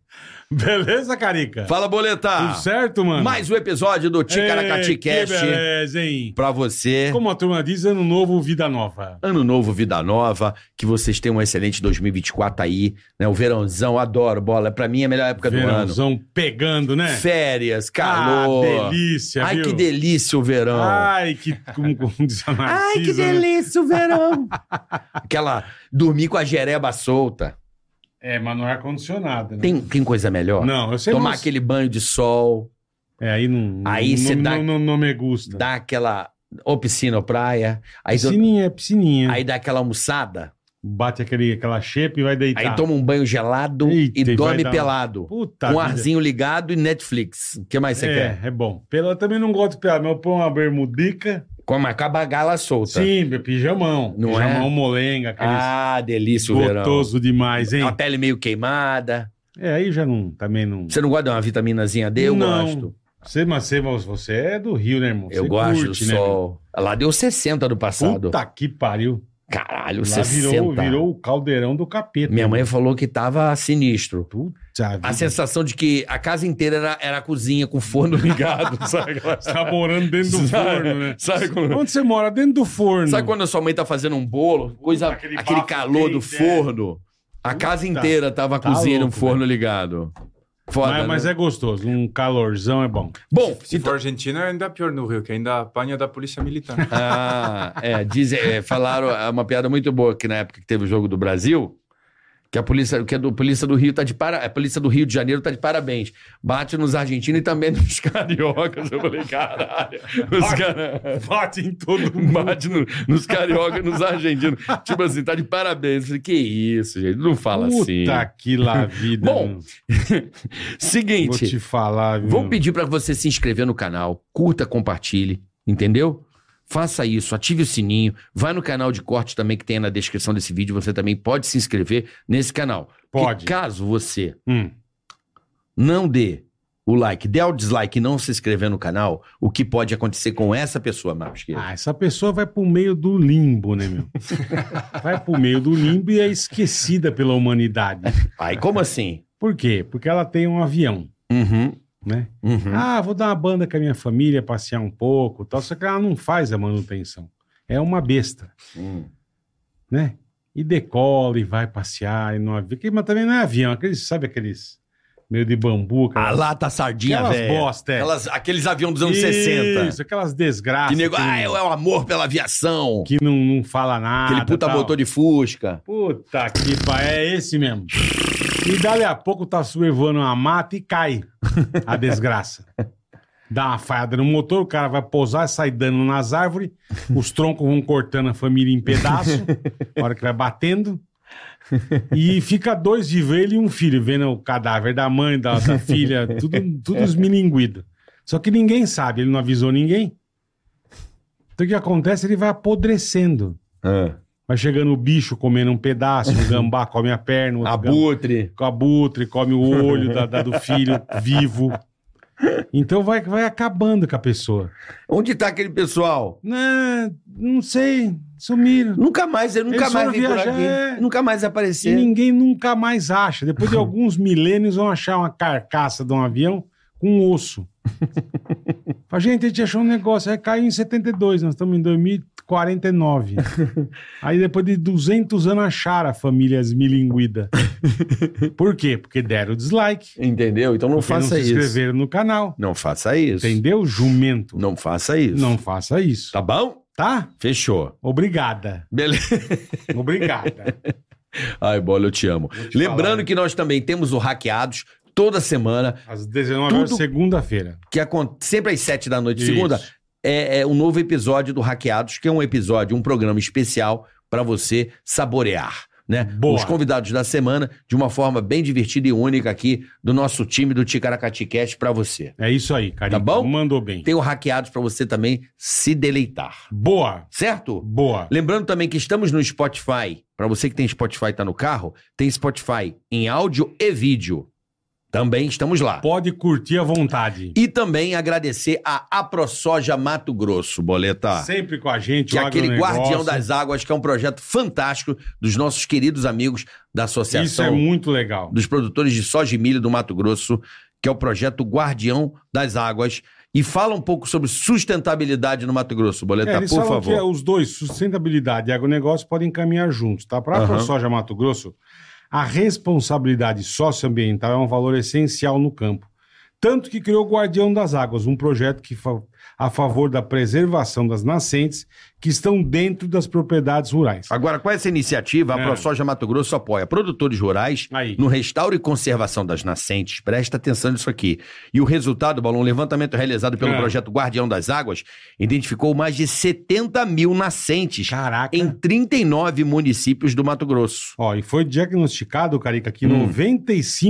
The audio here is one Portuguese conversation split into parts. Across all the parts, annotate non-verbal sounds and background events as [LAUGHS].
[LAUGHS] Beleza, Carica? Fala, boletar! Tudo certo, mano? Mais um episódio do Ei, Ticaracati que Cast beleza, hein? pra você. Como a turma diz, ano novo, vida nova. Ano novo, vida nova, que vocês tenham um excelente 2024 aí, né? O verãozão, adoro bola, pra mim é a melhor época do ano. Verãozão pegando, né? Férias, calor. Ah, delícia, Ai, viu? que delícia o verão. Ai, que... Como, como diz a Ai, que Narcisa, né? delícia o verão. [LAUGHS] Aquela dormir com a jereba solta. É, mas não é ar-condicionado, né? Tem, tem coisa melhor? Não, eu sei Tomar mas- aquele banho de sol, É, aí não... Aí não, cê não, dá- não, não, me gusta. dar aquela ou piscina ou praia, aí, do- Piscininha, é piscininha. aí dá aquela almoçada, Bate aquele, aquela xepa e vai deitar. aí toma um banho gelado Eita, e e vai dorme dar- pelado. Puta Com um vida. arzinho ligado e Netflix. O que mais você quer? É, é bom. Pela, eu também não gosto de pelado, mas eu ponho uma bermudica. Com uma cabagala solta. Sim, meu pijamão. Não é? pijamão molenga, aquele Ah, delícia o verão. gostoso demais, hein? A pele meio queimada. É, aí já não, também não. Você não gosta de uma vitaminazinha D? Eu Não. gosto. Você, mas você, mas você é do Rio, né, irmão? Eu Você gosto curte, do né, sol. Lá deu 60 do meu? passado. Puta que pariu. Caralho, Lá 60. virou, virou o caldeirão do capeta. Minha mãe tá falou que tava sinistro. Puta vida. A sensação de que a casa inteira era, era a cozinha com o forno [LAUGHS] ligado, sabe? Você tá morando dentro do [LAUGHS] Sabe- forno, né? sabe quando- Onde você mora? Dentro do forno. Sabe quando a sua mãe tá fazendo um bolo? Coisa, aquele aquele, bafo calor do quente, é. forno. A casa Puta, inteira tava a tá cozinha e um louco, forno ligado. Foda, mas, mas né? é gostoso. Um calorzão é bom. Bom, Se for argentino, é ainda pior no Rio, que ainda apanha da polícia militar. [LAUGHS] Ah, é, diz, é, falaram é uma piada muito boa que na época que teve o jogo do Brasil, que a polícia, que a do, polícia do Rio tá de para, a polícia do Rio de Janeiro tá de parabéns. Bate nos argentinos e também [LAUGHS] nos cariocas. Eu falei, caralho. Os [LAUGHS] caras Bate em [LAUGHS] todo bate no- nos cariocas e nos argentinos. Tipo assim, tá de parabéns. Eu falei, que isso, gente? Não fala Puta assim. que lá vida. Bom, meu. vou Seguinte, te falar, viu? vou pedir pra você se inscrever no canal, curta, compartilhe, entendeu? Faça isso, ative o sininho, vai no canal de corte também que tem aí na descrição desse vídeo, você também pode se inscrever nesse canal. Pode. Que caso você Hum. não dê o like, dê o dislike e não se inscrever no canal, o que pode acontecer com essa pessoa, Marcos? Queiroz? Ah, essa pessoa vai pro meio do limbo, né, meu? vai pro meio do limbo e é esquecida pela humanidade. Aí, como assim? Por quê? Porque ela tem um avião, Uhum, né? uhum. Ah, vou dar uma banda com a minha família, passear um pouco, tal, só que ela não faz a manutenção. É uma besta, Hum. né? E decola e vai passear e não avião, mas também não é avião, aqueles, sabe aqueles meio de bambu, A aquelas, lata sardinha, aquelas velho. bosta, é. Aquelas- aqueles aviões dos anos 60. Isso, aquelas desgraças Que negócio. que, Ah, é não, o amor pela aviação. que não, não fala nada. Aquele puta tal. motor de Fusca. Puta que pariu, é esse mesmo. E dali a pouco tá sobrevoando uma mata e cai a desgraça. Dá uma falhada no motor, o cara vai pousar, sai dando nas árvores, os troncos vão cortando a família em pedaço, a hora que vai batendo. E fica dois de velho e um filho, vendo o cadáver da mãe, da, da filha, tudo, tudo esmilinguido. Só que ninguém sabe, ele não avisou ninguém. Então o que acontece? Ele vai apodrecendo. Vai chegando o bicho comendo um pedaço, um gambá come a perna, outro gambá Abutre. com abutre, come o olho da, da- do filho vivo. Então vai, vai acabando com a pessoa. Onde tá aquele pessoal? Não, não sei, sumiram. Nunca mais, ele nunca Eles mais foram vem por viajar, aqui. é. Nunca mais E aparecer. ninguém nunca mais acha. Depois de [LAUGHS] alguns milênios vão achar uma carcaça de um avião com um osso. [LAUGHS] A gente, a gente achou um negócio, aí caiu em 72, nós estamos em 2049. [LAUGHS] Aí depois de 200 anos acharam a família [LAUGHS] esmilinguida. Por quê? Porque deram dislike, Entendeu? Então não porque não faça se isso. inscreveram no canal. Não faça isso. Entendeu, jumento? Não faça isso. Não faça isso. Tá bom? Tá? Fechou. Obrigada. Beleza. [LAUGHS] Obrigada. Ai, bola, eu te amo. te Lembrando falar, né? hein? que nós também temos o Hackeados toda semana, Às 19 horas, Tudo- segunda-feira. que acon- sempre às 7 da noite, Isso. segunda, é, é um novo episódio do Hackeados, que é um episódio, um programa especial para você saborear. Né? Boa. Os convidados da semana, de uma forma bem divertida e única aqui do nosso time do Ticaracati Cast para você. É isso aí, carinho. Tá bom? Mandou bem. Tem o Hackeados para você também se deleitar, Boa. certo? Boa. Lembrando também que estamos no Spotify. Para você que tem Spotify e tá no carro, tem Spotify em áudio e vídeo. Também estamos lá. Pode curtir à vontade. E também agradecer a AproSoja Mato Grosso, Boleta. Sempre com a gente, Que é o Tá. aquele agronegócio. Guardião das Águas, que é um projeto fantástico dos nossos queridos amigos da Associação Isso é muito legal. dos Produtores de Soja e Milho do Mato Grosso, que é o projeto Guardião das Águas. E fala um pouco sobre sustentabilidade no Mato Grosso, Boleta, É, eles por falam que favor. os dois, sustentabilidade e agronegócio, podem caminhar juntos, tá? Para a Aham. ProSoja Mato Grosso, a responsabilidade socioambiental é um valor essencial no campo. Tanto que criou o Guardião das Águas, um projeto que fa- a favor da preservação das nascentes que estão dentro das propriedades rurais. Agora, com essa iniciativa, a É. ProSoja Mato Grosso apoia produtores rurais Aí. no restauro e conservação das nascentes. Presta atenção nisso aqui. E o resultado, Balão, um levantamento realizado pelo É. projeto Guardião das Águas identificou mais de 70 mil nascentes Caraca. em 39 municípios do Mato Grosso. Ó, e foi diagnosticado, Carica, que Hum.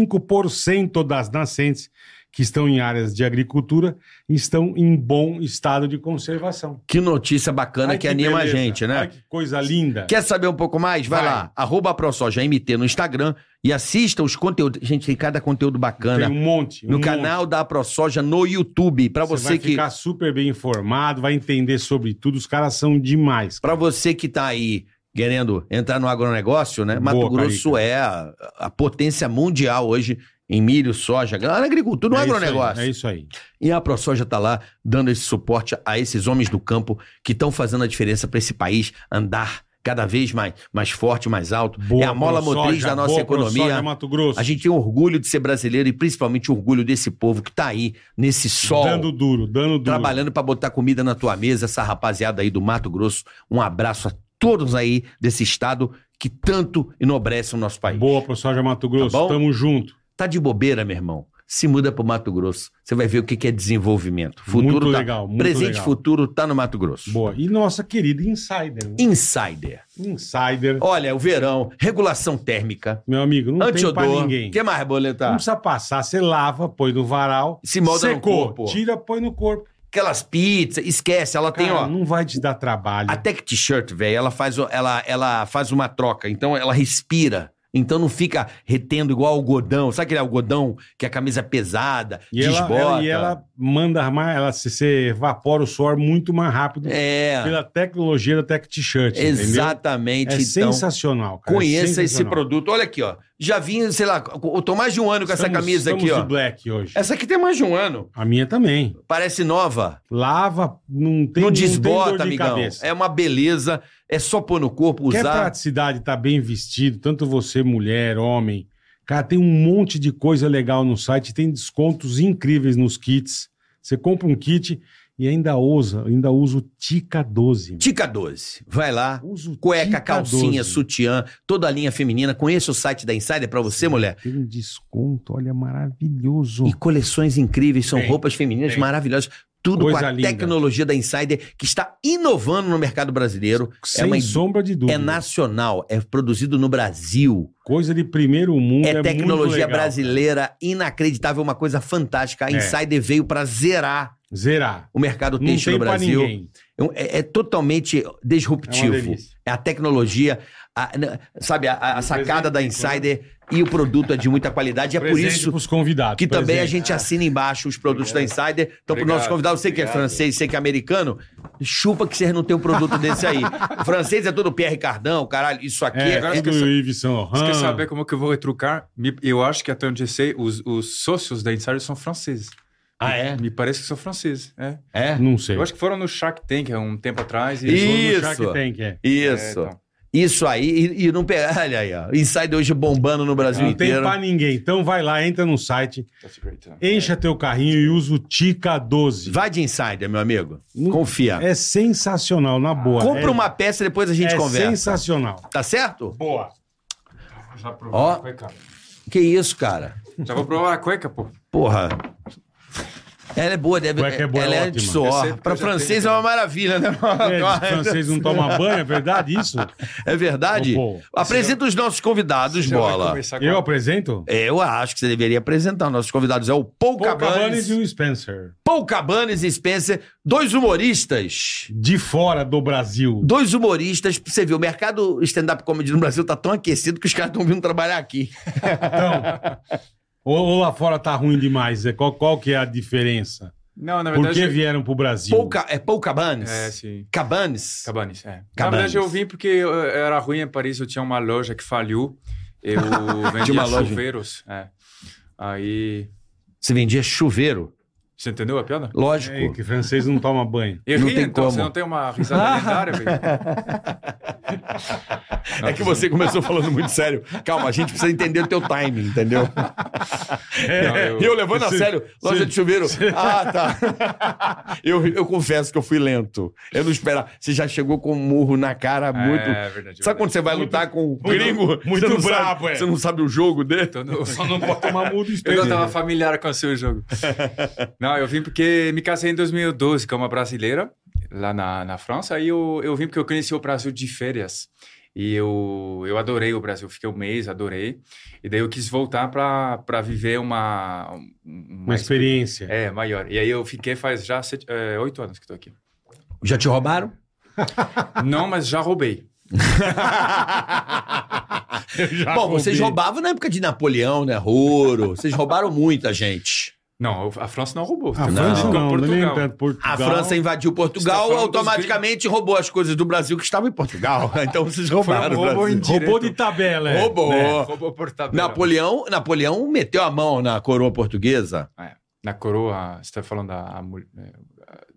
95% das nascentes que estão em áreas de agricultura estão em bom estado de conservação. Que notícia bacana Ai, que, anima beleza. a gente, né? Ai, que coisa linda. Quer saber um pouco mais? Vai, Vai. lá, arroba ProSoja MT no Instagram e assista os conteúdos. Gente, tem cada conteúdo bacana. Tem um monte. um no monte. canal da ProSoja no YouTube. Pra você, vai que ficar super bem informado, vai entender sobre tudo. Os caras são demais. Pra você que tá aí querendo entrar no agronegócio, né? Mato Boa, Grosso é a, a potência mundial hoje em milho, soja, na agricultura, no É isso aí, um agronegócio. é isso aí. E a ProSoja tá lá dando esse suporte a esses homens do campo que estão fazendo a diferença pra esse país andar cada vez mais, mais forte, mais alto. é a mola ProSoja, motriz da nossa boa, ProSoja, economia. Mato Grosso. A gente tem orgulho de ser brasileiro e principalmente orgulho desse povo que tá aí nesse sol. Dando duro, dando duro. Trabalhando pra botar comida na tua mesa, essa rapaziada aí do Mato Grosso. Um abraço a todos aí desse estado que tanto enobrece o nosso país. Tá Boa, professor Soja Mato Grosso. bom? Tamo junto. Tá de bobeira, meu irmão? Se muda pro Mato Grosso. Você vai ver o que que é desenvolvimento. Futuro Muito tá- legal, muito presente legal. e futuro tá no Mato Grosso. Boa. E nossa querida Insider. né? Insider. Insider. Olha, o verão, regulação térmica, Meu amigo, não tem pra antiodor. ninguém. que mais, Não Boleta? precisa passar, você lava, põe no varal, Se molda no secou, corpo. tira, põe no corpo. Aquelas pizzas, esquece, ela tem, Cara, ó. não vai te dar trabalho. A Tech T-shirt, velho, ela faz, o- ela, ela faz uma troca, então ela respira. Então não fica retendo igual algodão. Sabe aquele algodão que a camisa é pesada, E ela, desbota? ela- e ela manda mais, ela se, se evapora o suor muito mais rápido É, pela tecnologia da Tech T-shirt. entendeu? exatamente. É então, sensacional, cara. conheça É esse sensacional. produto. Olha aqui, ó. Já vim, sei lá, eu tô mais de um ano com essa Estamos- camisa aqui, estamos ó. de black hoje. Essa aqui tem mais de um ano. A minha também. Parece nova. Lava, não tem não tem desbota, dor de amigão. cabeça. É uma beleza. É só pôr no corpo, Quer usar. praticidade, tá bem vestido, tanto você, mulher, homem. Cara, tem um monte de coisa legal no site, tem descontos incríveis nos kits. Você compra um kit e ainda usa, ainda usa o Tica 12. meu. Tica 12. Vai lá. Usa o cueca, Tica calcinha, 12. sutiã, toda a linha feminina. Conheça o site da Insider pra você, mulher. Tem um desconto, olha, maravilhoso. E coleções incríveis, são Tem, roupas femininas tem. maravilhosas. Tudo Coisa com a linda. tecnologia da Insider, que está inovando no mercado brasileiro. Sem é, uma- sombra de dúvida. é nacional, é produzido no Brasil. Coisa de primeiro mundo. É, É, muito tecnologia legal. brasileira inacreditável, é uma coisa fantástica. A É. Insider veio pra zerar Zerar. o mercado Não têxtil tem no pra Brasil. ninguém. É um- É, é totalmente É uma disruptivo. delícia. É a tecnologia, a- n- sabe, a, a- a Um sacada presente, da Insider e o produto é de muita qualidade. É por Presente isso pros convidados. que também a presente. gente assina embaixo os produtos da Insider. Então, para o Obrigado, nosso convidado, você que é obrigado. francês, você que é americano, chupa que vocês não tem um produto [LAUGHS] desse aí. o francês é todo Pierre Cardão, caralho, isso aqui É, é... Agora agora eu tudo esqueci- Yves Saint Você Laurent. Ah. quer saber como que eu vou retrucar? Me- Eu acho que até onde eu sei, os, os sócios da Insider são franceses. Ah, é? Me parece que são franceses, é. É? Não sei. Eu acho que foram no Shark Tank há um tempo atrás. Ih, e... Eles foram no Isso. Shark Tank, é. É, Isso. então. Isso aí, e, e não pegar. [LAUGHS] Olha aí, ó. Insider hoje bombando no Brasil Não tem inteiro. pra ninguém. Então vai lá, entra no site, encha teu carrinho e usa o Tica 12. Vai de insider, meu amigo. Confia. É sensacional, na boa. Compra é, uma peça e depois a gente é conversa. sensacional. Tá certo? Boa. Já provou Ó. a cueca. Que isso, cara. Já vou provar a cueca, pô. Porra. Ela é boa, deve, Cueca é boa, ela é é ótima. de Eu suor. sei, Pra eu já francês é tenho. uma maravilha, né? É, de francês não toma [LAUGHS] banho, é verdade isso? É verdade? Ô, pô, Apresenta os nossos convidados, Você vai Bola. conversar com Eu a- apresento? Eu acho que você deveria apresentar. Nossos convidados é o Paul Paul Cabanes e Cabanes, o Spencer. Paul Cabanes e Spencer, dois humoristas. De fora do Brasil. Dois humoristas, você viu, o mercado stand-up comedy no Brasil tá tão aquecido que os caras estão vindo trabalhar aqui. Ou, ou lá fora tá ruim demais? é? Qual, qual que é a diferença? Não, na Por verdade. que vieram pro Brasil? Paul Ca- É Paul Cabanes? É, sim. Cabanes? Cabanes, é. Na Cabanes. verdade, eu vim porque eu- eu era ruim em Paris, eu tinha uma loja que faliu. [LAUGHS] Eu uma vendia loja. chuveiros. É. Aí. Você vendia chuveiro? Você entendeu a piada? Lógico. É, que francês não toma banho. Eu Não ri, tem então como. você não tem uma risada lendária, [LAUGHS] velho. É que você começou falando muito sério. Calma, a gente precisa entender o teu timing, entendeu? Não, eu- É, E eu levando a Sim, sério, loja sim. de chuveiro. Ah, tá. [LAUGHS] Eu, eu confesso que eu fui lento. Eu não esperava. Você já chegou com um murro na cara muito. É verdade. Sabe quando você vai lutar com um gringo? muito Você não brabo, sabe- é. Você não sabe o jogo dele? quando. Só Não pode tomar mudo [LAUGHS] Eu não estava familiar com o [LAUGHS] seu jogo. Não, eu vim porque me casei em 2012 com uma brasileira lá na, na França. Aí eu, eu vim porque eu conheci o Brasil de férias. E eu, eu adorei o Brasil. Fiquei um mês, adorei. E daí eu quis voltar para viver uma... Uma experiência. É, maior. E aí eu fiquei faz já sete- é, oito anos que estou aqui. Já te roubaram? Não, mas já roubei. Já Bom, vocês roubei. roubavam na época de Napoleão, né? Roro. Vocês roubaram muita gente. Não, a França não roubou. A Ah, França Com não, é nem Portugal. tanto. Portugal. A França invadiu Você tá Portugal, falando automaticamente roubou as coisas do Brasil que estavam em Portugal. Então vocês roubaram Foi um o roubo Brasil. indireto. Roubou de tabela. é. Roubou. É, roubou por tabela. Napoleão, Napoleão meteu a mão na coroa portuguesa, Na coroa, você está falando da... a mul- é,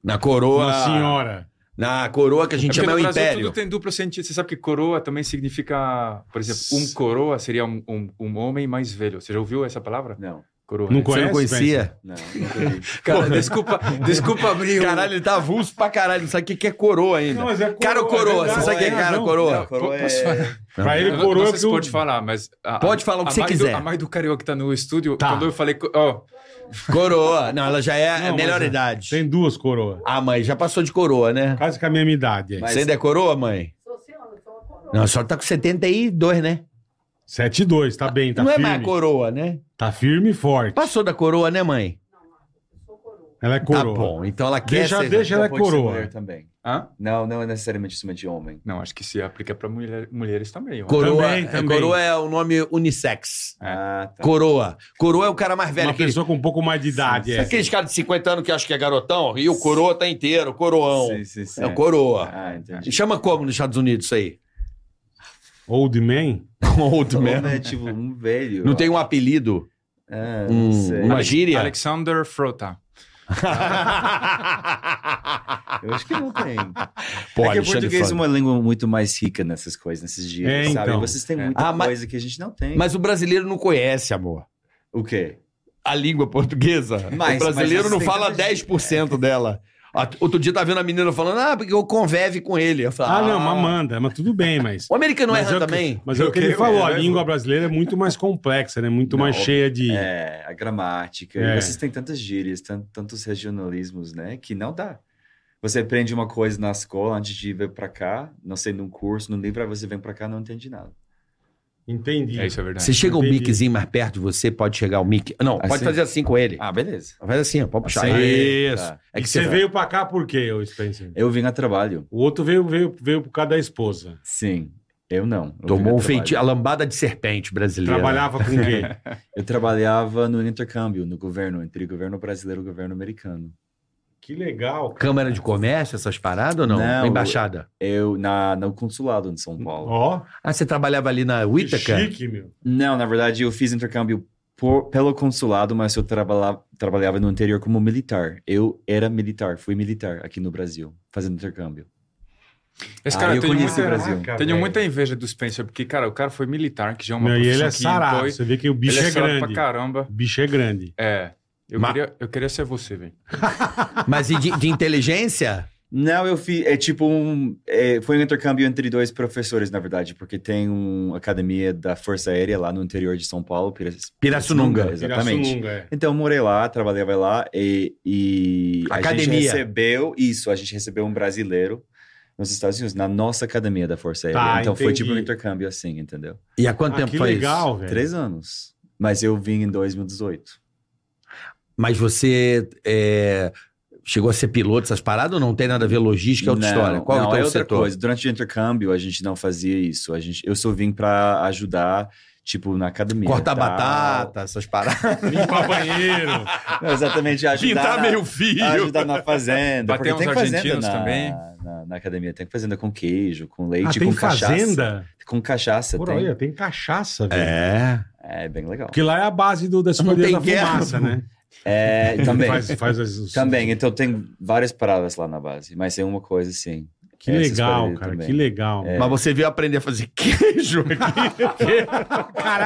na coroa, Uma senhora. na coroa que a gente É porque chama no o Brasil império. Tudo tem duplo sentido. Você sabe que coroa também significa, por exemplo, um coroa seria um, um, um homem mais velho. Você já ouviu essa palavra? Não. Coroa. Não né? conhece? Você não conhecia? Cara, desculpa, desculpa abrir o- Caralho, ele tá avulso pra caralho, não sabe o que que é coroa ainda. Não, mas é coroa, cara ou coroa, é verdade, você sabe o que é tem cara ou razão. coroa? Posso falar? Pra ele, Eu não- coroa não é sei que se o- pode falar, mas... a- a- Pode falar o que a você mãe do- quiser. a mãe do Carioca que tá no estúdio, Tá. quando eu falei... co- Ó, Coroa. Não, ela já é Não, a mas melhor é- idade. Tem duas coroas. Ah, mãe, já passou de coroa, né? Quase que a mesma idade. é. Você ainda é coroa, mãe? Não, a senhora tá com 72, né? 7-2, tá bem, tá não firme. é mais coroa, né? Tá firme e forte. Passou da coroa, né, mãe? Ela é coroa. Tá bom, então ela quer Deixa, ser... deixa ela é coroa. mulher também. hã? Não, não é necessariamente em cima de homem. Não, acho que se aplica para mulher, mulheres também. eu acho. Coroa, Também, é, também. coroa é o nome unissex. Ah, tá. Coroa. Coroa é o cara mais velho. Uma Aquele, pessoa com um pouco mais de idade, é. Aqueles caras de 50 anos que acham que é garotão, e o coroa tá inteiro, coroão. Sim, sim, sim. É o coroa. Ah, entendi. Chama como nos Estados Unidos [LAUGHS] isso aí? Old man? Outro Homem mesmo. é tipo um velho. Não tem um apelido, Ah, não um- sei. uma gíria? [LAUGHS] Alexander Frota. É Eu acho que não tem. Pô, é que o Alexandre português é Frota. uma língua muito mais rica nessas coisas, nesses dias, É, sabe? então. Vocês têm É. muita Ah, mas- coisa que a gente não tem. Mas o brasileiro não conhece, amor. O quê? a língua portuguesa. Mas- o brasileiro mas não tem fala tanta gente- 10% dela. A- Outro dia tá vendo a menina falando, ah, porque eu conveve com ele. Eu falo, Ah, não, mas manda. Mas tudo bem, [LAUGHS] mas... O americano mas erra é o que- também. Mas é o que Eu né? ele que- falou, a eu- língua brasileira é muito mais complexa, né? Muito mais Não, cheia de... É, a gramática. É. E vocês têm tantas gírias, tan- tantos regionalismos, né? Que não dá. Você aprende uma coisa na escola antes de vir pra cá, não sei, num curso, num livro, aí você vem pra cá e não entende nada. Entendi. É, isso é verdade. Você chega um Entendi. miquezinho mais perto de você, pode chegar o mic. Não, pode Assim? fazer assim com ele. Ah, beleza. Faz assim, ó, pode puxar. Assim? Isso. Tá. É E que você você veio pra cá por quê, ô Spencer? Eu vim a trabalho. O outro veio, veio, veio por causa da esposa. Sim, eu não. Eu vim a tomou um trabalho. feitiço, a lambada de serpente brasileira. Trabalhava com o quê? Eu trabalhava no intercâmbio, no governo, entre governo brasileiro e governo americano. que legal. cara. Câmara de Comércio, essas paradas ou não? Não, Na embaixada. Eu, na, no consulado de São Paulo. Ó, Ah, você trabalhava ali na que Whittaker? chique, meu. Não, na verdade, eu fiz intercâmbio por- pelo consulado, mas eu trabalha, trabalhava no interior como militar. Eu era militar, fui militar aqui no Brasil, fazendo intercâmbio. Esse Ah, cara eu tem conheci muita, o Brasil. Caraca, Tenho velho. muita inveja do Spencer, porque, cara, o cara foi militar, que já é uma Meu, e ele é profissão que sarado. impõe- Você vê que o bicho Ele é é sarado grande. pra caramba. O bicho é grande. É. Eu, Ma- queria, eu queria ser você, velho. Mas e de, de inteligência? Não, eu fiz. É tipo um. é, foi um intercâmbio entre dois professores, na verdade, porque tem uma academia da Força Aérea lá no interior de São Paulo, Piras- Pirassununga. Exatamente. Pirassununga, é. Então, eu morei lá, trabalhava lá e, e a Academia. gente recebeu isso, a gente recebeu um brasileiro nos Estados Unidos, na nossa academia da Força Aérea. Tá, então foi entendi. tipo um intercâmbio assim, entendeu? E há quanto Ah, tempo que foi isso? legal, velho. Três anos. Mas eu vim em 2018. Mas você é, chegou a ser piloto, essas paradas, ou não tem nada a ver logística, é outra Não, história? Qual não, é o é teu outra setor? coisa. Durante o intercâmbio, a gente não fazia isso. A gente, eu só vim pra ajudar, tipo, na academia. Cortar tal. batata, essas paradas. Limpar banheiro. tá, Não, exatamente, ajudar. na- Ah, filho. Ajudar na fazenda. Bater porque uns tem fazenda argentinos na, também. Na, na academia. Tem fazenda com queijo, com leite, Ah, com tem cachaça. fazenda? Com cachaça, Por tem. olha, tem cachaça, velho. É. É, bem legal. Porque lá é a base do, da escolha tem da guerra, fumaça, né? É, também. [LAUGHS] Faz, faz as, os- Também, então tem várias paradas lá na base, mas é uma coisa assim. Que Essas legal, coisas cara. também. Que legal. Mas você veio aprender a fazer [LAUGHS] queijo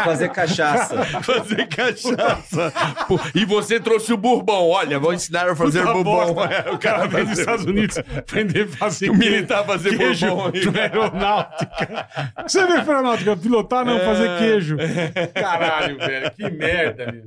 Fazer [LAUGHS] cachaça. [LAUGHS] fazer cachaça. Pô, E você trouxe o bourbon. Olha, vou ensinar a fazer bourbon. É, o [LAUGHS] cara Vem dos Estados Unidos [LAUGHS] aprender a fazer O militar fazer queijo bourbon. [LAUGHS] aí. na aeronáutica. [LAUGHS] Você veio pra aeronáutica pilotar, não, fazer queijo. [LAUGHS] Caralho, velho. [LAUGHS] Que merda, meu.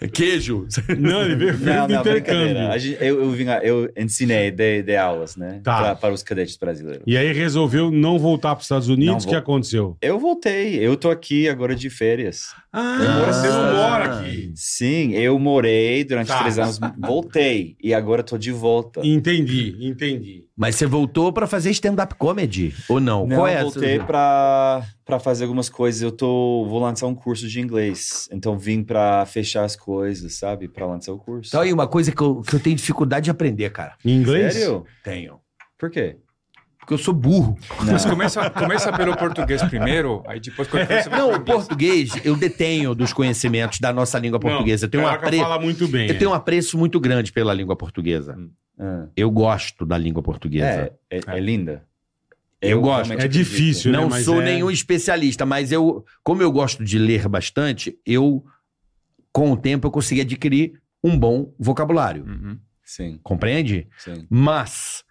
É Queijo. [LAUGHS] Não, ele veio, veio Não, do não, brincadeira. A intercâmbio. gente- eu, eu, vim, a- eu ensinei, dei, dei aulas, né? Tá. pra- para os cadetes brasileiros. E aí resolveu não voltar pros Estados Unidos. O Não que vou. aconteceu? Eu voltei, eu tô aqui agora de férias. Ah, você não mora aqui. Sim, eu morei durante Tá. três anos, voltei e agora tô de volta. Entendi, entendi. Mas você voltou pra fazer stand-up comedy? Ou não? Não, Qual é a voltei sua- pra, pra fazer algumas coisas. Eu tô, vou lançar um curso de inglês, então vim pra fechar as coisas, sabe? Pra lançar o curso. Então, aí, uma coisa que eu, que eu tenho dificuldade de aprender, cara. Em inglês? Sério? Tenho. Por quê? Porque eu sou burro. Mas começa, começa pelo português primeiro, aí depois quando você vai Não, pro o inglês. português, eu detenho dos conhecimentos da nossa língua portuguesa. Eu tenho, um Carioca apre... fala muito bem. eu tenho um apreço muito grande pela língua portuguesa. Ah, Eu gosto da língua portuguesa. é, é, é linda. Eu gosto. realmente É acredito. difícil, né? Não Mas sou é- nenhum especialista, mas eu, como eu gosto de ler bastante, eu, com o tempo, eu consegui adquirir um bom vocabulário. Uhum. Sim, Compreende? sim. Mas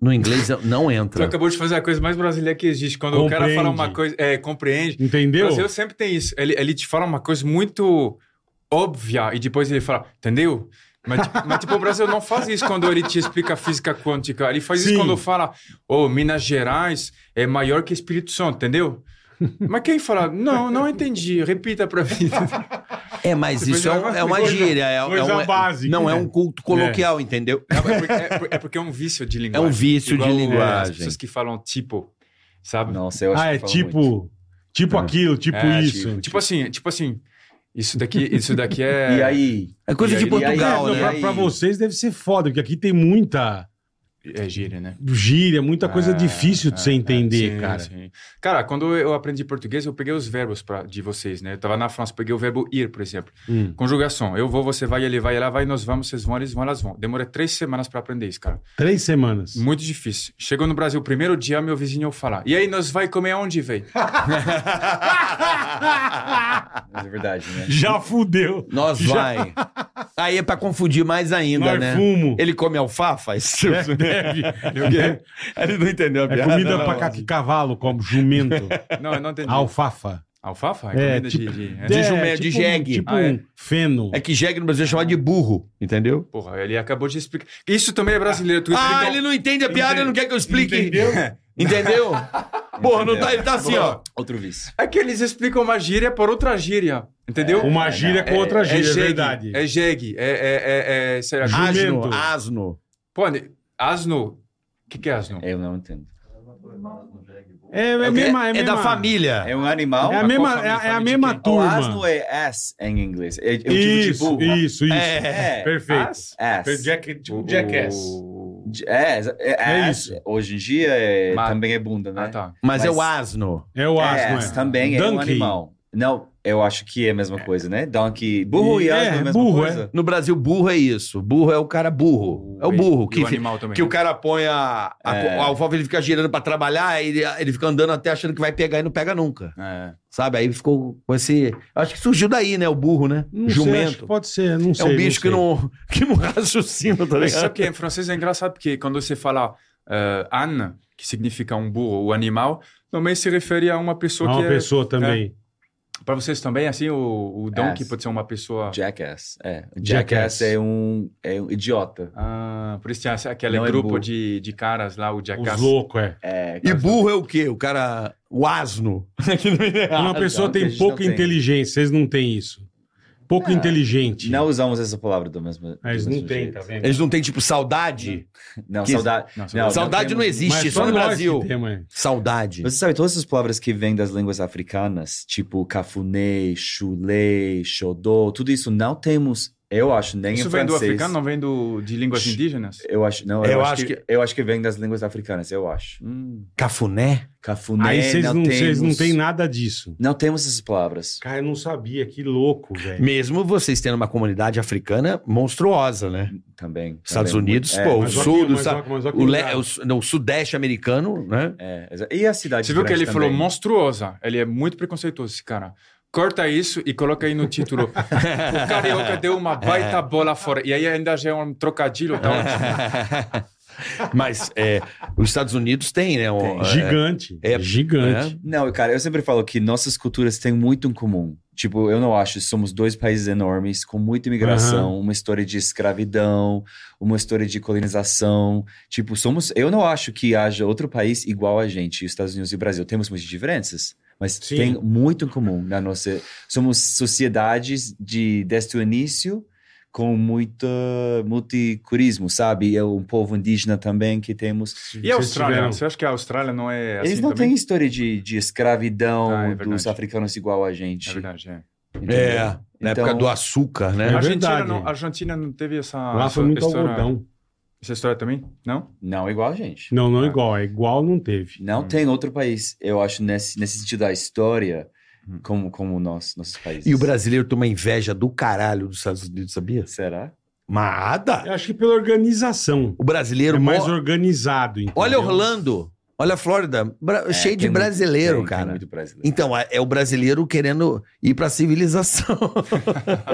no inglês eu- não Tu entra. acabou de fazer a coisa mais brasileira que existe. Quando o cara Compreende. fala uma coisa, é, compreende. O Entendeu? Brasil sempre tem isso. Ele, ele te fala uma coisa muito óbvia e depois ele fala, entendeu? Mas, ti- mas, tipo, o Brasil não faz isso quando ele te explica física quântica. Ele faz Sim. isso quando fala, ô, Minas Gerais é maior que Espírito Santo, entendeu? Mas quem fala, não, não entendi, repita pra mim. É, mas Depois isso é, é um- uma é uma coisa- gíria. É, é coisa um, é- básica, não, é né? um culto coloquial, entendeu? Não, é, porque, é por- é porque é um vício de linguagem. É um vício de Igual, é, As linguagem. pessoas que falam tipo, sabe? Nossa, eu acho Ah, que é fala tipo. muito. Tipo É. aquilo, tipo É, isso. Tipo, assim, tipo assim, isso daqui, isso daqui é... E aí? É coisa E de aí- e aí- Portugal, Não, né? pra, pra vocês deve ser foda, porque aqui tem muita É gíria, né? gíria, muita coisa É, difícil é, de você é, entender, sim, cara. sim. Cara, quando eu aprendi português, eu peguei os verbos pra, de vocês, né? Eu tava na França, peguei o verbo ir, por exemplo. Hum. Conjugação. Eu vou, você vai, ele vai, ela vai, nós vamos, vocês vão, eles vão, elas vão. Demorei três semanas pra aprender isso, cara. Três semanas. Muito difícil. Chegou no Brasil, primeiro dia, meu vizinho fala, e aí, nós vai comer [LAUGHS] onde, véi? Mas é verdade, né? [LAUGHS] Já fudeu. Nós Já- vai. Aí é pra confundir mais ainda, Nós né? fumo. Ele come alfafa? Isso- Deve. [LAUGHS] Ele não entendeu a É piada. comida não. pra cá que cavalo, como [LAUGHS] jumento, Não, eu não entendi. alfafa. Alfafa? É, comida tipo- de... de- De É, jumento, de tipo um- jegue. Tipo Ah, é. um feno. É que jegue no Brasil é chamado de burro, entendeu? Porra, ele acabou de explicar. Isso também é brasileiro. Tu Ah, explica- um ele não entende a piada e não quer que eu explique. Entendeu? Porra, não tá, ele tá assim, ó. Outro vício. É que eles explicam uma gíria por outra gíria, entendeu? Uma gíria com outra gíria, é jegue, verdade. É jegue, é, é, é, é será que... Ju- Jumento. Asno, asno. Pô, asno, o que que é asno? Eu não entendo. É, é, É, o quê? mesma, é, É da mesma- família. É um animal? É a Mas mesma, qual é, família? é a Família de mesma quem? O turma. asno é ass em inglês. É, é um isso, tipo de burro. isso, isso. É. Perfeito. As? Ass. Jack, tipo O- jackass. o- É, é, É ass. isso. Hoje em dia é- Mas- também é bunda, né? Ah, tá. Mas, é o Mas- asno. É o asno, É, é. ass também é um Donkey. animal. Não, Eu acho que é a mesma coisa, né? Donkey. Burro e É, asno é a mesma burro, coisa. No Brasil, burro é isso. Burro é o cara burro. É o burro. E Que, o animal também. né? que o cara põe a, a, É. a alfalfa, ele fica girando pra trabalhar, ele, ele fica andando até achando que vai pegar e não pega nunca. É. Sabe? Aí ficou com esse. Acho que surgiu daí, né? O burro, né? Não sei, acho que Jumento. pode ser, não É sei. um bicho que sei. [LAUGHS] não, [LAUGHS] que não raciocina, tá Mas sabe ligado? que em francês é engraçado, porque quando você fala eh, âne, que significa um burro ou animal, também se refere a uma É pessoa uma que é... pessoa também. Para vocês também, assim, o, o donkey É. pode ser uma pessoa... Jackass. É. Jackass, Jackass. é, um, é um idiota. Ah, por isso tinha aquele Não é grupo burro. de, de caras lá, o Os Jackass. loucos, [LAUGHS] é. É, E burro é o quê? O cara. O asno. Quando uma pessoa não, que a tem gente pouca não tem. inteligência, vocês não têm isso. Pouco É. inteligente. não usamos essa palavra do mesmo. do Mas não mesmo tem, jeito. tá vendo? Eles não têm, tipo, saudade. Não, Que- saudade. Não, Não, saudade não temos- existe, Mas só no nós Brasil. que temos, é. Saudade. Você sabe, todas essas palavras que vêm das línguas africanas, tipo cafuné, chulé, xodó, tudo isso não temos, eu acho, nem Isso em vem do francês. africano, não vem do, de línguas indígenas? Eu acho, não, eu, acho, que, que- eu acho que vem das línguas africanas, eu acho. Hum. Cafuné? Cafuné, Aí vocês não, não, vocês temos. não têm nada disso. Não temos essas palavras. Cara, eu não sabia, que louco, velho. Mesmo vocês tendo uma comunidade africana monstruosa, né? Também. Estados também. Unidos, É, pô, o mas olha sul que- do mas sa- olha- mas olha que o, le- irado. o su- não, o sudeste americano, né? [LAUGHS] é, exa- e a cidade Você de viu que Franca ele falou também. monstruosa? Ele é muito preconceituoso, esse cara. Corta isso e coloca aí no título. o carioca deu uma baita É. bola fora. E aí ainda já é um trocadilho. Tá ótimo. [LAUGHS] Mas é, os Estados Unidos tem, né? Um, é, Gigante. É. Gigante. Não, cara, eu sempre falo que nossas culturas têm muito em comum. Tipo, eu não acho, somos dois países enormes, com muita imigração, uma história de escravidão, uma história de colonização. Tipo, somos. Eu não acho que haja outro país igual a gente, os Estados Unidos e o Brasil. Temos muitas diferenças, mas Sim. tem muito em comum na nossa. Somos sociedades de desde o início com muito multiculturismo, sabe? E É um povo indígena também que temos. E Vocês a Austrália? né? tiveram- Você acha que a Austrália não é assim Eles não também? têm história de, de escravidão Ah, é dos verdade. africanos igual a gente. É verdade, é. entendeu? É, na Então- época do açúcar, É A né? Argentina, verdade. não, a Argentina não teve essa, Lá essa foi muito história, algodão. essa história também? Não? Não igual a gente. Não, não igual. É igual não teve. Hum. Não tem outro país, eu acho, nesse, nesse sentido da história, Hum. como, como nós, nossos países. E o brasileiro tem uma inveja do caralho dos Estados Unidos, sabia? Será? Nada. Eu É, acho que pela organização. O brasileiro. É mais mó- organizado, entendeu? Olha Orlando, olha a Flórida, bra- É, cheio de tem muito- né? brasileiro, tem- tem cara. muito brasileiro. Então, é é o brasileiro querendo ir pra civilização.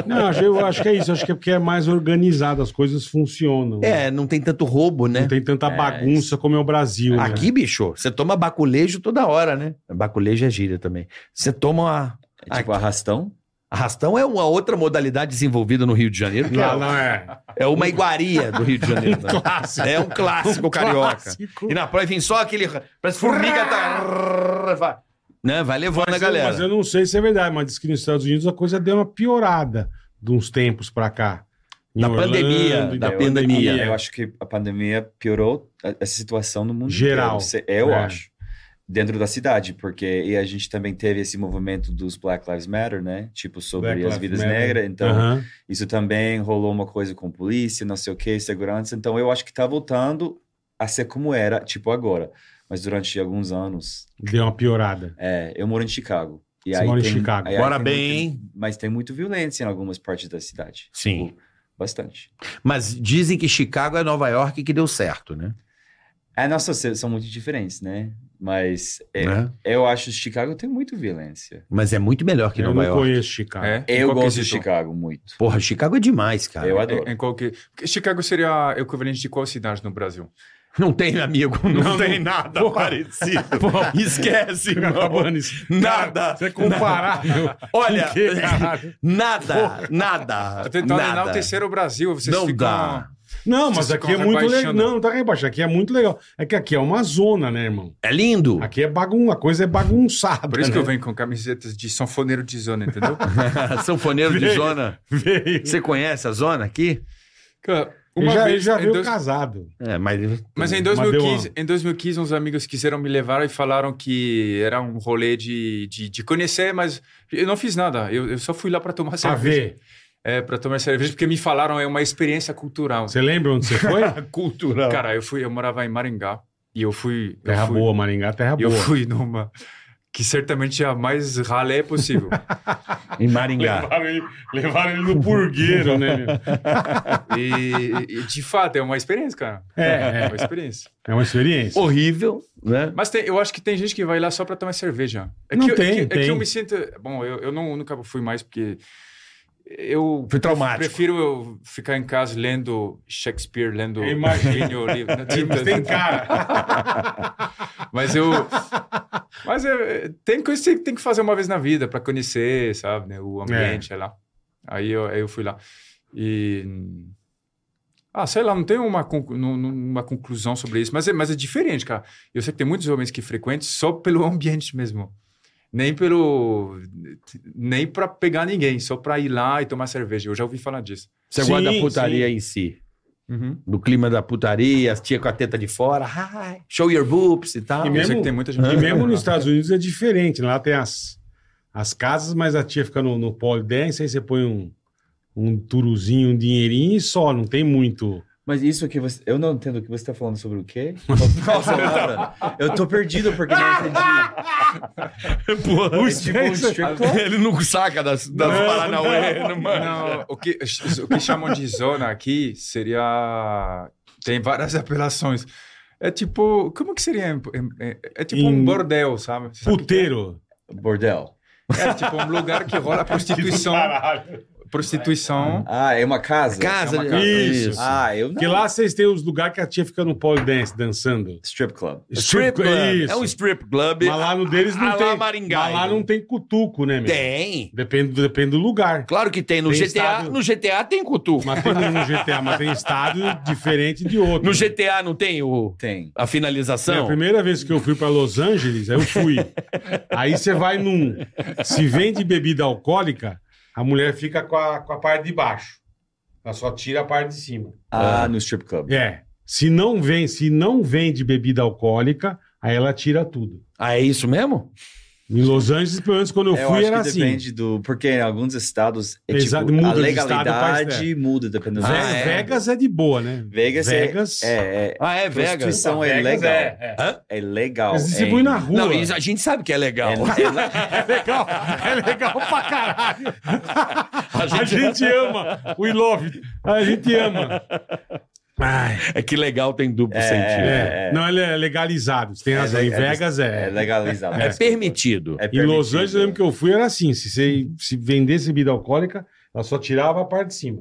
Não, eu acho- eu acho que é isso. Acho que é porque é mais organizado, as coisas funcionam. né? é, não tem tanto roubo, né? Não tem tanta bagunça como é o Brasil. né? Aqui, bicho, você toma baculejo toda hora, né? Baculejo é gíria também. Você toma uma... É tipo arrastão? Arrastão é uma outra modalidade desenvolvida no Rio de Janeiro, que Lá é, não é. é uma iguaria do Rio de Janeiro. [LAUGHS] né? É um clássico carioca. clássico. E na praia vem só aquele... Parece formiga... tá... vai- Né? Vai levando a Mas eu- galera. Mas eu não sei se é verdade, mas diz que nos Estados Unidos a coisa deu uma piorada de uns tempos pra cá. Em Da pandemia, Orlando e É, da tal. pandemia. Eu acho que a pandemia piorou a- essa situação no mundo Geral. inteiro, se- Eu É. acho. Dentro da cidade, porque e a gente também teve esse movimento dos Black Lives Matter, né? Tipo, sobre Black as Lives vidas Matter. negras. Então, Aham. Isso também rolou uma coisa com polícia, não sei o que, segurança. Então eu acho que tá voltando a ser como era, tipo agora. Mas durante alguns anos. Deu uma piorada. É, eu moro em Chicago. E Você aí mora em tem- Chicago. aí- aí Bora tem bem, muito- mas tem muito violência em algumas partes da cidade. Sim. Tipo, Bastante. Mas dizem que Chicago é Nova York que deu certo, né? É, nossa, se- são muito diferentes, né? Mas é, Né? eu acho que Chicago tem muito violência. Mas é muito melhor que eu não Nova York. conheço Chicago. É? Em Eu qual gosto de quesito? Chicago muito. Porra, Chicago é demais, cara. Eu adoro. Em, em qual que... Porque Chicago seria equivalente de qual cidade no Brasil? Não tem amigo, não, Não, tem não- nada Porra. [LAUGHS] parecido. Esquece, irmão. Copacabana, isso. Nada. Você é comparável. Olha, Com [LAUGHS] que, caralho? nada, nada. Tá tentando nada. enaltecer o Brasil. Vocês Não ficam... dá. Não, mas Vocês aqui é ficam muito legal. rebaixando. Não, não tá rebaixando. Aqui é muito legal. É que aqui é uma zona, né, irmão? É lindo. Aqui é bagun... a coisa é bagunçada. Por isso que eu né? venho com camisetas de sanfoneiro de zona, entendeu? [LAUGHS] [LAUGHS] Sanfoneiro de Veio. zona. [LAUGHS] veio. Você conhece a zona aqui? Cara, Ele uma já, ele vez, já em veio dois- casado. É, mas. Mas em Mas deu 2015, uma- em 2015, uns amigos quiseram me levar e falaram que era um rolê de, de, de conhecer, mas eu não fiz nada. Eu, eu só fui lá para tomar Pra cerveja. ver. É, para tomar cerveja, porque me falaram é uma experiência cultural. Você lembra onde [LAUGHS] você foi? Cultural. Cara, eu fui, eu morava em Maringá e eu fui. eu é Terra fui- boa, Maringá, terra Eu boa. fui numa. que certamente é a mais ralé [LAUGHS] possível. Em Maringá. Levaram ele, levaram ele [LAUGHS] no burgueiro, né? meu? e, e, de fato, é uma experiência, cara. É, É é. uma experiência. É uma experiência. Horrível, né? Mas tem- eu acho que tem gente que vai lá só pra tomar cerveja. É Não que, eu- tem, é que, É tem. que eu me sinto... Bom, eu, eu não, nunca fui mais porque... Eu Foi traumático. prefiro eu ficar em casa lendo Shakespeare, lendo... Eu imagino. Plínio, livro- Mas [LAUGHS] tem cara. Mas eu. Mas é, tem coisa que você tem que fazer uma vez na vida para conhecer, sabe? né, O ambiente, sei lá. Aí eu, aí eu fui lá. E. Ah, sei lá, não tem uma, conclu- não- não- uma conclusão sobre isso, mas é, mas é diferente, cara. Eu sei que tem muitos homens que frequentam só pelo [LAUGHS] ambiente mesmo. Nem pelo. Nem para pegar ninguém, só para ir lá e tomar cerveja. Eu já ouvi falar disso. Você Sim, Uhum. gosta da putaria em si. Do clima da putaria, as tia com a teta de fora. "Hi, show your boobs e tal. E Eu sei mesmo- que tem muita gente. E que mesmo [LAUGHS] vai lá. nos Estados Unidos é diferente. Lá tem as, as casas, mas a tia fica no, no pole dance, aí você põe um, um turuzinho, um dinheirinho e só, não tem muito. Mas isso que você. Eu não entendo o que você tá falando sobre [LAUGHS] o quê? Nossa, cara, eu tô perdido porque não entendi. Porra, É tipo um [LAUGHS] strip club? ele não É um saca das, das Paranauê, não, manja. Não, o que, o que chamam de zona aqui seria. Tem várias [LAUGHS] apelações. É tipo. Como que seria? em- em- É, é tipo Em- um bordel, sabe? Sabe o que é? Puteiro. Bordel. É tipo um lugar [LAUGHS] que rola prostituição. Caralho. prostituição. Ah, é uma casa? Casa, É uma casa. casa. Isso. Ah, eu não. Porque lá vocês têm os lugares que a tia fica no pole dance dançando. Strip club. Strip club. tipo Isso. É um strip club. Mas lá no deles Ah, não lá tem. Maringá, mas lá então. não tem cutuco, né, meu? Tem. Depende, do- depende do lugar. Claro que tem. No Tem GTA, estádio. no GTA tem cutu. Mas tem um no GTA, mas tem estádio diferente de outro. No GTA não tem o, Tem. a É, finalização? A primeira vez que eu fui pra Los Angeles, eu fui. Aí você vai num. Se vende bebida alcoólica, a mulher fica com a, com a parte de baixo. Ela só tira a parte de cima. Ah, no strip club. É. Se não vem, se não vende bebida alcoólica, aí ela tira tudo. Ah, é isso mesmo? Em Los Angeles, pelo menos quando eu É, Eu fui, acho era que assim. depende do. Porque em alguns estados é Exato, tipo, muda a de estado pra legalidade estado. muda dependendo Ve- do Ah, é? Vegas é de boa, né? Vegas, Vegas é. É, é, Ah, é Vegas. Prostituição é Vegas legal. é, é. é legal. Eles é, distribuem na rua. Não, isso a gente sabe que é legal. é, [LAUGHS] é- legal, [LAUGHS] é legal pra caralho. A gente, ama. We love it. A gente ama. É que legal tem duplo É, sentido. É, É, Não, ele é legalizado. Você tem é- razão. é- em Vegas é. [LAUGHS] É legalizado. É, permitido. Em Los permitido. Angeles, eu lembro que eu fui, era assim: se você se vendesse bebida alcoólica, ela só tirava a parte de cima.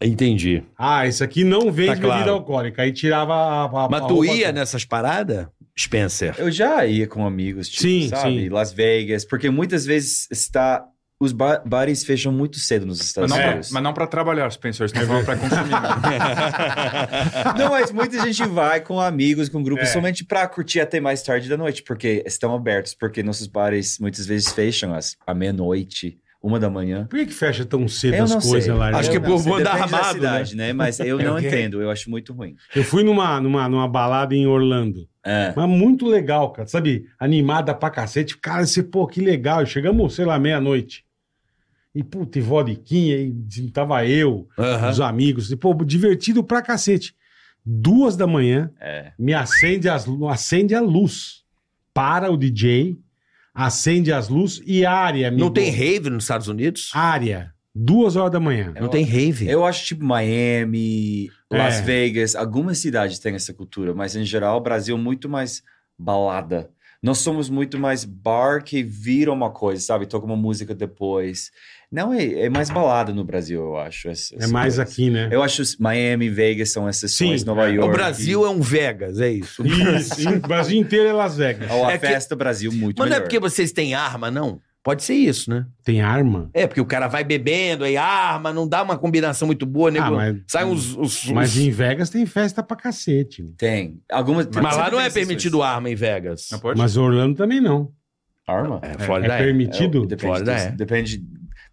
Entendi. Ah, isso aqui não vende Tá claro. bebida alcoólica. Aí tirava a. a Mas a tu roupa ia né? toda. nessas paradas, [LAUGHS] Spencer? Eu já ia com amigos, tipo, Sim, sabe? sim. Las Vegas, porque muitas vezes está os ba- bares fecham muito cedo nos Mas Estados não, É. pra, Unidos. mas não pra trabalhar, Spencer. Estou falando pra consumir. né? Não, mas muita gente vai com amigos, com grupos, É. somente pra curtir até mais tarde da noite, porque estão abertos, porque nossos bares muitas vezes fecham às à meia-noite, uma da manhã. Por que, que fecha tão cedo Eu as não coisas sei. lá? né? Acho que é irmão? por Não, sei, andar depende da armado, cidade, né? Mas eu não entendo, eu acho muito ruim. Eu fui numa, numa, numa balada em Orlando. É. Mas muito legal, cara. Sabe, animada pra cacete. Cara, você, pô, que legal. E Chegamos, sei lá, meia-noite. E, puta, e vodiquinha, e tava eu, Aham. os amigos. E, pô, divertido pra cacete. Duas da manhã, É. me acende, as, lu- acende a luz. Para o DJ, acende as luzes e área, amigo. Não tem rave nos Estados Unidos? Ah, Área. Duas horas da manhã. não tem rave. Eu acho tipo Miami, Las É. Vegas, algumas cidades têm essa cultura, mas em geral o Brasil é muito mais balada. Nós somos muito mais bar que vira uma coisa, sabe? Toca uma música depois. Não, é, é mais balada no Brasil, eu acho. essa- É essa mais coisa. aqui, né? Eu acho que Miami, Vegas são essas coisas, Sim. Nova York. o Brasil é um Vegas, é isso. Isso, e o Brasil inteiro é Las Vegas. Ou a é que- festa Brasil muito Mas não é melhor. porque vocês têm arma, não. Pode ser isso, né? Tem arma? É, porque o cara vai bebendo, aí arma, não dá uma combinação muito boa, nego. Ah, mas- Sai uns. uns- Mas uns- em Vegas tem festa pra cacete. né? Tem. Algumas... Mas, lá sempre não tem é essas permitido coisas. arma em Vegas. Não pode? Mas Orlando também não. Arma? É, É, Flórida é. permitido? Depende, Flórida dos- é. depende,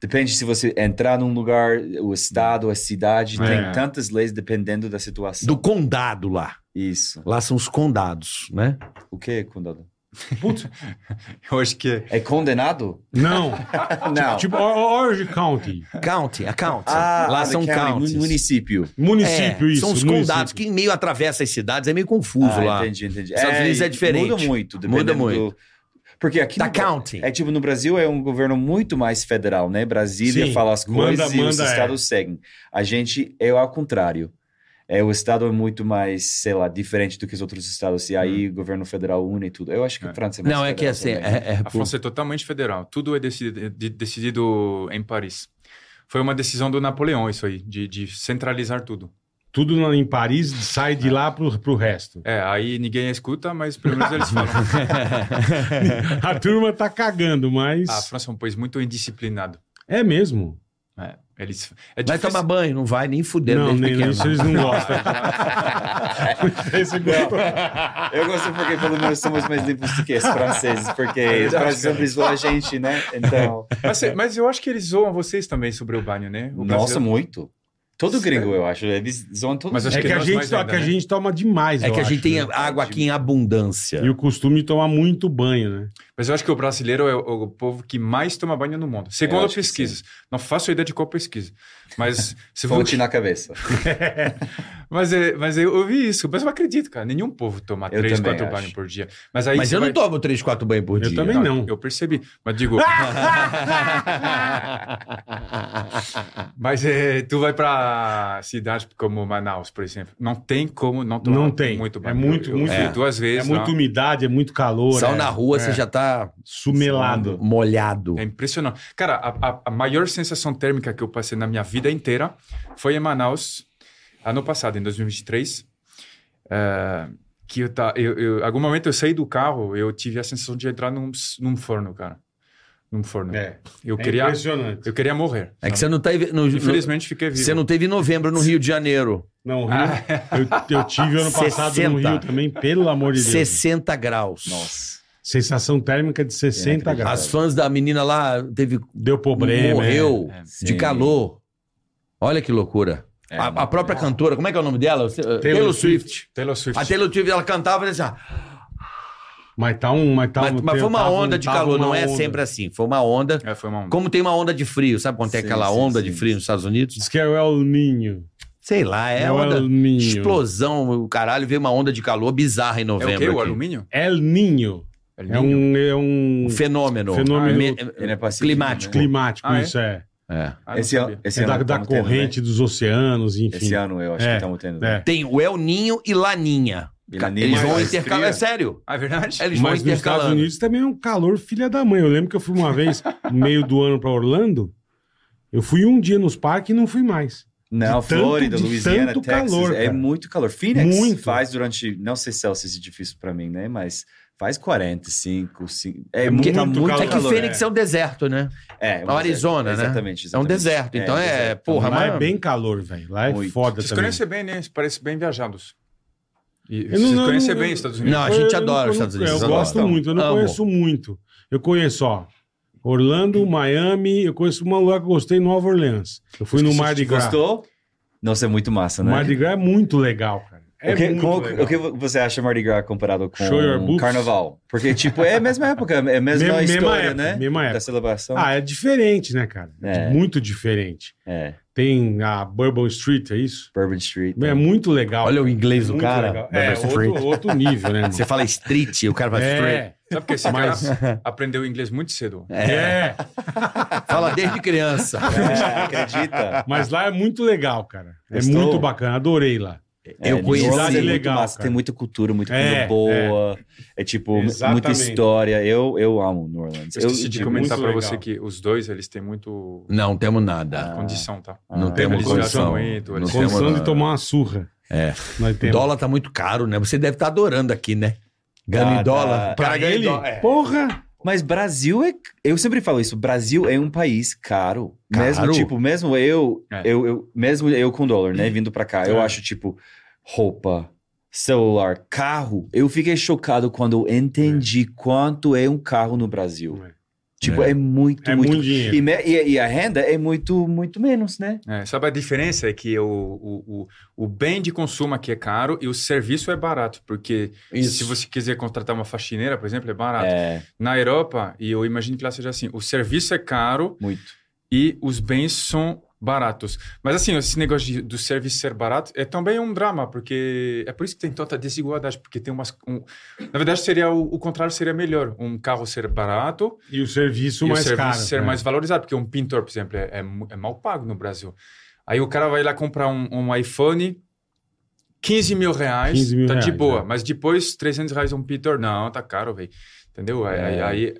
depende se você entrar num lugar, o estado, a cidade, É. tem tantas leis dependendo da situação. Do condado lá. Isso. Lá são os condados, né? O que, condado? Eu acho que é. É condenado? [LAUGHS] Não. [LAUGHS] Não. tipo Or- Orange County. County, a county. ah, lá ah, são the county, counties. mu- município. Município, É, isso. São os município. condados que meio atravessa as cidades, é meio confuso Ah, lá. entendi, entendi. Estados Unidos é diferente. Muda muito. Muda dependendo muito. Tá do- Porque aqui. Da no- county. É tipo, no Brasil é um governo muito mais federal, né? Brasília Sim, fala as manda- coisas e os manda, é. estados seguem. A gente é ao contrário. É, o estado é muito mais, sei lá, diferente do que os outros estados. E Hum. aí o governo federal une e tudo. Eu acho que a É. França é mais Não, é que federal assim, também. é, é, tipo- A França é totalmente federal. Tudo é decidido, de- decidido em Paris. Foi uma decisão do Napoleão, isso aí, de, de centralizar tudo. Tudo na- em Paris sai É. de lá pro, pro [LAUGHS] resto. É, aí ninguém escuta, mas pelo menos eles falam. [LAUGHS] É. A turma tá cagando, mas. A Ah, França é um país muito indisciplinado. É mesmo. É, eles, é tá Vai difícil- tomar banho, não vai nem fuder não, desde nem pequeno. isso eles não [LAUGHS] gostam. Esse gostou. é. Eu gosto porque pelo menos somos mais limpos do que os franceses, porque É os franceses zoam a gente, né? [LAUGHS] Então. Mas, cê- mas eu acho que eles zoam vocês também sobre o banho, né? O Nossa, brasileiro- muito. Todo gringo, eu acho. Eles zoam todo Mas acho É que, a nós gente, mais to- ainda, que a né? gente toma demais. É eu que a gente acho, tem né? água aqui em abundância. E o costume de tomar muito banho, né? Mas eu acho que o brasileiro é o, o povo que mais toma banho no mundo. Segundo acho que pesquisas. Não faço ideia de qual pesquisa. [LAUGHS] Mas se for. Fonte [LAUGHS] na cabeça. Mas, é- mas eu ouvi isso. Mas eu não acredito, cara. Nenhum povo toma Eu três, também quatro acho. banhos por dia. Mas aí Mas você eu não vai- tomo três, quatro banhos por Eu dia. também não. Eu percebi. Mas [LAUGHS] digo. mas é, tu vai pra cidade como Manaus, por exemplo. Não tem como não tomar Não tem. muito É banho. muito, Eu muito. fui duas É vezes. lá. muita umidade, é muito calor. Sal é na rua, É. você já tá Sumelado. molhado. É impressionante. Cara, a, a- a maior sensação térmica que eu passei na minha vida inteira foi em Manaus, ano passado, em 2023. eh, que eu tá, eu, eu, algum momento eu saí do carro, eu tive a sensação de entrar num, s- num forno, cara. Num forno. É. eu, É queria, impressionante. eu queria morrer. É que você não tá. em- No, no- Infelizmente, é fiquei vivo. você não teve em novembro no Rio de Janeiro. Não, o Rio, Ah. eu, eu tive [LAUGHS] ano passado no 60. Rio também, pelo amor de Deus. 60 graus. Nossa. Sensação térmica de 60 Inacreditável. graus. As fãs da menina lá teve. Deu problema. morreu é. de Sim. calor. Olha que loucura. É, a, a própria cantora, como é que é o nome dela? Taylor, Swift. Taylor Swift. A Taylor Swift, ela cantava e dizia, "Ah, é. Mas tá um. Mas, tá mas, um- mas foi uma tava um- onda de tava calor, uma não é onda. sempre assim. Foi uma onda. É, foi uma onda. Como tem uma onda de frio, sabe quando tem Sim, aquela sim, onda sim. de frio nos Estados Unidos? Diz que é o El Ninho. Sei lá, é É o onda. El Ninho. Explosão, o caralho, veio uma onda de calor bizarra em É o novembro. quê? O aqui. alumínio? El Ninho. É um, é um Um fenômeno. Fenômeno Me- Ele é pacífico, climático. climático, Ah, é? isso é. É. Ah, não Esse, ano- sabia. esse É ano da, tá da tamo tendo, né? corrente dos oceanos, enfim. Esse ano eu acho É, que estamos tendo. é. né? Tem o El Ninho e Laninha. E Laninha Eles vão mais intercalar. fria. É sério. Ah, é verdade? Eles vão Mas nos Estados intercalando. Unidos também é um calor filha da mãe. Eu lembro que eu fui uma vez, no meio do ano, pra Orlando. Eu fui um dia nos parques e não fui mais. Não, de tanto- Flórida, de Louisiana, tanto Texas. calor, é cara. muito calor. Phoenix Muito. faz durante. Não sei Celsius é difícil pra mim, né? Mas faz 45, 5. É, É muito, tá muito muito calor. calor. É que Fênix é. é um deserto, né? É, um é o deserto. Arizona, né? É Exatamente, um exatamente. deserto, então é- porra, Lá mas. mas- é bem calor, velho. Lá é Muito. foda Vocês também. conhecem bem, né? Parecem bem viajados. E, não- vocês não- conhecem não- bem os Estados Unidos? Não, a gente Eu adora não- os Estados Unidos. Eu adora. gosto muito, eu não Amo. conheço muito. Eu conheço, ó, Orlando, Miami, eu conheço um lugar que eu gostei, Nova Orleans. Eu fui no Mar de Gras. Gostou? Nossa, é muito massa, O né? Mar de Gras é muito legal, cara. É o, que, muito como- legal. o que você acha Mardi Gras comparado com Show your boobs. Carnaval? Porque, tipo, é a mesma época, é a mesma Mesma- mesma história, época, né? mesma Da época. celebração. Ah, é diferente, né, cara? É É. muito diferente. É, Tem a Bourbon Street, é isso? Bourbon Street. É muito legal. Olha o inglês do muito cara. legal. Bourbon É, Street. outro, outro nível, [LAUGHS] né, Você mano? fala street, o cara vai street. É, Sabe que esse Mas- cara aprendeu inglês muito cedo. é. Fala desde criança. [LAUGHS] É, acredita? Mas lá é muito legal, cara. É Gostou? muito bacana, adorei lá. É, Eu conheci. New Orleans é muito legal, massa, cara. Tem muita cultura, muita comida É, boa. É, tipo, Exatamente. muita história. Eu, eu amo New Orleans. tipo, Eu esqueci de é comentar muito pra legal. você que os dois, eles têm muito Não temos nada. condição, tá? Não temos Eles viajam condição. muito, Não eles- temos Condição de nada. tomar uma surra. É. Nós O temos. dólar tá muito caro, né? Você tá deve estar adorando aqui, né? Ganha Tá, em dólar. tá. O Pra ganha em ele, dólar. É. porra! Mas Brasil é. Eu sempre falo isso, Brasil é um país caro. Caro? Mesmo, tipo, mesmo eu, É. eu, eu- mesmo eu com dólar, né? Vindo pra cá, eu É. acho, tipo, roupa, celular, carro. Eu fiquei chocado quando eu entendi quanto é um carro no Brasil. É. Tipo, É. é, muito, É muito. muito dinheiro. E, me- e- e a renda é muito, muito menos, né? É, sabe a diferença é que o, o, o, o bem de consumo aqui é caro e o serviço é barato, porque se Isso. você quiser contratar uma faxineira, por exemplo, é Ah. barato. É, Na Europa, e eu imagino que lá seja assim, o serviço é caro muito. e os bens são baratos. Mas assim, esse negócio de- do serviço ser barato é também um drama, porque é por isso que tem tanta desigualdade, porque tem umas... um- Na verdade, seria o, o contrário seria melhor. Um carro ser barato E o serviço e o mais serviço caro. ser né? mais valorizado, porque um pintor, por exemplo, é, é mu- é mal pago no Brasil. Aí o cara vai lá comprar um, um iPhone, 15 mil reais, 15 mil tá de reais, boa. é. Mas depois, 300 reais um pintor, não, tá caro, velho. Entendeu? Aí- Aí, É. aí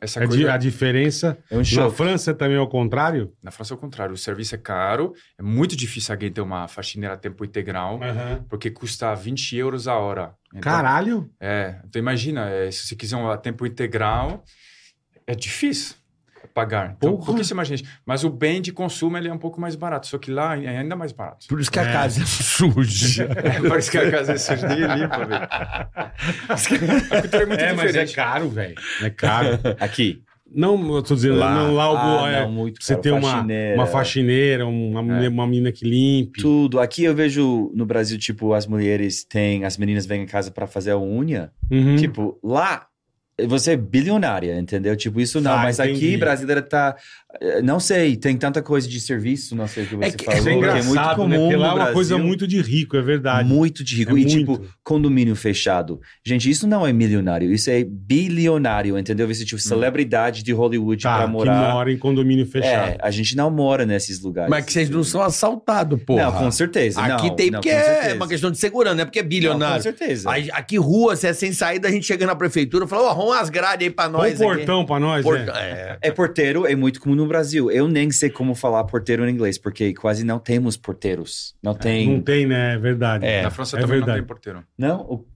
essa É coisa... di- a diferença. É um Na show. França também é o contrário? Na França é o contrário, o serviço é caro, é muito difícil alguém ter uma faxineira a tempo integral, É. porque custa 20 euros a hora. Então, Caralho. É, então imagina, é, se você quiser um a tempo integral, é difícil pagar. Então, Porra. pouquíssima gente. Mas o bem de consumo ele é um pouco mais barato, só que lá é ainda [LAUGHS] mais barato. Por isso que a casa é suja. É, [LAUGHS] parece que a casa é suja, ninguém limpa, velho. A cultura é muito É, mas é diferente. caro, velho. É caro. Aqui. Não, eu tô dizendo, Lá. não, lá o- Ah, é, não, muito você caro. tem uma Faxineira. uma faxineira, um- uma, mulher- uma menina que limpe. Tudo. Aqui eu vejo no Brasil, tipo, as mulheres têm, as meninas vêm em casa pra fazer a unha. Uhum. Tipo, lá você é bilionária, entendeu? Tipo, isso não, Ah, mas entendi. aqui brasileira tá. eh, Não sei, tem tanta coisa de serviço, não sei o que você que- falou. Isso é que engraçado, muito comum né? Porque lá é uma no Brasil, coisa muito de rico, é verdade. Muito de rico. É e, muito. tipo, condomínio fechado. Gente, isso não é milionário, isso é bilionário, entendeu? Esse tipo, celebridade de Hollywood tá, pra que morar. mora em condomínio fechado. É, a gente não mora nesses lugares. Mas que vocês não são assaltados, porra. Não, com certeza. Aqui não, tem, não, porque com é certeza. uma questão de segurança, não é porque é Não, com bilionário. certeza. Aí, aqui rua, se é sem saída, a gente chega na prefeitura e fala, ó, arruma as grades aí pra Põe nós um aqui. portão pra nós, Portão, né? é. É porteiro, é muito comum no Brasil. Eu nem sei como falar porteiro em inglês, porque quase não temos porteiros. Não Não tem. tem, né? É verdade. É. Na França é também não verdade. tem porteiro. Não? O-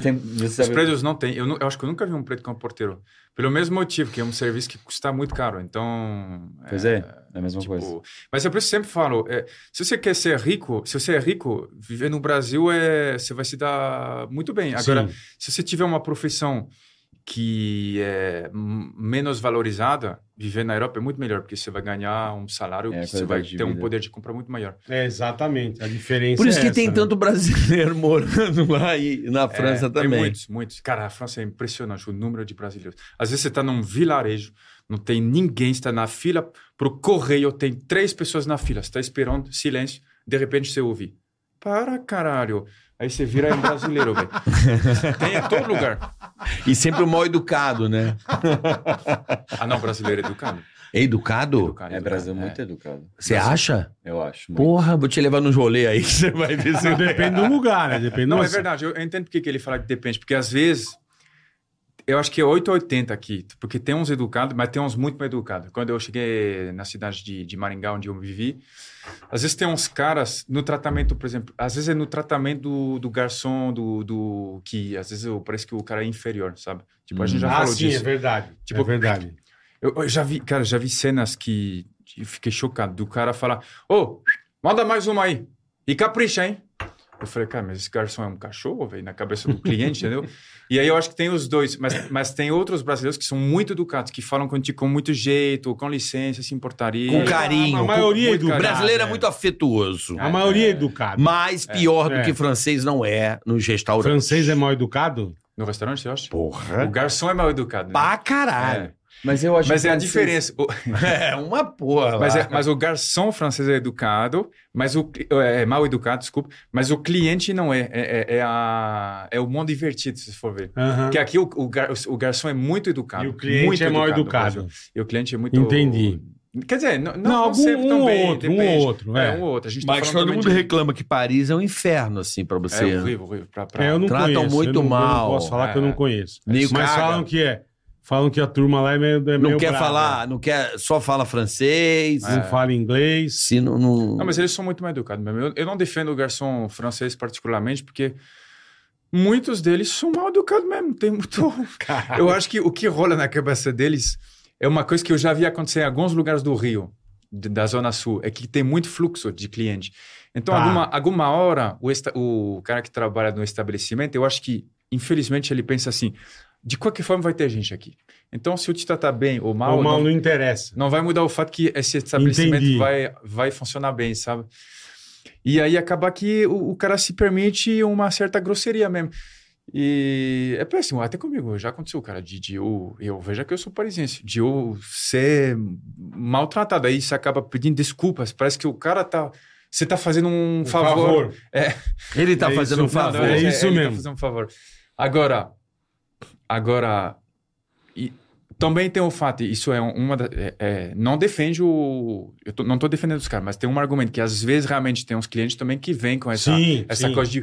tem- você Os sabe- prédios não tem. Eu, nu- eu acho que eu nunca vi um prédio com porteiro. Pelo mesmo motivo, que é um serviço que custa muito caro. Então. Pois é, é a mesma Tipo, coisa. Mas é por isso que eu sempre falo, é, se você quer ser rico, se você é rico, viver no Brasil é, você vai se dar muito bem. Agora, Tá Sim. se você tiver uma profissão que é m- menos valorizada, viver na Europa é muito melhor, porque você vai ganhar um salário É, que você qualidade vai de ter um vida. poder de compra muito maior. É, exatamente. A diferença Por isso é que essa, tem né? tanto brasileiro [LAUGHS] morando lá e na França É, Tem também. muitos, muitos. Cara, a França é impressionante o número de brasileiros. Às vezes você está num vilarejo, não tem ninguém, você está na fila pro correio, tem três pessoas na fila, você está esperando, silêncio, de repente você ouve. Para, caralho. Aí você vira é um brasileiro, [LAUGHS] velho. Tem em todo lugar. E sempre o mal educado, né? Ah, não, brasileiro é educado. É educado? Educado, É educado. Brasil muito educado. Você acha? Eu acho. muito. Porra, vou te levar nos rolê aí, [LAUGHS] você vai ver [LAUGHS] se... né? Depende do lugar, né? Depende Não, é Nossa, verdade. Eu eu entendo porque que ele fala que depende. Porque às vezes. Eu acho que é 880 aqui. Porque tem uns educados, mas tem uns muito mal educados. Quando eu cheguei na cidade de, de Maringá, onde eu vivi, às vezes tem uns caras no tratamento, por exemplo. Às vezes é no tratamento do, do garçom, do, do. que às vezes eu- parece que o cara é inferior, sabe? Tipo, a gente já Ah, falou sim, disso. é verdade. Tipo, é verdade. Eu, eu já vi, cara, já vi cenas que eu fiquei chocado do cara falar: Ô, manda mais uma aí. E capricha, hein? Eu falei, cara, mas esse garçom é um cachorro, velho, na cabeça do cliente, entendeu? E aí eu acho que tem os dois, mas, mas tem outros brasileiros que são muito educados, que falam contigo com muito jeito, com licença, se importaria. Com carinho. A maioria com- é muito educada. carinho. Brasileiro é muito afetuoso. A maioria é educada. Mas pior do É. que francês não é nos O restaurantes. francês é mal educado? No restaurante, você acha? O Porra. garçom é mal educado. Né? Pra É. caralho. Mas eu acho Mas que é a vocês- diferença. O- [LAUGHS] É, uma porra. Mas, lá. tá é- mas o garçom francês é educado, mas o cli- é, é mal educado, desculpa, mas o cliente não é. É, é- é a- é o mundo invertido, se for ver. Aham. Porque aqui o, o gar- o garçom é muito educado. E o cliente muito é mal no educado. Brasil. E o cliente é muito. Entendi. Quer dizer, não, não, Não, não algum- sempre um também. ou outro, um depende. ou outro, é. um ou outro. A gente tá Mas falando todo também mundo de- reclama que Paris é um inferno, assim, pra você. É horrível, horrível. Pra, pra... É, eu não Tratam conheço. muito eu não, eu mal. não posso falar que eu não conheço. Nego Mas caga. falam que é. Falam que a turma lá é meio. É não É. meio quer brava. falar, É. não quer, só fala francês. Não fala inglês. Se não, não- Não, mas eles são muito mais educados mesmo. Eu, eu não defendo o garçom francês particularmente, porque muitos deles são mal educados mesmo. [LAUGHS] Tem muito. Eu acho que o que rola na cabeça deles é uma coisa que eu já vi acontecer em alguns lugares do Rio, de- da Zona Sul, é que tem muito fluxo de cliente. Então, Tá. alguma, alguma hora, o, esta- o cara que trabalha no estabelecimento, eu acho que, infelizmente, ele pensa assim: de qualquer forma vai ter gente aqui. Então, se eu te tratar bem ou mal, o mal não- não interessa. não vai mudar o fato que esse estabelecimento Entendi. vai, vai funcionar bem, sabe? E aí acaba que o, o cara se permite uma certa grosseria mesmo. E é péssimo, até comigo já aconteceu, cara, de, de eu, eu veja que eu sou parisiense, de eu ser maltratado, aí você acaba pedindo desculpas, parece que o cara tá, você tá fazendo um, favor. Ele tá É isso, fazendo um favor. não, é ele- isso ele mesmo. Tá fazendo um favor. Agora, agora, e também tem o fato, isso é um- uma, da- é- é, não defende o, eu tô- não tô defendendo os caras, mas tem um argumento que às vezes realmente tem uns clientes também que vêm com essa, Sim, essa sim. coisa de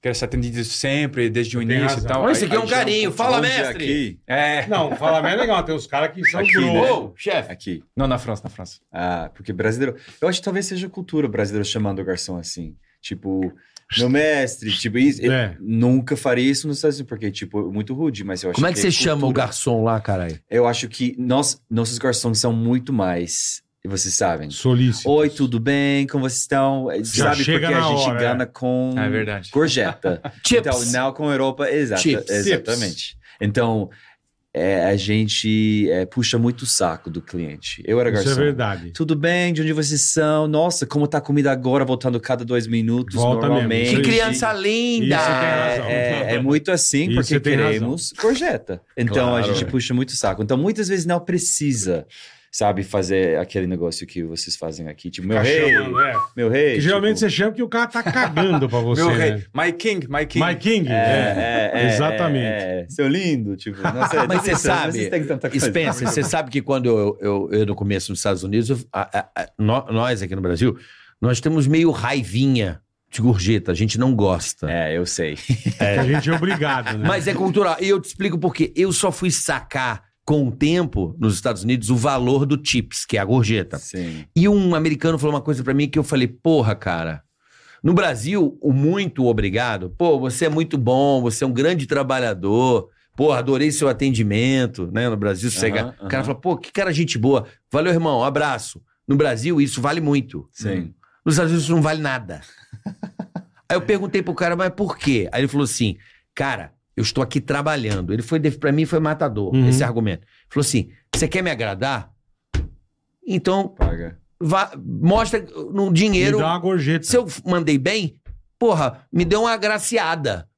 quero ser atendido sempre, desde o Tem início e razão. tal. Olha, esse Aí- aqui é um aí já carinho. confunde. Fala, Onde é mestre. Aqui, É, Não, fala bem é legal, tem uns caras que são Aqui, né? grosso. Ô, chefe. aqui. não na França, na França. Ah, porque brasileiro. Eu acho que talvez seja cultura brasileiro chamando o garçom assim. Tipo, meu mestre, tipo, isso. É. eu Nunca faria isso nos Estados Unidos, porque, tipo, é muito rude, mas eu acho Como é que é você chama o cultura. garçom lá, caralho? Eu acho que nós, nossos garçons são muito mais, e vocês sabem. Solícito. Oi, tudo bem? Como vocês estão? Já Sabe, chega porque a na gente hora, engana com É [LAUGHS] verdade. gorjeta. Chips. Então, não com Europa, exato, Chips. exatamente. Então, é, a gente é, puxa muito o saco do cliente. Eu era Isso garçom. é verdade. Tudo bem? De onde vocês são? Nossa, como tá a comida agora, voltando cada dois minutos Volta mesmo. normalmente. Isso Que aí. criança Ah, linda! Isso tem razão. É, é- é muito assim, Isso porque você tem razão. queremos gorjeta. Então Claro, a gente é. puxa muito o saco. Então muitas vezes não precisa, sabe, fazer aquele negócio que vocês fazem aqui. Tipo, meu Ficar rei, chamando, é. meu rei. Que geralmente tipo, você chama que o cara tá cagando pra você. Meu rei, Né? my king, my king. My King? É, Exatamente. é, é. seu lindo, tipo. [LAUGHS] Não sei, Mas você vocês sabe, têm tanta coisa. Spencer, você sabe que quando eu, eu, eu no começo nos Estados Unidos, eu- a- a- a- nó- nós aqui no Brasil, nós temos meio raivinha de gorjeta, a gente não gosta. É, eu sei. Que a gente é obrigado, né? Mas é cultural. E eu te explico por quê. Eu só fui sacar com o tempo, nos Estados Unidos, o valor do chips, que é a Tá. gorjeta. Hum. Sim. E um americano falou uma coisa pra mim que eu falei, porra, cara. No Brasil, o muito obrigado, pô, você é muito bom, você é um grande trabalhador, porra, adorei seu atendimento, né? No Brasil, você Aham, o cara aham. fala, pô, que cara gente boa, valeu, irmão, um abraço. No Brasil, isso vale muito. Hum. Sim. Nos Estados Unidos, isso não vale [LAUGHS] nada. Aí eu perguntei pro cara, mas por quê? Aí ele falou assim, cara, eu estou aqui trabalhando. Ele foi, pra mim, foi matador, Uhum. esse argumento. Falou assim, você quer me agradar? Então, Paga. Vá- mostra uh, no Me dinheiro. dá uma gorjeta. Se eu mandei bem, porra, me deu uma agraciada.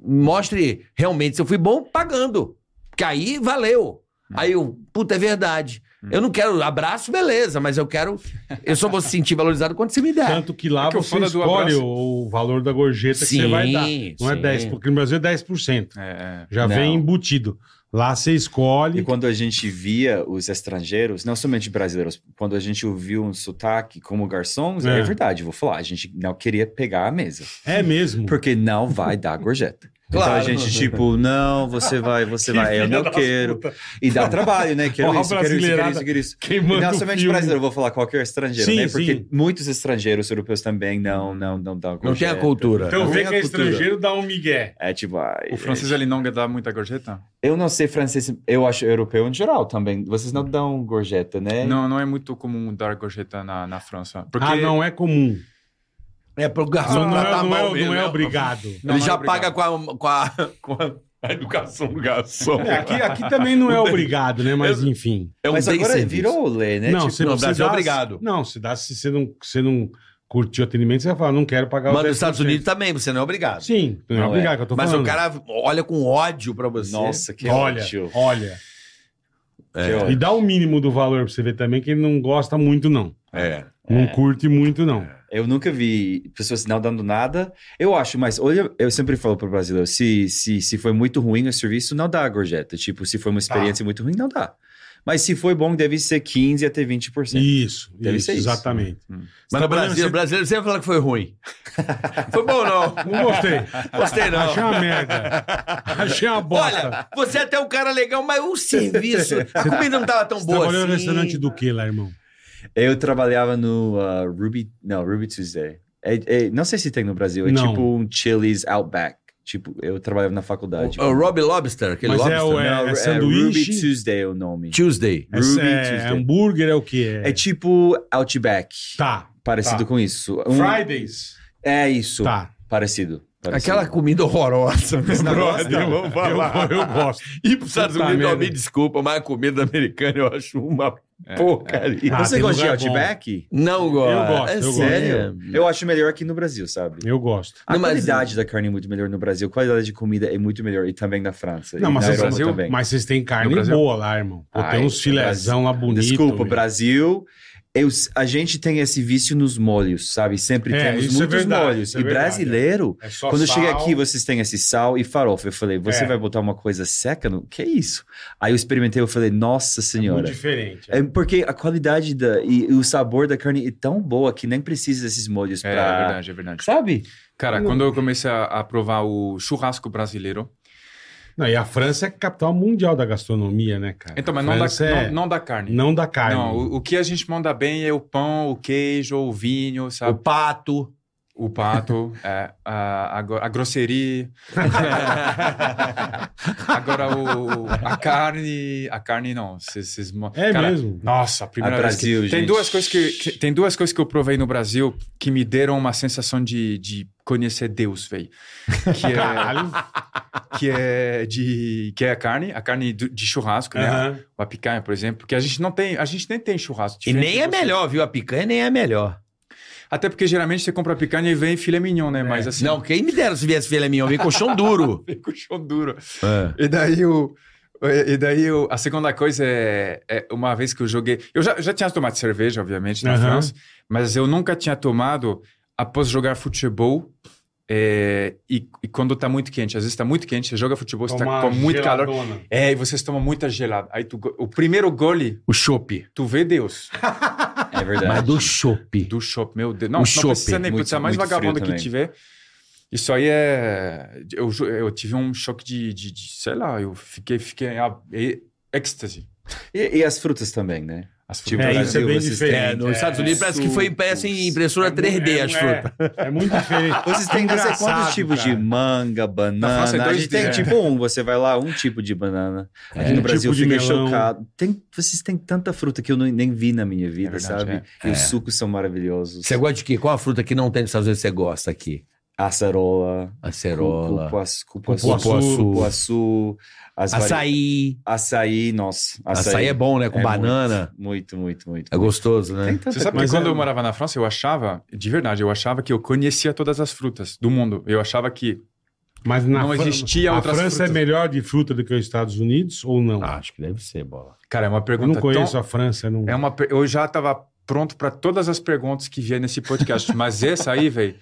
Mostre realmente se eu fui bom pagando. Porque aí valeu. Hum. Aí eu, puta, é verdade. Eu não quero abraço, beleza, mas eu quero. Eu só vou se sentir valorizado quando você me der. Tanto que lá É que o você foda do escolhe abraço- o, o valor da gorjeta que você Sim, vai dar. Não é sim. 10%, porque no Brasil é 10%. É, é. Já Não. vem embutido. Lá você escolhe. E quando a gente via os estrangeiros, não somente brasileiros, quando a gente ouvia um sotaque como garçons, é, É. verdade, vou falar, a gente não queria pegar a mesa, É mesmo. porque não vai [LAUGHS] dar gorjeta. Claro. Então a gente, tipo, não, você vai, você vai, eu filha não das quero. puta. E dá trabalho, né? Quero Porra, isso, quero isso, quero brasileirada. isso, quero isso. Quem E manda não o somente filme? brasileiro, eu vou falar qualquer estrangeiro, Sim, né? Porque sim. muitos estrangeiros europeus também não, não, não dão Não tem gorjeta. a cultura. Então Não vê tem a que é cultura. estrangeiro, dá um migué. É tipo, ai, O francês ele não dá muita gorjeta? eu não sei francês, eu acho europeu em geral também. Vocês não dão gorjeta, né? Não, não é muito comum dar gorjeta na, na França. Porque Ah, não é comum. É pro Não, garçom não, é, tratar não, é, mal não mesmo, é né? obrigado. Não, Ele não é já obrigado. paga com a, com a- [LAUGHS] com a- a educação do [LAUGHS] garçom. É, aqui, aqui também não é obrigado, né? Mas enfim. É um Mas day agora service. virou lei, né? Não, Tipo, se no não se Brasil é dá- obrigado. Não, se dá, se você não, você não curtiu o atendimento, você vai falar, não quero pagar Mas É o nos Estados Unidos também, você não é obrigado. Sim, não é Não é. obrigado que eu tô Mas falando. o cara olha com ódio pra você. Nossa, que olha, ódio. olha. Que É. E ódio. dá o mínimo do valor pra você ver também que ele não gosta muito, não. É. Não curte muito, não. Eu nunca vi pessoas assim, não dando nada. Eu acho, mas olha, eu sempre falo pro brasileiro, se, se, se foi muito ruim o serviço, não dá a gorjeta. Tipo, se foi Tá. uma experiência muito ruim, não dá. Mas se foi bom, deve ser 15 até 20%. Isso, Deve isso, ser [LAUGHS] isso. exatamente. Mas tá no Brasil, o brasileiro sempre fala que [LAUGHS] foi ruim. Foi bom, não. Não gostei. Gostei, não. Achei uma [LAUGHS] merda. Achei uma bosta. Olha, você é até um cara legal, mas [LAUGHS] o serviço. A comida não tava tão Você boa trabalhou assim. no restaurante do que lá, irmão? Eu trabalhava no ah, Ruby, não, Ruby Tuesday. É- é- não sei se tem no Brasil, é Não. tipo um Chili's Outback. Tipo, eu trabalhava na faculdade. O Rob Lobster, aquele Mas é Lobster. né? o- é- Não, sanduíche? Ruby Tuesday é o nome. Tuesday. É, Ruby é Tuesday. hambúrguer, é o que? É, É tipo Outback, Tá. parecido tá. com isso. Um- Fridays. É isso, Tá. parecido. parecido. Aquela [LAUGHS] comida horrorosa, meu não brother. gosta? Vamos Eu, falar. [LAUGHS] eu gosto. E pros Estados Puta Unidos, ó, merda. me desculpa, mas a comida americana eu acho uma Porcaria. Ah, É, Você tem gosta de lugar bom. outback? Não gosto. Eu gosto, É eu gosto. sério. Eu acho melhor aqui no Brasil, sabe? Eu gosto. A Não, mas- qualidade da carne é muito melhor no Brasil, a qualidade de comida é muito melhor, e também na França. Não, e mas na vocês, Europa Brasil- também. mas vocês têm carne No Brasil? boa lá, irmão. Pô, Ai, tem uns filezão lá bonito. né? Desculpa, meu. Brasil. eu- a gente tem esse vício nos molhos, sabe? Sempre É, temos isso é muitos verdade, molhos. isso é e verdade, brasileiro, É só quando eu cheguei sal. aqui, vocês têm esse sal e farofa. Eu falei, você É. vai botar uma coisa seca? No... Que isso? Aí eu experimentei, eu falei, É nossa Muito senhora. diferente. É porque a qualidade da, e, e o sabor da carne é tão boa que nem precisa desses molhos É, pra... é verdade, é verdade. Sabe? Cara, quando eu comecei a, a provar o churrasco brasileiro. Não, e a França é capital mundial da gastronomia, né, cara? Então, A mas não da, França é- não, não da carne. não da carne. Não, o, o que a gente manda bem é o pão, o queijo, o vinho, O sabe? pato. [LAUGHS] O, pato, é, a, a, gro- a grosseria. Agora o, a carne, a carne não. Cês, cês mo- É Cara, mesmo. Nossa, a primeira A vez Brasil, que... Tem gente. duas coisas que, que- tem duas coisas que eu provei no Brasil que me deram uma sensação de, de conhecer Deus, velho. [LAUGHS] Que é Caralho. que é de que é a carne, a carne do- de churrasco, né? Aham. A picanha, por exemplo, que a gente não tem, a gente nem tem churrasco. E diferente nem de é vocês. melhor, viu? A picanha nem é melhor. Até porque geralmente você compra a picanha e vem filé mignon, né? Mas assim, Não, quem me dera se viesse filé mignon, vem colchão duro. [LAUGHS] vem com o chão duro. É. E daí o. E daí o- a segunda coisa é, é uma vez que eu joguei. Eu já, já tinha tomado cerveja, obviamente, na Aham. França, mas eu nunca tinha tomado após jogar futebol. é, e, e quando tá muito quente, às vezes tá muito quente, você joga futebol, você tá Toma com muito calor. geladona. É, e vocês tomam muita gelada. Aí tu, go- o primeiro gole, O chope. tu vê Deus. É verdade. Mas do chope. Do shopping, meu Deus. Não, O não shopping, é precisa nem, muito- putz, é a mais muito frio vagabunda que também. tiver. Isso aí é. Eu, ju- eu tive um choque de, de, de- sei lá, eu fiquei, fiquei em ab- e- êxtase. E, e as frutas também, né? As Tipo, frutas. É, isso é bem vocês diferente. É, nos É, Estados Unidos parece que foi parece em impressora é mu- 3D é, as é- frutas. É, muito diferente. Vocês têm não sei Engraçado, quantos tipos cara. Tá de manga, Na França banana. é a gente tem 2D, tipo um, você vai lá, um tipo de banana. É. Aqui Um no Brasil tipo de fica melão. chocado. Tem, vocês têm tanta fruta que eu não- nem vi na minha vida, É verdade, sabe? E os sucos são maravilhosos. Você gosta de quê? Qual a fruta que não tem nos Estados Unidos que você gosta aqui? Acerola, Acerola. cupuaçu, Cupuaçu. cupuaçu, cupuaçu, as vari- Açaí. açaí, nossa. Açaí. é bom, né? Com É banana. Muito, muito, muito. muito. É gostoso, né? Tem tanta Você sabe Mas que quando é- eu morava na França, eu achava, de verdade, eu achava que eu conhecia todas as frutas do mundo. Eu achava que. Mas na Não Fran- existia a outras França é frutas. melhor de fruta do que os Estados Unidos ou não? Ah, acho que deve ser, bola. Cara, é uma eu pergunta não conheço tão. a França. Não... É uma, per- eu já tava pronto para todas as perguntas que vieram nesse podcast, mas essa aí, velho,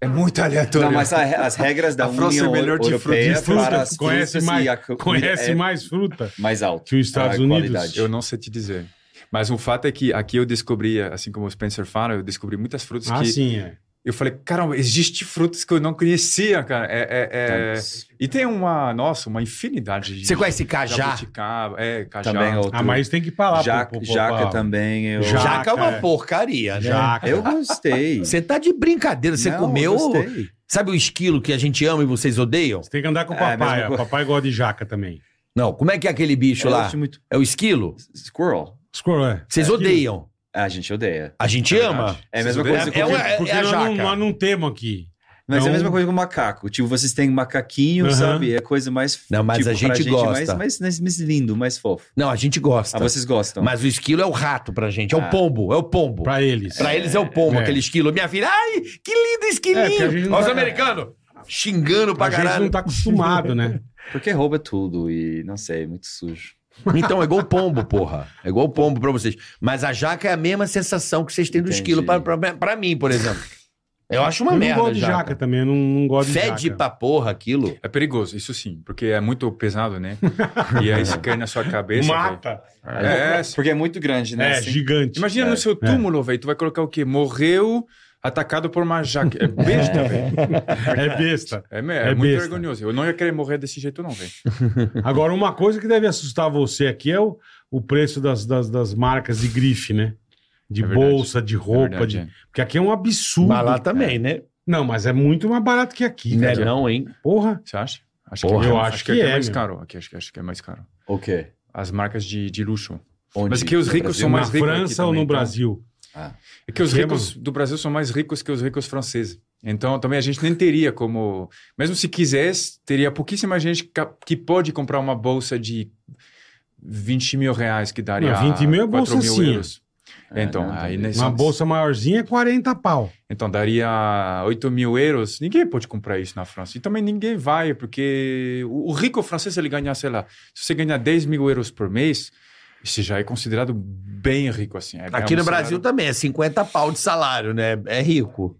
é muito aleatória. Não, né? mas a- as regras da A França União é melhor de Europeia De fruta, para as conhece frutas mais, e a co- conhece é mais fruta. mais alto. que os Estados a Unidos. qualidade. Eu não sei te dizer. Mas o fato é que aqui eu descobri, assim como o Spencer fala, eu descobri muitas frutas Ah, que sim, é. eu falei, caramba, existe frutas que eu não conhecia, cara. É, é, é- Tantos. E tem uma, nossa, uma infinidade de Você conhece cajá? jabuticaba, é, cajá. Também é outro. Ah, mas tem que ir pra lá. Jaca, pro- pro- pra- jaca também. Eu, Jaca. Jaca é uma é. porcaria, né? Jaca. eu gostei. Você tá de brincadeira. Você Não, comeu. eu gostei. Sabe o esquilo que a gente ama e vocês odeiam? Você tem que andar com o É, a papai. mesma ó. coisa. Papai gosta de jaca também. Não, como é que é aquele bicho Eu lá? acho muito. É o esquilo? Squirrel. Ah, Squirrel, é. Vocês odeiam. A gente odeia. A gente ama. É a mesma Vocês coisa odeiam? com. É uma- Porque, porque a nós, não, jaca. nós não temos aqui. Mas é Então- a mesma coisa com macaco. Tipo, vocês têm macaquinho, Aham. sabe? É coisa mais. Não, mas tipo, a pra gente gosta. Mais, mais, mais, mais lindo, mais fofo. Não, a gente gosta. Ah, vocês gostam. Mas o esquilo é o rato pra gente. É o Ah. pombo. É o pombo. Pra, Pra eles. eles é o pombo, É. aquele esquilo. Minha filha, ai, que lindo É, porque a gente esquilinho. não Olha os tá- americanos xingando pra a gente caralho. não tá acostumado, né? Porque rouba tudo e não sei, é muito sujo. Então, é igual pombo, porra. É igual pombo pra vocês. Mas a jaca é a mesma sensação que vocês têm do Entendi. esquilo pra, pra, pra mim, por exemplo. Eu acho uma eu merda. não gosto de jaca, jaca. também, eu não, não gosto de Fede jaca. pra porra aquilo. É perigoso, isso sim, porque é muito pesado, né? E aí se cai na sua cabeça. velho. Mata. É, Porque é muito grande, né? É, Assim. gigante. [LAUGHS] imagina no É. seu túmulo, velho, tu vai colocar o quê? Morreu atacado por uma jaca. [LAUGHS] É besta, velho. É besta. É, me- é É muito besta. vergonhoso. Eu não ia querer morrer desse jeito, não, velho. Agora, uma coisa que deve assustar você aqui é o, o preço das, das, das marcas de grife, né? De É verdade. bolsa, de roupa. verdade, de... é. Porque aqui é um absurdo. Mas lá também, né? Não, mas é muito mais barato que aqui. Né, Não é velho. não, hein? Porra. Você acha? Acho Porra, que, eu acho acho que, que aqui é, é mais meu. caro. Aqui, acho, que- acho que é mais caro. O quê? As marcas de, de luxo. Onde? Mas que os No ricos são Brasil? mais é na rico aqui França ou também, no então. Brasil? Ah. É que os Que, ricos do Brasil são mais ricos que os ricos franceses. Então também a gente nem teria como. Mesmo se quisesse, teria pouquíssima gente ca- que pode comprar uma bolsa de 20 mil reais que daria. Não, 20 mil é 4 bolsinha. euros. Então, É, não, aí não. nesse- Uma bolsa maiorzinha é 40 pau. então daria 8 mil euros. Ninguém pode comprar isso na França. E também ninguém vai, porque o, o rico francês, ele ganha, sei lá, se você ganhar 10 mil euros por mês, você já é considerado bem rico, assim. É Aqui ganhar no um Brasil salário- também é 50 pau de salário, né? É rico.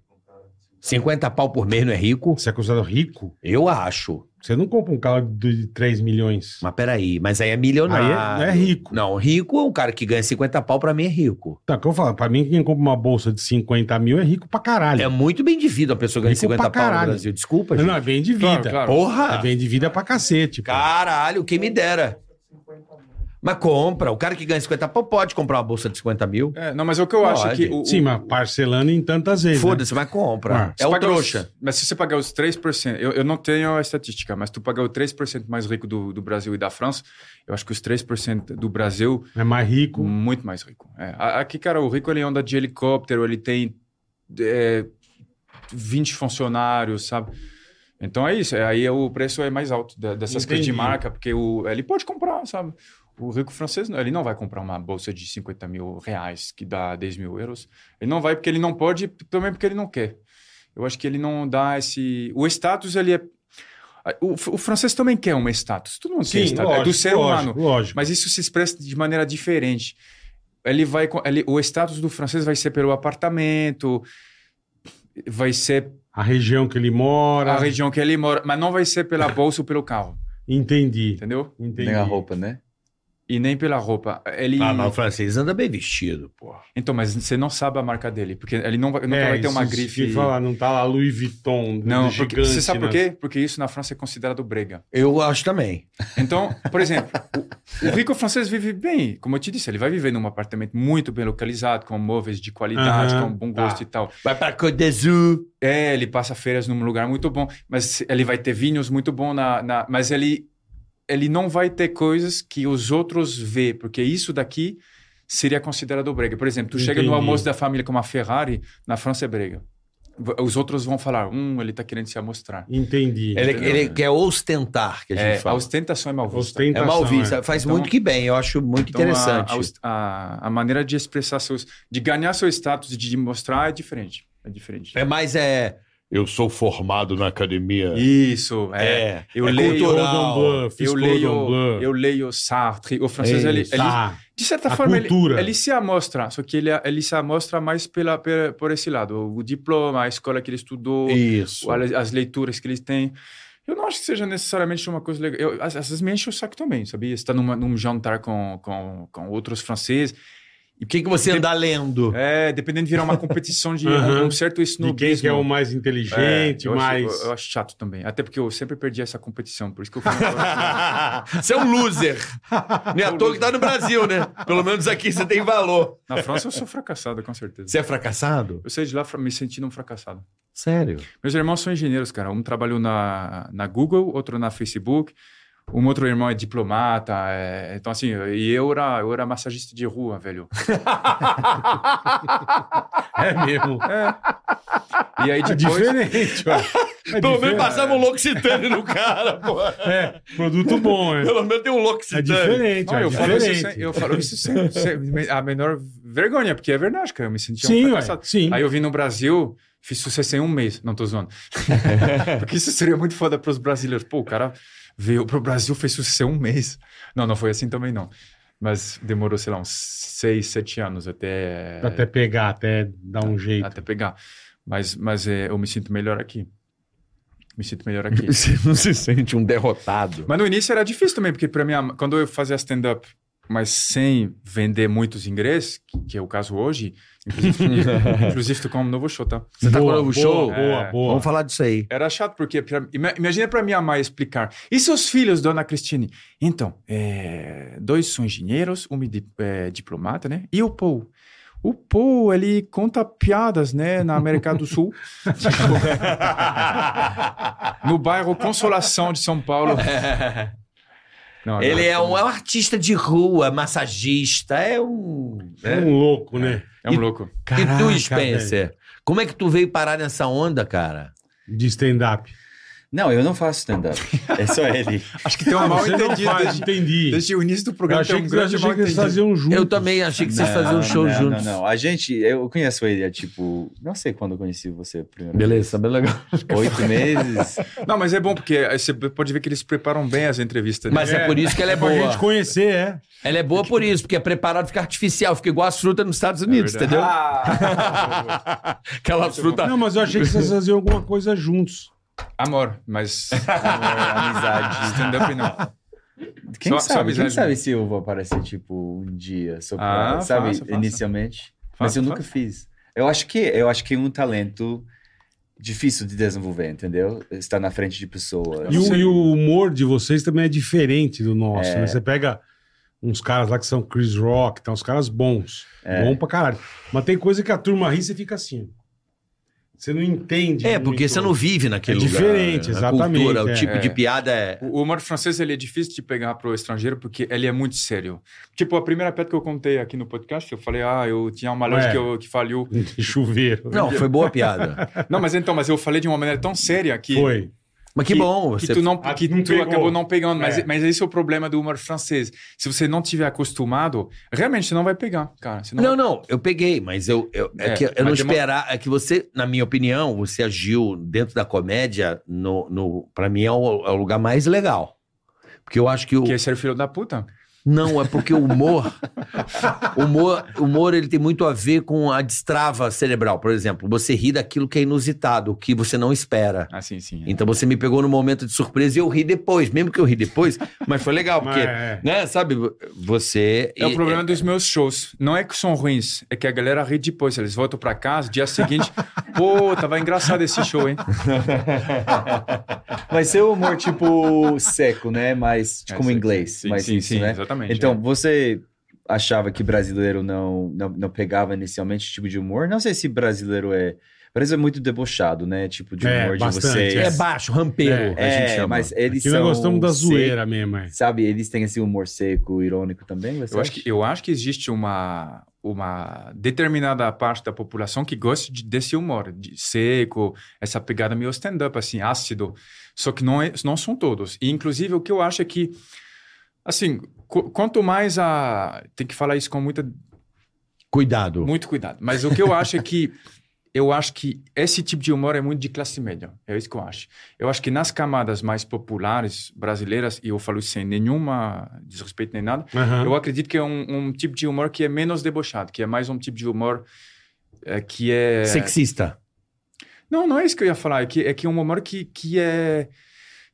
50 pau por mês não é rico? Você é considerado rico? Eu acho. Você não compra um carro de 3 milhões. Mas peraí, mas aí é milionário. Aí é- é rico. Não, rico é um cara que ganha 50 pau, pra mim é rico. Tá, que eu falo, pra mim, quem compra uma bolsa de 50 mil é rico pra caralho. É muito bem de vida uma pessoa ganhar Rico pra 50 pau no caralho. Brasil. Desculpa, gente. não, é bem de vida. Claro, claro. É Porra! bem de vida pra cacete. pô. Caralho, quem me dera. Mas compra. O cara que ganha 50 pau pode comprar uma bolsa de 50 mil. É, não, mas o que eu acho é que... Pode. O, Sim, o- mas parcelando em tantas vezes. né? Foda-se, mas compra. Ah, é o pagar os- trouxa. mas se você pagar os 3%, eu, eu não tenho a estatística, mas tu pagar o 3% mais rico do, do Brasil e da França, eu acho que os 3% do Brasil É mais rico. Muito mais rico. É. A- Aqui, cara, o rico ele anda de helicóptero, ele tem é, 20 funcionários, sabe? Então é isso. é, Aí é o preço é mais alto da- dessas coisas de Entendi. marca, porque o, ele pode comprar, sabe? O rico francês, não, ele não vai comprar uma bolsa de 50 mil reais, que dá 10 mil euros. Ele não vai porque ele não pode, e também porque ele não quer. Eu acho que ele não dá esse... O status, ele é... O, o francês também quer um status. Tu não quer tá, status. é do ser humano. lógico, Lógico. Mas isso se expressa de maneira diferente. Ele vai, co- ele, o status do francês vai ser pelo apartamento, vai ser A região que ele mora. a região que ele mora, mas não vai ser pela bolsa ou pelo carro, Entendi. entendeu? Entendi. Nem a roupa, né? E nem pela roupa. Ele, Ah, mas o francês anda bem vestido, pô. então, mas você não sabe a marca dele, porque ele não vai, nunca É, vai ter isso uma que grife. Falar, não tá lá Louis Vuitton, Não, gigante. porque, você sabe né? por quê? Porque isso na França é considerado brega. Eu acho também. Então, por exemplo, o, o rico francês vive bem, como eu te disse, ele vai viver num apartamento muito bem localizado, com móveis de qualidade, Aham, com bom tá. gosto e tal. Vai pra Côte d'Azur. É, ele passa férias num lugar muito bom, mas ele vai ter vinhos muito bom na, na- mas ele ele não vai ter coisas que os outros vê, porque isso daqui seria considerado brega. Por exemplo, tu chega no Entendi. almoço da família com uma Ferrari, na França é brega. V- Os outros vão falar, hum, ele tá querendo se amostrar. Entendi. Ele, Entendeu, ele né? quer ostentar, que a gente É, a fala. ostentação é mal vista. É Ostentação, mal visto. é. Faz Então- muito que bem. Eu acho muito Então, a- interessante. A, ost- a- a maneira de expressar seus, de ganhar seu status e de mostrar é diferente. É diferente. É mais é. Eu sou formado na academia. Isso, é. eu é leio- Cordon cultural. Bleu, fiz Eu Cordon leio, Bleu. eu leio Sartre, o francês, É ele, isso. ele- Tá. De certa A forma, ele, cultura. ele se amostra, só que ele, ele se amostra mais pela, pela- por esse lado. O diploma, a escola que ele estudou, Isso. as, as leituras que ele tem. Eu não acho que seja necessariamente uma coisa legal. Eu, às, às vezes me enche o saco também, sabia? Você está num jantar com, com, com outros franceses. E o que, que você anda lendo? É, dependendo, virar uma competição [LAUGHS] de Aham. um certo De snobismo. quem que é o mais É, inteligente, eu, mais... acho, eu, eu acho chato também. Até porque eu sempre perdi essa competição, por isso que eu fui uma- [LAUGHS] você é um [LAUGHS] loser. Não é à toa que tá no Brasil, né? Pelo menos aqui você tem valor. Na França eu sou fracassado, com certeza. Você é fracassado? Eu saí de lá fra- me sentindo um fracassado. Sério. Meus irmãos são engenheiros, cara. Um trabalhou na, na Google, outro na Facebook. Um outro irmão é diplomata. é- Então, assim, e eu era, eu era massagista de rua, velho. [LAUGHS] É [LAUGHS] mesmo. E aí É depois... diferente, ó. [LAUGHS] É Pelo menos diferente. passava um L'Occitane no cara, pô. É, produto [LAUGHS] bom, é. Pelo menos tem um É L'Occitane. diferente, Não, é eu, falo isso diferente. sem, eu falo isso sem, sem a menor vergonha, porque é verdade, cara. Eu me sentia Sim, um ué, fracassado. sim. Aí eu vim no Brasil, fiz sucesso em um mês. Não, tô zoando. [LAUGHS] porque isso seria muito foda pros brasileiros. Pô, o cara veio pro Brasil, fez sucesso em um mês. Não, não foi assim também, não. Mas demorou, sei lá, uns seis, sete anos até... Até pegar, até dar É. um jeito. até pegar. Mas, mas é, eu me sinto melhor aqui. Me sinto melhor aqui. Você não se sente um derrotado. mas no início era difícil também, porque para mim, a- quando eu fazia stand-up, mas sem vender muitos ingressos, que, que é o caso hoje, [LAUGHS] inclusive, inclusive tô com um novo show, tá? Você tá com o novo show? Boa, É. boa. Vamos falar disso aí. Era chato, porque pra, ima- imagina para minha mãe explicar. E seus filhos, dona Cristine? Então, é, dois são engenheiros, um é di- é diplomata, né? E o Paul? O Paul, ele conta piadas, né, na América do Sul. [LAUGHS] no bairro Consolação de São Paulo. Não, não, Ele é um, é um artista de rua, massagista, é um. É um louco, né? É um louco. e Caraca, tu, Spencer? Como é que tu veio parar nessa onda, cara? De stand-up. Não, eu não faço stand-up. [LAUGHS] É só ele. Acho que tem um mal Você não entendido faz, desde, entendi. desde o início do Eu programa. achei tem um que, eu grande achei que um mal eles entendido. faziam juntos. Eu também achei que vocês faziam um show não, juntos. Não, não, A gente, eu conheço ele, é tipo, não sei quando eu conheci você a primeira vez. tá Beleza, bem legal. Oito meses. Não, mas é bom porque aí você pode ver que eles preparam bem as entrevistas. né? Mas é, por isso que ela é pra gente boa. conhecer, é. Ela é boa por isso, porque é preparado fica artificial, fica igual as frutas nos Estados Unidos, verdade. entendeu? Ah, Aquelas Tá. frutas. Não, mas eu achei que vocês faziam alguma coisa juntos. amor, mas. amizade. [LAUGHS] Stand-up não. Ah, Quem Só- só sabe? Quem amizade sabe mesmo. se eu vou aparecer, tipo, um dia, só Ah, pra, sabe, faça, faça. inicialmente. Mas Faça, eu nunca faça. fiz. Eu acho que eu acho que é um talento difícil de desenvolver, entendeu? Estar na frente [LAUGHS] de pessoas. E o, e o humor de vocês também é diferente do nosso, né? Você pega uns caras lá que são Chris Rock, tá uns caras bons. Bom pra caralho. Mas tem coisa que a turma ri e você fica assim. Você não entende. É, porque muito. você [LAUGHS] não vive naquele É lugar. diferente, né? exatamente, A cultura, é. o tipo de É. piada é... O o humor francês ele é difícil de pegar para o estrangeiro porque ele é muito sério. Tipo, a primeira piada que eu contei aqui no podcast, eu falei, ah, eu tinha uma loja Ué. que, eu, que faliu. Chuveiro. Não, foi boa a piada. Não, mas então, mas eu falei de uma maneira tão séria que. Foi. Mas que, bom. Você... que tu, não, Ah, que não tu pegou. acabou não pegando. Mas, É. mas esse é o problema do humor francês. Se você não tiver acostumado, realmente você não vai pegar, cara. Você não, Não, vai- não, eu peguei, mas eu, eu, é É, que eu não mas demo- esperava. É que você, na minha opinião, você agiu dentro da comédia, no, no, pra mim é o, é o lugar mais legal. Porque eu acho que o. Que é ser filho da puta. Não, é porque o humor. humor, humor ele tem muito a ver com a destrava cerebral. Por exemplo, você ri daquilo que é inusitado, o que você não espera. Ah, sim, sim. Então você me pegou no momento de surpresa e eu ri depois, mesmo que eu ri depois, mas foi legal, porque, Mas é. né, sabe, você. É o e- problema dos meus shows. Não é que são ruins, é que a galera ri depois. Eles voltam pra casa, [LAUGHS] dia seguinte, pô, tava engraçado esse show, hein? Vai ser o humor tipo seco, né? Mas É, como sim, inglês, sim, mas sim, isso, sim, né? exatamente, Então, é. você achava que brasileiro não, não não pegava inicialmente esse tipo de humor? Não sei se brasileiro é, brasileiro é muito debochado, né? Tipo de É, humor de bastante, vocês. É baixo, rampeiro, a gente É, chama. mas eles Que são nós gostamos da secos, zoeira mesmo, é. Sabe, eles têm esse humor seco, irônico também, você Eu acho, acha? que, eu acho que existe uma, uma determinada parte da população que gosta de- desse humor, de seco, essa pegada meio stand-up, assim, ácido. Só que não, é- não são todos. E, inclusive, o que eu acho é que, assim, qu- quanto mais a. Tem que falar isso com muita Cuidado. Muito cuidado. Mas o que eu acho é que [LAUGHS] eu acho que esse tipo de humor é muito de classe média. É isso que eu acho. Eu acho que nas camadas mais populares brasileiras, e eu falo sem nenhuma desrespeito nem nada, Aham. eu acredito que é um, um tipo de humor que é menos debochado, que é mais um tipo de humor eh, que é. Sexista. Não, não é isso que eu ia falar. É que é, que é um humor que, que é.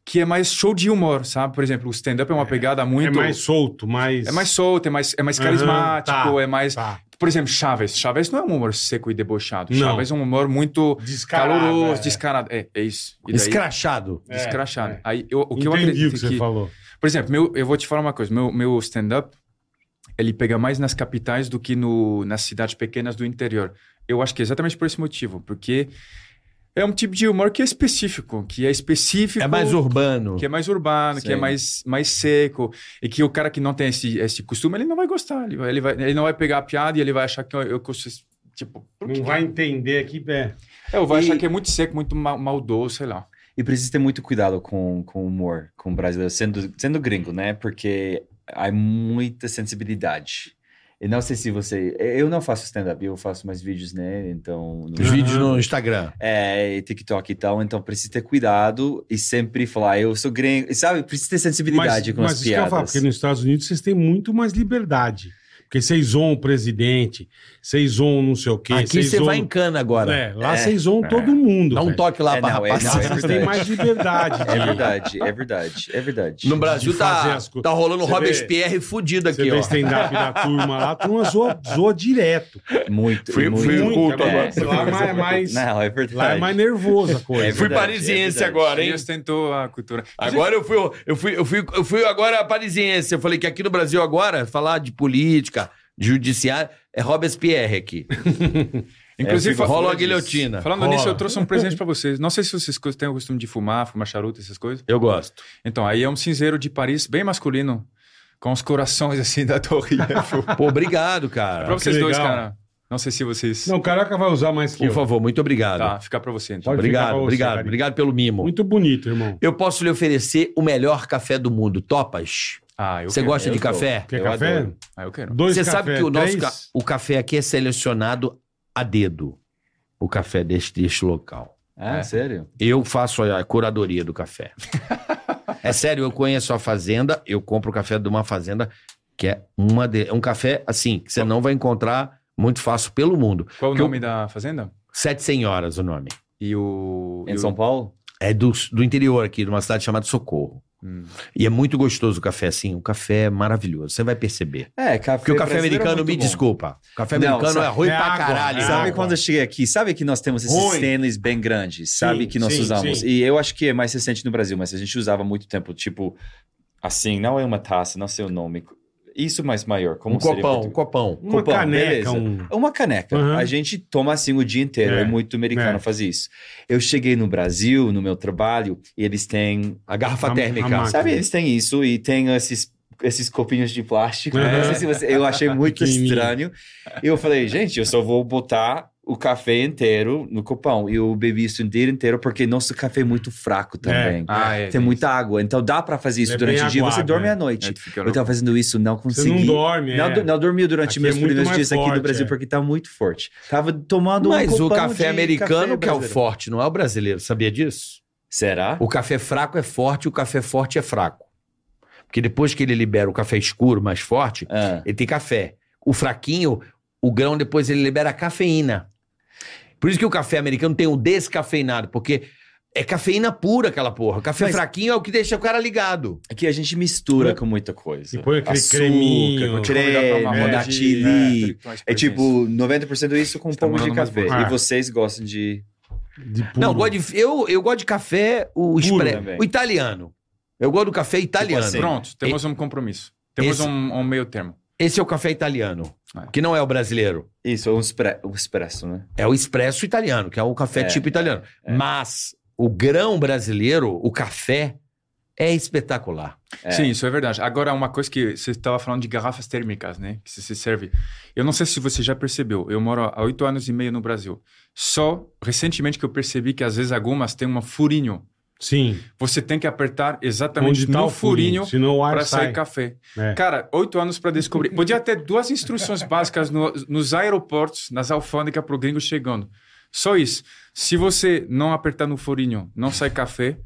Que é mais show de humor, sabe? Por exemplo, o stand-up é uma pegada muito. É mais solto, mais. é mais solto, é mais, é mais Aham, carismático, tá, é mais. Tá. Por exemplo, Chaves. Chaves não é um humor seco e debochado. Não. Chaves é um humor muito Descarado, caloroso, é. descarado. É, é isso. E daí- Escrachado. É, Descrachado. é. Aí, eu- o Entendi que eu o acredito que você que... falou. Por exemplo, meu, eu vou te falar uma coisa. Meu, meu stand-up, ele pega mais nas capitais do que no, nas cidades pequenas do interior. Eu acho que é exatamente por esse motivo. Porque é um tipo de humor que é específico. Que é específico... É mais urbano. Que é mais urbano, que é Sim. mais, mais seco. E que o cara que não tem esse, esse costume, ele não vai gostar. Ele, vai- ele, vai, ele não vai pegar a piada e ele vai achar que eu... eu tipo, por quê? Não vai entender aqui, é. É, eu vou E- achar que é muito seco, muito mal, maldoso, sei lá. E precisa ter muito cuidado com com o humor, com o brasileiro, sendo, sendo gringo, né? Porque há muita sensibilidade. E não sei se você. Eu não faço stand-up, eu faço mais vídeos, né? [LAUGHS] Então. Os No, Uhum. vídeos no Instagram. é, e TikTok e tal. Então precisa ter cuidado e sempre falar, eu sou gringo. E Sabe? Precisa ter sensibilidade com as isso que eu ia piadas. falar, porque nos Estados Unidos vocês têm muito mais liberdade. Porque vocês zoam o presidente, vocês zoam não sei o quê. Aqui vocês você zoam- vai em cana agora. É, lá vocês zoam todo mundo. Dá um velho. toque lá É, pra não, é, rapaziada. não, Vocês têm mais liberdade. É de- verdade, é verdade, é verdade. No Brasil de fazer tá, as co- tá rolando Você Robespierre fudido Você aqui, vê ó. stand-up da turma lá, a turma zoa, zoa direto. é Muito, Fui- muito. fui muito, oculto é. agora. Lá é mais- mais- Não, é verdade. Lá é mais nervoso a coisa. É Fui verdade, parisiense é verdade. agora, hein? Ele ostentou a cultura. Agora eu fui, eu fui, eu fui, eu fui agora parisiense. Eu falei que aqui no Brasil agora, falar de política, de judiciário, é Robespierre aqui. né? Inclusive, fa- rola a guilhotina. falando Rola. nisso, eu trouxe um presente pra vocês. Não sei se vocês co- têm o costume de fumar, fumar charuto, essas coisas. Eu gosto. Então, aí é um cinzeiro de Paris, bem masculino, com os corações assim [LAUGHS] da torre. Eiffel. Pô, obrigado, pra cara. vocês dois, legal. cara. Não sei se vocês. Não, o Carioca vai usar mais que Por eu. favor, muito obrigado. Tá, fica pra você então. Pode ficar Obrigado, pra você, obrigado, Carinho. obrigado pelo mimo. Muito bonito, irmão. Eu posso lhe oferecer o melhor café do mundo. Topas? Ah, eu Você quero. gosta de eu tô. café? Quer Eu café? adoro. Ah, eu quero. Dois Você café, sabe que o nosso três? ca- o café aqui é selecionado a dedo. O café deste, deste local. Ah, É. sério? Eu faço a curadoria do [LAUGHS] café. é sério, eu conheço a fazenda, eu compro o café de uma fazenda que é uma de... é um café assim, que você não vai encontrar muito fácil pelo mundo. Qual o Que eu- nome da fazenda? Sete Senhoras o nome. E o. Em e o- São Paulo? É do, do interior aqui, de uma cidade chamada Socorro. Hum. E é muito gostoso o café, assim. O café é maravilhoso, você vai perceber. É, café. Porque o café brasileiro é americano, muito me bom. desculpa. O café Não, americano sabe- é ruim é pra água, caralho. é Sabe água. quando eu cheguei aqui? Sabe que nós temos esses Ruim. Stanleys bem grandes, sabe? Sim, que nós sim, usamos. sim. E eu acho que é mais recente no Brasil, mas a gente usava muito tempo, tipo, assim, não é uma taça, não sei o nome. Isso mais maior. Como um seria copão, um em português? copão. Uma Cupom, caneca, beleza. um... É Uma caneca. Uhum. A gente toma assim o dia inteiro. É, É, muito americano é. fazer isso. Eu cheguei no Brasil, no meu trabalho, e eles têm A garrafa A- a térmica. máquina. Sabe, eles têm isso e tem esses, esses copinhos de plástico. Uhum. Não sei se você- eu achei muito Pequenininho. estranho. E eu falei, gente, eu só vou botar o café inteiro no copão. E eu bebi isso o dia inteiro porque nosso café é muito fraco também. Ah, é. Tem muita água, então dá pra fazer isso É durante bem o dia. Você aguado, dorme é. à noite. É, tu fica Eu tava fazendo isso, não Você consegui. não dorme, Não é. do- não dormi durante Aqui é meus muito primeiros mais dias aqui forte, no Brasil é. porque tá muito forte. Tava tomando um Mas copão o café de americano café que é o brasileiro. forte, não é o brasileiro. Sabia disso? Será? O café fraco é forte e o café forte é fraco. Porque depois que ele libera o café escuro, mais forte, Ah. ele tem café. O fraquinho, o grão depois ele libera cafeína. Por isso que o café americano tem o descafeinado, porque é cafeína pura aquela porra. Café Mas- fraquinho é o que deixa o cara ligado. Aqui a gente mistura com muita coisa. E põe aquele Açúcar, creminho. com Como dá pra uma creme, roda dá de- né, chili. tudo mais É, tipo assim. 90% isso com um Você tá pouco de mandando umas café. boas. E vocês gostam de... De puro. Não, eu gosto de, eu, eu gosto de café, o também. expresso, o italiano. Eu gosto do café italiano. assim. Pronto, temos um compromisso. Temos Esse- um, um meio termo. Esse é o café italiano, Ah. que não é o brasileiro. Isso, um, espre... um expresso, [LAUGHS] né? É o expresso italiano, que é o café É, tipo italiano. é. Mas o grão brasileiro, o café, é espetacular. É. Sim, isso é verdade. Agora, uma coisa que você estava falando de garrafas térmicas, né? Que você se serve. Eu não sei se você já percebeu, eu moro há oito anos e meio no Brasil. Só recentemente que eu percebi que às vezes algumas têm um furinho. Sim. Você tem que apertar exatamente Onde tá no o furinho? furinho, Senão o ar para sai. sair café. É. Cara, oito anos [LAUGHS] para descobrir. Podia ter duas instruções básicas no- nos aeroportos, nas alfândegas pro gringo chegando. Só isso. Se você não apertar no furinho, não sai café.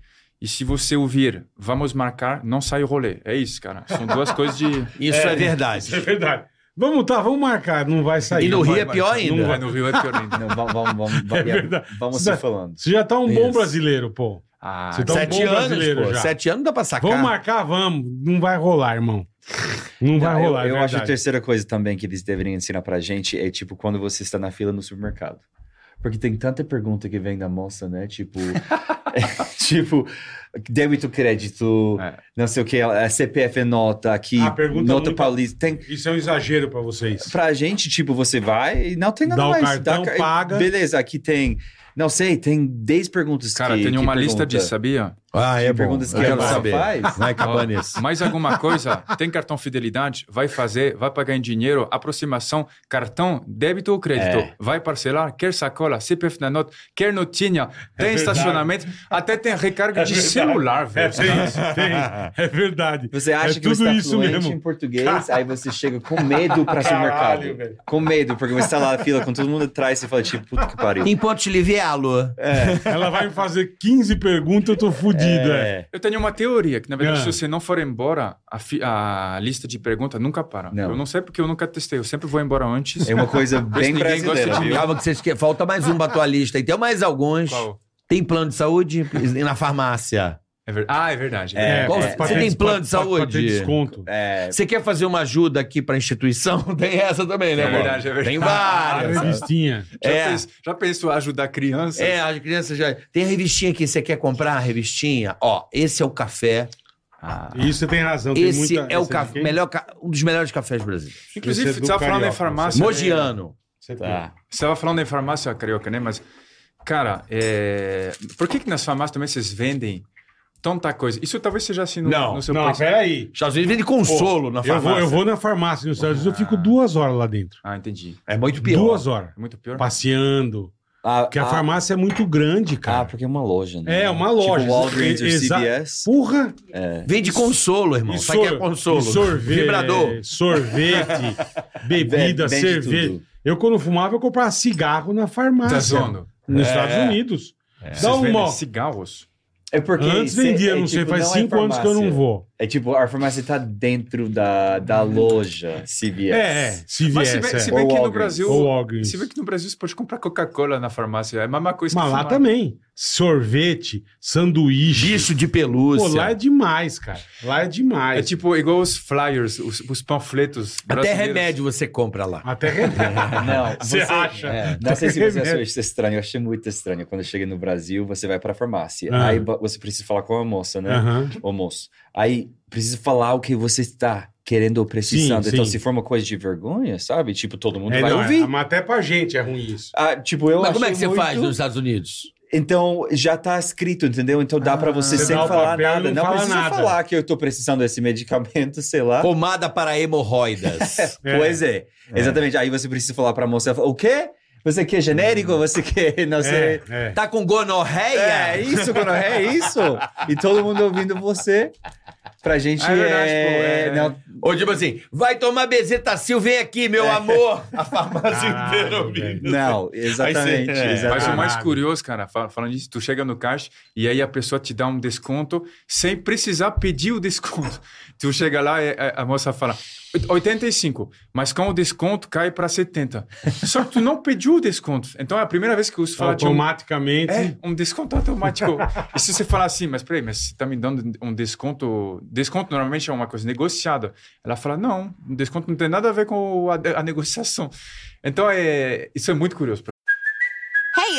E se você ouvir, vamos marcar, não sai o rolê. É isso, cara. São duas coisas de. [LAUGHS] Isso é, É verdade. verdade. Vamos tá, vamos marcar. Não vai sair. E no Não Rio vai, é vai. pior ainda. Não vai. no Rio é pior [LAUGHS] ainda. Não, vamos, vamos, vamos, É vamos, verdade. vamos Você se tá- falando. Você já tá um bom Isso. brasileiro, pô. Ah, Você tá um Sete bom anos, brasileiro pô. já. Sete anos dá pra sacar. Vamos marcar? Vamos. Não vai rolar, irmão. Não vai eu rolar, eu é acho que a verdade. terceira coisa também que eles deveriam ensinar pra gente é tipo quando você está na fila no supermercado. Porque tem tanta pergunta que vem da moça, né? [LAUGHS] Tipo, [LAUGHS] tipo débito, crédito, É. não sei o que, CPF é nota aqui, Ah, pergunta nota muito- paulista. Tem, Isso é um exagero pra vocês. Pra gente, tipo, você vai e não tem nada Dá o mais. cartão, ca- paga. Beleza, aqui tem. Não sei, tem 10 perguntas. cara, que, tem que uma pergunta. lista disso, sabia? Ah, é Que bom. perguntas que Eu quero ela saber. [LAUGHS] faz? É. Vai acabar nisso. Mais alguma coisa? Tem cartão fidelidade? Vai fazer? Vai pagar em dinheiro? Aproximação? Cartão, débito ou crédito? É. Vai parcelar? Quer sacola? CPF na nota? Quer notinha? Tem É verdade. estacionamento? Até tem recarga de verdade. celular, É, velho. [LAUGHS] tem isso, tem. É verdade. Você acha É que tá você tudo está isso fluente mesmo. em português, aí você chega com medo pra Caralho, supermercado. velho. Com medo, porque você tá lá na fila com todo mundo atrás, você fala, tipo, puta que pariu. Em é Porto Livialo. Ela vai me fazer 15 perguntas, eu tô fudido, é. Eu tenho uma teoria que, na verdade, Ah. se você não for embora, a, fi- a lista de perguntas nunca para. Não. Eu não sei porque eu nunca testei. Eu sempre vou embora antes. É uma coisa Esse bem ninguém brasileira, gosta de mim. viu? Calma que vocês que... Falta mais um pra tua lista. E tem mais É. alguns. Qual? Tem plano de saúde E na farmácia. É ver- Ah, é verdade. É, É, Qual- pra- pra você ter tem des- plano de pra- pra- pra ter saúde? desconto. É, Você quer fazer uma ajuda aqui pra instituição? [LAUGHS] Tem essa também, né, É Bola? verdade, é verdade. Tem A várias. revistinha. Já, É. pens- já pensou ajudar crianças? É, as crianças já. Tem a revistinha aqui, você quer comprar a revistinha? Ó, esse é o café. Ah. Isso você tem razão. tem esse muita- é o essa de café, quem? melhor, ca- um dos melhores cafés brasileiros. Inclusive, Esse é você do estava falando em Carioca, farmácia. né? Mogiano. Você é. tem. tá. Você estava falando em farmácia carioca, né? Mas, cara, é, por que, que nas farmácias também vocês vendem tanta coisa. Isso talvez seja assim no, Não, no seu Não, país. peraí. Estados Unidos vende consolo na Eu farmácia. Ah. vou, eu vou na farmácia nos Estados Unidos, eu fico duas horas lá dentro. Ah, entendi. É muito pior. Duas horas. É muito pior. Passeando. Ah, Porque a ah, farmácia é muito grande, Ah, cara. porque é uma loja, né? É, uma loja. Tipo Walgreens ou Exa- CBS. Porra! Vende consolo, irmão. Sabe o que é sor- consolo? e sorvete. Vibrador. [LAUGHS] Sorvete, bebida, Vende cerveja. tudo. Eu, quando fumava, eu comprava cigarro na farmácia. Tá zoando. Nos É. Estados Unidos. Vocês Dá um vendem uma. Cigarros. É porque Antes cê- vendia, é, não sei, tipo, faz não é cinco anos que eu não farmácia. vou. É tipo, a farmácia tá dentro da, da loja CVS. É, é. Se Mas se viesse, bem, se é. bem Ou que no Walgreens. Brasil... Ou Walgreens. Se bem que no Brasil você pode comprar Coca-Cola na farmácia. É a mesma coisa Mas que lá fumar. também. Sorvete, sanduíche. Bicho de Pô, pelúcia. lá é demais, cara. Lá é demais. É tipo igual os flyers, os, os panfletos Até brasileiros. remédio você compra lá. Até [LAUGHS] remédio. [LAUGHS] Não, Você acha? [LAUGHS] Tá é, não sei se você achou isso estranho. Eu achei muito estranho. Quando eu cheguei no Brasil, você vai pra farmácia. Ah. Aí ba- você precisa falar com a moça, né? Aham. Ô moço. Aí precisa falar o que você está querendo ou precisando. Sim, então, sim. se for uma coisa de vergonha, sabe? Tipo, todo mundo É, vai não, é- ouvir. mas até pra gente é ruim isso. Ah, tipo, eu Mas como é que você achei muito- faz nos Estados Unidos? Então, já tá escrito, entendeu? Então dá pra você, Ah, Você sem dá o falar papel e nada. não Não, fala precisa nada. falar que eu tô precisando desse medicamento, sei lá. Pomada para hemorroidas. É. Pois é. Exatamente. Aí você precisa falar pra moça, ela fala, o quê? Você quer genérico? Você quer, [LAUGHS] não sei... É, [LAUGHS] é. [LAUGHS] tá com gonorreia? É isso, gonorreia, é isso. E todo mundo ouvindo você. Pra gente É verdade, é... pô, é. não, Ou tipo assim, vai tomar bezetacil, vem aqui, É. [LAUGHS] meu amor. A farmácia Caralho, inteira velho. ouvindo. não, exatamente. Aí você- é. Mas o mais exatamente. Caralho. curioso, cara, fa- falando disso, tu chega no caixa e aí a pessoa te dá um desconto sem precisar pedir o desconto. [LAUGHS] Tu chega lá e a, a moça fala 85, mas com o desconto cai para 70. [LAUGHS] Só que tu não pediu o desconto. Então é a primeira vez que os fala de um, Automaticamente. é, um desconto automático. e se você falar assim, mas peraí, mas você tá me dando um desconto... Desconto normalmente é uma coisa negociada. Ela fala, não, um desconto não tem nada a ver com a, a negociação. Então é, isso é muito curioso. Hey,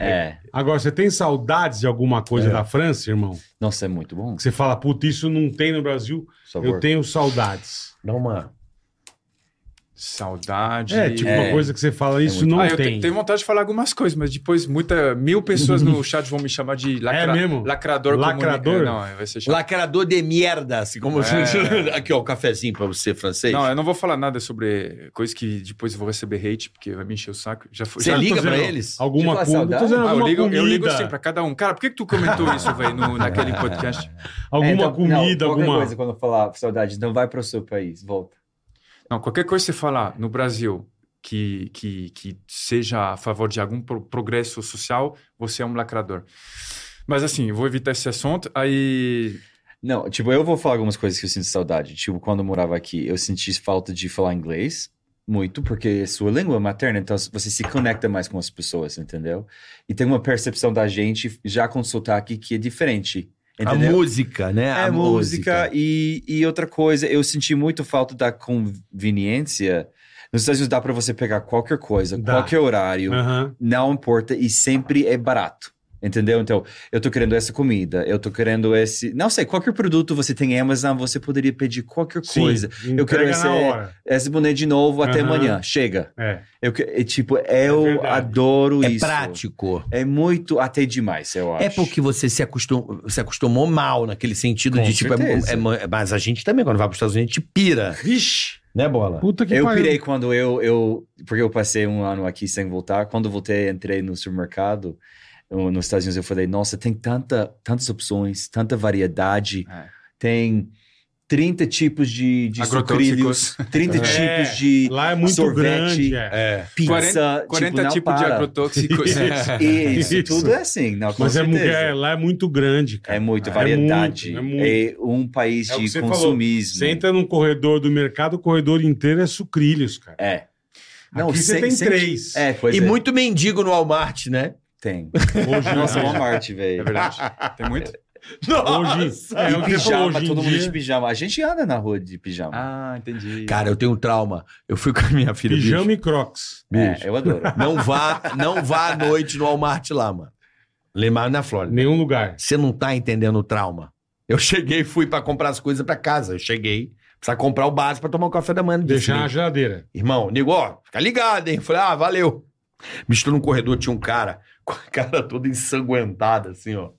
É. Agora, você tem saudades de alguma É. coisa da França, irmão? Nossa, é muito bom. Que você fala, puta, isso não tem no Brasil. Eu Sabor. tenho saudades. Dá uma. Saudade. É, tipo uma É. coisa que você fala, isso muito não Ah, eu tem. te- tenho vontade de falar algumas coisas, mas depois muita, mil [LAUGHS] pessoas no chat vão me chamar de lacra, É mesmo? lacrador. comuni- Lacrador? É, Não, vai ser chato. Lacrador de merda, assim como É. [LAUGHS] Aqui, ó, o cafezinho pra você, francês. é Não, eu não vou falar nada sobre coisas que depois eu vou receber hate, porque vai me encher o saco. Já, foi- você já tô liga dizendo- pra eles? Alguma Você coisa. fala Tô saudade? dizendo Ah, eu, alguma ligo, eu ligo assim comida. pra cada um. Cara, por que, que tu comentou isso, velho, no- naquele podcast? Alguma É, então, comida, não, qualquer alguma. coisa quando eu falar saudade, então vai pro seu país, volta. Não, qualquer coisa que você falar no Brasil que, que, que seja a favor de algum pro- progresso social, você é um lacrador. Mas assim, eu vou evitar esse assunto. Aí. Não, tipo, eu vou falar algumas coisas que eu sinto saudade. Tipo, quando eu morava aqui, eu senti falta de falar inglês muito, porque é sua língua materna, então você se conecta mais com as pessoas, entendeu? E tem uma percepção da gente já com sotaque que é diferente. A Entendeu? música, né? É a música e, e outra coisa, eu senti muito falta da conveniência. Nos Estados Unidos dá pra você pegar qualquer coisa, Dá. qualquer horário, Aham. não importa e sempre é barato. Entendeu? Então, eu tô querendo essa comida, eu tô querendo esse. Não sei, qualquer produto você tem Amazon, você poderia pedir qualquer Sim, coisa. Eu quero entrega esse, na hora. esse boné de novo até Aham. amanhã, chega. É. Eu, que- é tipo, eu verdade. adoro É isso. prático. É muito, até demais, eu acho. É porque você se acostumou, se acostumou mal naquele sentido Com de tipo. É, certeza. é ma- mas a gente também, quando vai para os Estados Unidos, a gente pira. Vixe. Né, bola? Puta que eu pariu. pirei quando eu, eu. Porque eu passei um ano aqui sem voltar. Quando voltei, entrei no supermercado eu- nos Estados Unidos. Eu falei, nossa, tem tanta, tantas opções, tanta variedade. É. Tem 30 tipos de, de Agrotóxicos. sucrilhos, 30 [LAUGHS] É, tipos de Lá é muito sorvete, grande. É. pizza. 40, tipo, 40 não tipos de para. agrotóxicos. E [LAUGHS] Isso, [LAUGHS] Isso. tudo é assim. Não, com Mas é, mu- certeza. é, lá é muito grande, cara. É muito É variedade. muito, É, é muito. um país É o que de você falou. consumismo. Você entra num corredor do mercado, o corredor inteiro é sucrilhos, cara. É. Aqui você sem- tem sem- três. É, pois E é. muito mendigo no Walmart, né? Tem. Hoje Nossa, é. Walmart, velho. É verdade. Tem muito? Hoje, é, E o que você falou, pijama, hoje em todo mundo de dia, pijama. A gente anda na rua de pijama. Ah, entendi. Cara, eu tenho um trauma. Eu fui com a minha filha. bicho. pijama e crocs. é, eu adoro. [LAUGHS] Não vá, não vá à noite no Walmart lá, mano. Lemar na Flórida. É, Nenhum lugar. Você não tá entendendo o trauma. Eu cheguei, fui pra comprar as coisas pra casa. Eu cheguei, precisa comprar o básico pra tomar o café da manhã. Deixar na Disse, né? geladeira. Irmão, nego, ó, fica ligado, hein? Falei, ah, valeu. Bicho, tô no corredor, tinha um cara [LAUGHS] com a cara toda ensanguentada, assim, ó.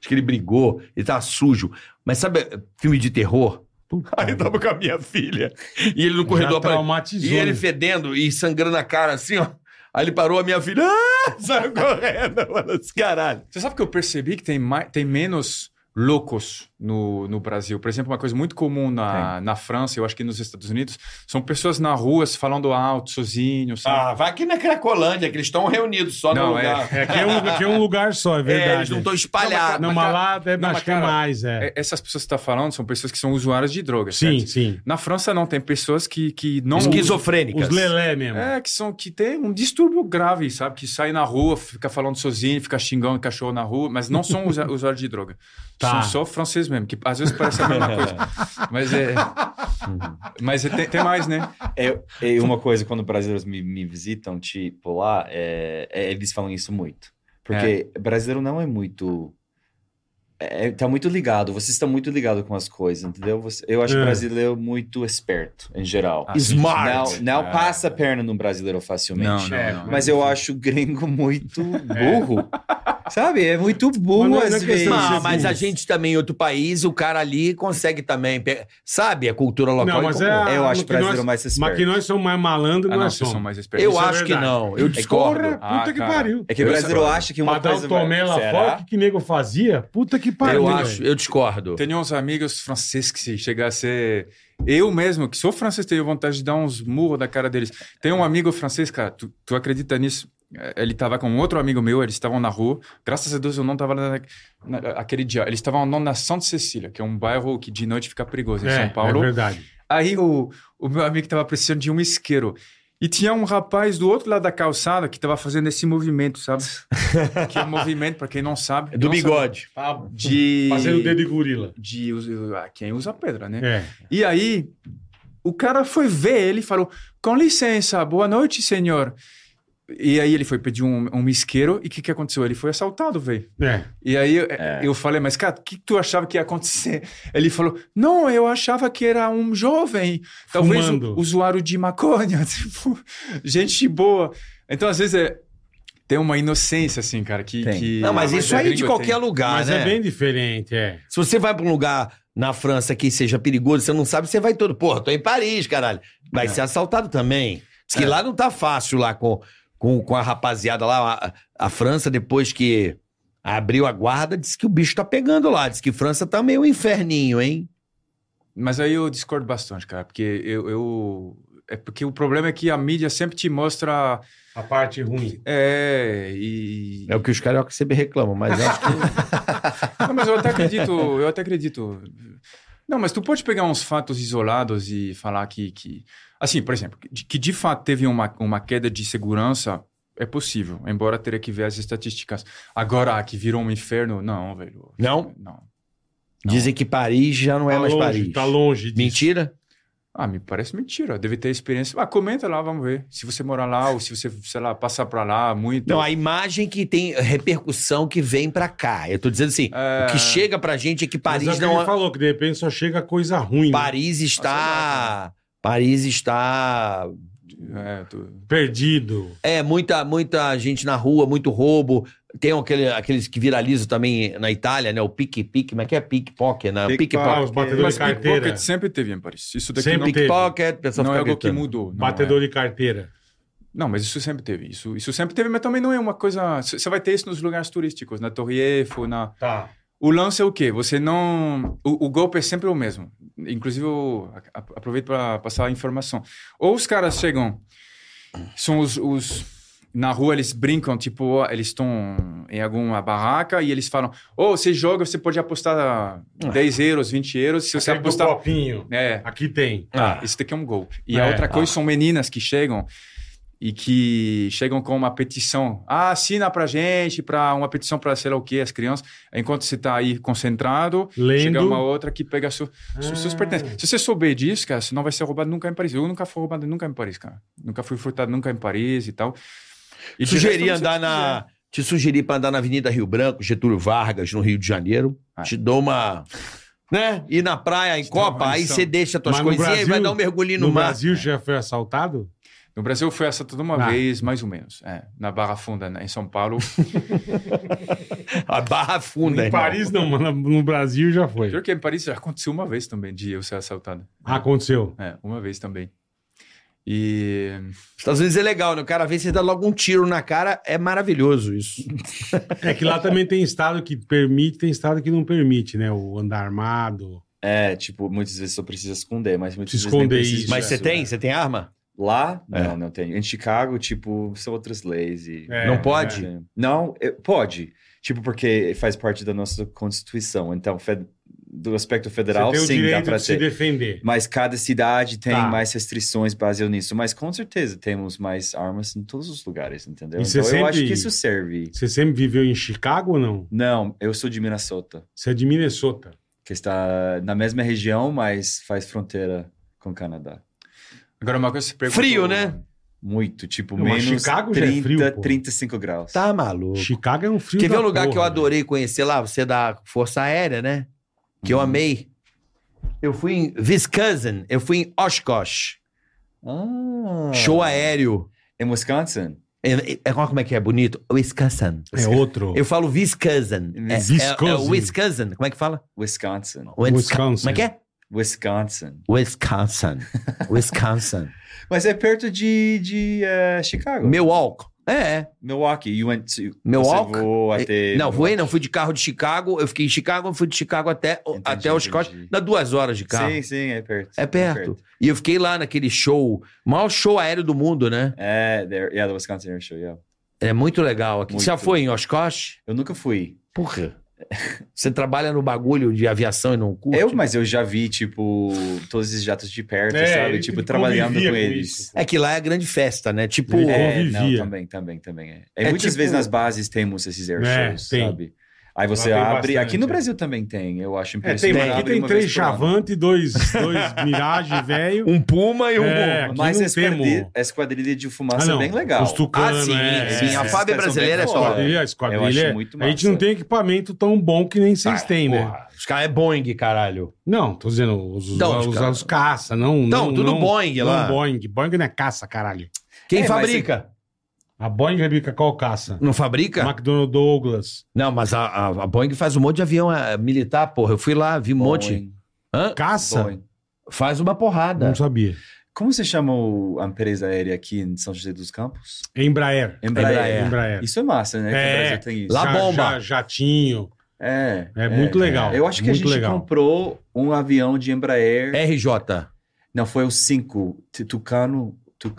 Acho que ele brigou, ele tava sujo. Mas sabe eh, filme de terror? Aí eu tava com a minha filha. E ele no Já corredor... pra- traumatizou. e ele né? fedendo e sangrando a cara assim, ó. Aí ele parou, a minha filha, ah, [LAUGHS] saiu correndo. Eu falei assim, caralho. Você sabe que eu percebi que tem, mais, tem menos loucos no, no Brasil. Por exemplo, uma coisa muito comum na, na França, eu acho que nos Estados Unidos, são pessoas na rua falando alto, sozinhos, sabe? Ah, vai aqui na Cracolândia, que eles estão reunidos só no Não, lugar. É que é, um, que é um lugar só, é verdade. É, eles não estão espalhados. Não, tá- mas lá deve Não, mas, acho que é cara, mais, é. É, Essas pessoas que você está falando são pessoas que são usuárias de drogas, sim, certo? sim. Na França não, tem pessoas que, que não... Esquizofrênicas. Os lelé mesmo. É, que são que tem um distúrbio grave, sabe? Que sai na rua, fica falando sozinho, fica xingando cachorro na rua, mas não são [LAUGHS] usa- usuários de droga. Tá. São só francês mesmo, que às vezes parece a mesma [LAUGHS] coisa. Mas é. Mas é- tem, tem mais, né? É, é uma coisa, quando brasileiros me, me visitam, tipo, lá, é- é, eles falam isso muito. Porque brasileiro não é muito. É, tá muito ligado, vocês estão muito ligados com as coisas, entendeu? Você- eu acho É. brasileiro muito esperto, em geral. Ah, Smart. Não, não É. passa a perna no brasileiro facilmente. É, Mas eu acho gringo [LAUGHS] muito burro. Sabe? É muito burro Mas não é- às não é vezes. questão de Mas, ser Ah, mas a gente também, em outro país, o cara ali consegue também. pe- Sabe a cultura local? Então, Não, e mas como- é. a- Eu acho no que brasileiro nós- mais esperto. Mas que nós somos mais malandros, Ah, não, nós vocês são somos. mais espertos. Eu Isso é acho que verdade. não. Eu discordo. Porra, puta Ah, que cara. pariu. É que o Eu- brasileiro acha que uma Pra dar coisa o vai- tomé lá Será? fora, o que, que nego fazia? Puta que pariu. eu velho. acho, eu discordo. Tenho uns amigos franceses que se chega a ser. Eu mesmo, que sou francês, tenho vontade de dar uns murros da cara deles. Tem um amigo francês, cara, tu, tu acredita nisso? Eh, Ele tava com outro amigo meu, eles estavam na rua. Graças a Deus eu não tava lá na, na- aquele dia. Eles estavam andando na Santa Cecília, que é um bairro que de noite fica perigoso em É, São Paulo. É verdade. Aí o, o meu amigo estava precisando de um isqueiro. E tinha um rapaz do outro lado da calçada que estava fazendo esse movimento, [LAUGHS] sabe? que é um movimento, para quem não sabe. Do não sabe, bigode. É de. Fazendo o dedo de gorila. de us- ah, quem usa pedra, né? É. E aí, o cara foi ver ele e falou: Com licença, boa noite, senhor. E aí ele foi pedir um, um isqueiro e o que, que aconteceu? Ele foi assaltado, velho. É. E aí eu- eu falei, mas cara, o que tu achava que ia acontecer? Ele falou, não, eu achava que era um jovem, talvez Fumando. um usuário de maconha, [LAUGHS] tipo, gente boa. Então, às vezes, é, tem uma inocência, assim, cara, que... Tem. que- Não, mas Ah, isso é aí gringo, de qualquer tem. lugar, Mas né? é bem diferente, é. Se você vai pra um lugar na França que seja perigoso, você não sabe, você vai todo. Porra, tô em Paris, caralho. Vai É. ser assaltado também. Diz que lá não tá fácil lá com, com, com a rapaziada lá. A, a França, depois que abriu a guarda, disse que o bicho tá pegando lá. Diz que França tá meio inferninho, hein? Mas aí eu discordo bastante, cara, porque eu... eu- É porque o problema é que a mídia sempre te mostra... A parte ruim. É, e... É o que os cariocas sempre reclamam, mas [LAUGHS] eu acho que. Não, mas eu até [LAUGHS] acredito, eu até acredito. Não, mas tu pode pegar uns fatos isolados e falar que, que assim, por exemplo, de- que de fato teve uma, uma queda de segurança, é possível, embora teria que ver as estatísticas. Agora, ah, que virou um inferno, não, velho. Não? Não. Dizem que Paris já não é tá mais longe, Paris. Tá longe disso. Mentira? Ah, me parece mentira. Deve ter experiência. Ah, comenta lá, vamos ver. Se você morar lá ou se você, sei lá, passar pra lá muito. Não, a imagem que tem repercussão que vem pra cá. Eu tô dizendo assim, É. o que chega pra gente é que Mas é o Paris que não ele falou que de repente só chega coisa é ruim. né? Paris está. Paris está. É, tu- Perdido. É, muita, muita gente na rua, muito roubo. Tem aquele- aqueles que viralizam também na Itália, né? O pique-pique, mas que é pickpocket, né? Pick- Ah, Pickpocket. os batedores Mas de carteira. pickpocket sempre teve em Paris. Isso daqui Sempre teve. Pickpocket, pessoal não, não é fica algo que gritando. mudou. não é. Batedor de carteira. Não, mas isso sempre teve. Isso, isso sempre teve, mas também não é uma coisa. C- Você vai ter isso nos lugares turísticos, na Torre Eiffel, na. Tá. O lance é o quê? Você não. O, o golpe é sempre o mesmo. Inclusive, eu a- a- aproveito para passar a informação. Ou os caras chegam, são os. os- na rua eles brincam, tipo, ó, eles estão em alguma barraca e eles falam: Ô, você joga, você pode apostar Ah. 10 euros, 20 euros. Se você Aquele do apostar. copinho. É, Aqui tem. Ah, ah, isso daqui é um golpe. E a É, outra coisa são meninas que chegam e que chegam com uma petição. Ah, assina pra gente, pra uma petição pra sei lá o que, as crianças. Enquanto você tá aí concentrado, Lendo. chega uma outra que pega su, su- suas Ah. pertences. Se você souber disso, cara, você não vai ser roubado nunca em Paris. Eu nunca fui roubado nunca em Paris, cara. Nunca fui furtado nunca em Paris e tal. E de sugeri resto, você andar quiser. na. Te sugeri pra andar na Avenida Rio Branco, Getúlio Vargas, no Rio de Janeiro. Ah. Te dou uma. Né? Ir na praia, em dou uma Copa, aí lição. você deixa tuas Mas no coisinhas e Brasil- vai dar um mergulhinho no, No mar. Brasil já foi assaltado? No Brasil foi essa toda uma Ah. vez, mais ou menos. É, na Barra Funda, né, em São Paulo. A barra funda, Em irmão. Paris não, mas no Brasil já foi. Juro que em Paris já aconteceu uma vez também de eu ser assaltado. Aconteceu. É, uma vez também. E Estados Unidos é legal, né? O cara vê você dá logo um tiro na cara, é maravilhoso isso. É que lá também tem estado que permite, tem estado que não permite, né? O andar armado. É, tipo, muitas vezes só precisa esconder, mas muitas Se vezes nem esconder precisa isso. é. Mas você disso, tem? né? Você tem arma? Lá? É. Não, não tem. Em Chicago, tipo, são outras leis e... É, Não pode? Sim. Não, eh, pode. Tipo, porque faz parte da nossa Constituição. Então, fe- do aspecto federal, você tem o sim, dá direito pra de se ter. defender. Mas cada cidade tem Tá. mais restrições baseado nisso. Mas com certeza temos mais armas em todos os lugares, entendeu? E você então, eu sempre- acho que isso serve. Você sempre viveu em Chicago ou não? Não, eu sou de Minnesota, Você é de Minnesota. que está na mesma região, mas faz fronteira com o Canadá. agora uma coisa que você perguntou... Frio, né? Muito, tipo, Não, mas menos Chicago já é 30, frio, pô. 35 graus. Tá maluco. Chicago é um frio Quer ver da um lugar porra, que eu adorei conhecer lá? Você da Força Aérea, né? Que eu amei. Eu fui em Wisconsin, eu fui em Oshkosh. Ah. Show aéreo. Em Wisconsin? É, é- é- como é que é? Bonito? Wisconsin. velho. É outro. Eu falo Wisconsin. É- É, é, Wisconsin. Wisconsin. Como é que fala? Wisconsin. Wisconsin. Como é que é? Wisconsin. Wisconsin. Wisconsin. Mas é perto de, de eh, Chicago. Milwaukee. É, é. Milwaukee. You went to, Milwaukee? É, Você voou até... Não, voei, não. Fui de carro de Chicago. Eu fiquei em Chicago, fui de Chicago até, Entendi, até os entendi. Costa. Dá duas horas de carro. Sim, sim, é perto. É perto. E eu fiquei lá naquele show, maior show aéreo do mundo, né? É, there, yeah, the Wisconsin Air Show, yeah. É muito legal aqui. Muito. Você já foi em Oshkosh? Eu nunca fui. Porra. [LAUGHS] Você trabalha no bagulho de aviação e não curte? Eu, mas eu já vi, tipo, todos esses jatos de perto, É, sabe? ele Tipo, trabalhando com convivia com eles. isso. É que lá é grande festa, né? Tipo, Ele É, não, Convivia. também, também, também. É. É, É muitas tipo- vezes nas bases temos esses air É, shows, tem. sabe? Aí você tem abre. bastante, aqui no é. Brasil também tem, eu acho É, tem, impressionante. mas aqui Abre tem uma três vez por ano. Chavante, dois, dois [LAUGHS] Mirage, velho. um puma e um... É, aqui Mas não essa esquadrilha, temos. a esquadrilha de fumaça Ah, não. é bem legal. Os tucanos, Ah, sim, é, sim. é. A Fábia brasileira é A só. esquadrilha, a esquadrilha Eu é- acho muito A gente não massa. Ah, tem equipamento tão bom que nem vocês têm, né? Tá, Porra, Os caras é Boeing, caralho. Não, tô dizendo os, os, Então, os- os cara- os caça, não. Então, não, tudo não, Boeing não lá. Boeing. Boeing não é caça, caralho. Quem É, mas fabrica? A Boeing fabrica qual caça? Não fabrica? McDonnell Douglas. Não, mas a, a, a Boeing faz um monte de avião eh, militar, porra. Eu fui lá, vi um monte. Boeing, Hã? Caça? Boeing. Faz uma porrada. Não sabia. Como se chama o- a empresa aérea aqui em São José dos Campos? Embraer. Embraer. Embraer. Isso é massa, né? Que É. o Brasil tem isso. Lá- Ja- bomba. ja- jatinho. É, É muito legal, Eu acho que muito a gente legal. É. comprou um avião de Embraer. RJ. Não, foi o 5. Tucano.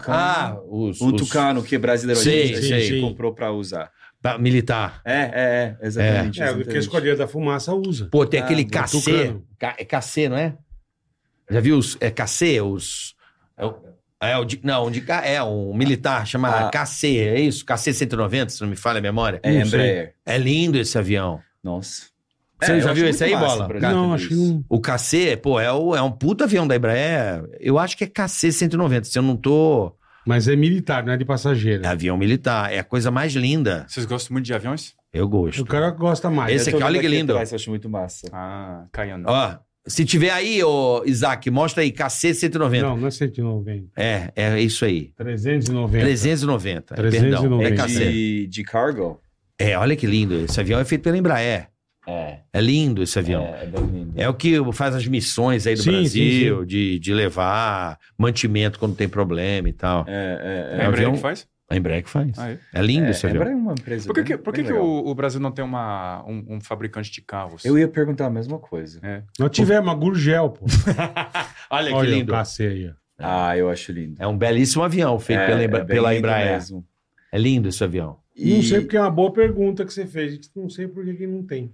Ah, Tucano. os, um os- Tucano que é brasileiro. Sim, a gente, a sim, gente sim. comprou pra usar. Pra- militar. É, é, é. Exatamente. É, o que a exatamente. escolha da fumaça usa. Pô, tem Ah, aquele do KC. Tucano. Ca- É KC, não é? Já viu os. É KC? Os. É, o- é o de, não, um de, ca- é um militar, chama Ah. KC, é isso? KC 190, se não me falha a memória. É Não sei. Embraer. É lindo esse avião. Nossa. Você É, já eu viu acho esse muito aí, massa, Bola? por exemplo, Não, acho que isso. não. O KC, pô, é, o- é um puta avião da Embraer. Eu acho que é KC 190, se eu não tô. Mas é militar, não é de passageiro. É avião militar, é a coisa mais linda. Vocês gostam muito de aviões? Eu gosto. O cara gosta mais. Esse Eu tô aqui, olha vendo que lindo. atrás, eu acho muito massa. Ah, Cayenne. Ó, se tiver aí, ô, Isaac, mostra aí, KC 190. Não, não é 190. É, é isso aí. 390. 390. 390. Perdão, é KC. de, de cargo. É, olha que lindo. Esse avião é feito pela Embraer. É, É lindo esse é, avião. é bem lindo. É, o que faz as missões aí do Sim, Brasil, sim, De, de levar mantimento quando tem problema e tal. É, É é, é. a Embraer avião- que faz? A Embraer que faz. Ah, é. É lindo É, esse avião. Embraer é uma empresa. Por que, que- bem- por que, bem que legal. o, o Brasil não tem uma, um, um fabricante de carros? Eu ia perguntar a mesma É. coisa. Nós tivemos uma Gurgel, pô. [LAUGHS] Olha que Olha lindo. o KC aí. ó. Ah, eu acho lindo. É um belíssimo avião feito É, pela, é Embra- bem pela lindo Embraer. mesmo. É lindo esse avião. E, Não sei porque é uma boa pergunta que você fez. Não sei por que que não tem.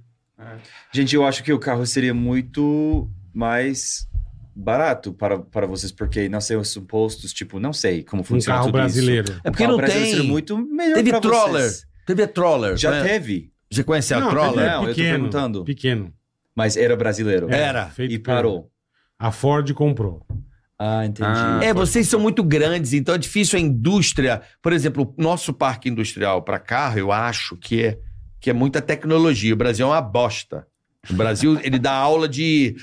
Gente, eu acho que o carro seria muito mais barato para, para vocês, porque não sei os impostos, tipo, não sei como Um funciona carro tudo brasileiro. isso. É porque O carro não brasileiro tem. seria muito melhor Teve pra troller. vocês. Teve a Troller. Já né? teve. Já conheceu a Não, Troller? teve- Não, é. eu tô é pequeno, perguntando. Pequeno. Mas era brasileiro. É. Era. Feito E pelo- parou. A Ford comprou. Ah, entendi. Ah. É, vocês são muito grandes, então é difícil a indústria. Por exemplo, o nosso parque industrial para carro, eu acho que é, que é muita tecnologia. O Brasil é uma bosta. O Brasil, [LAUGHS] ele dá aula de.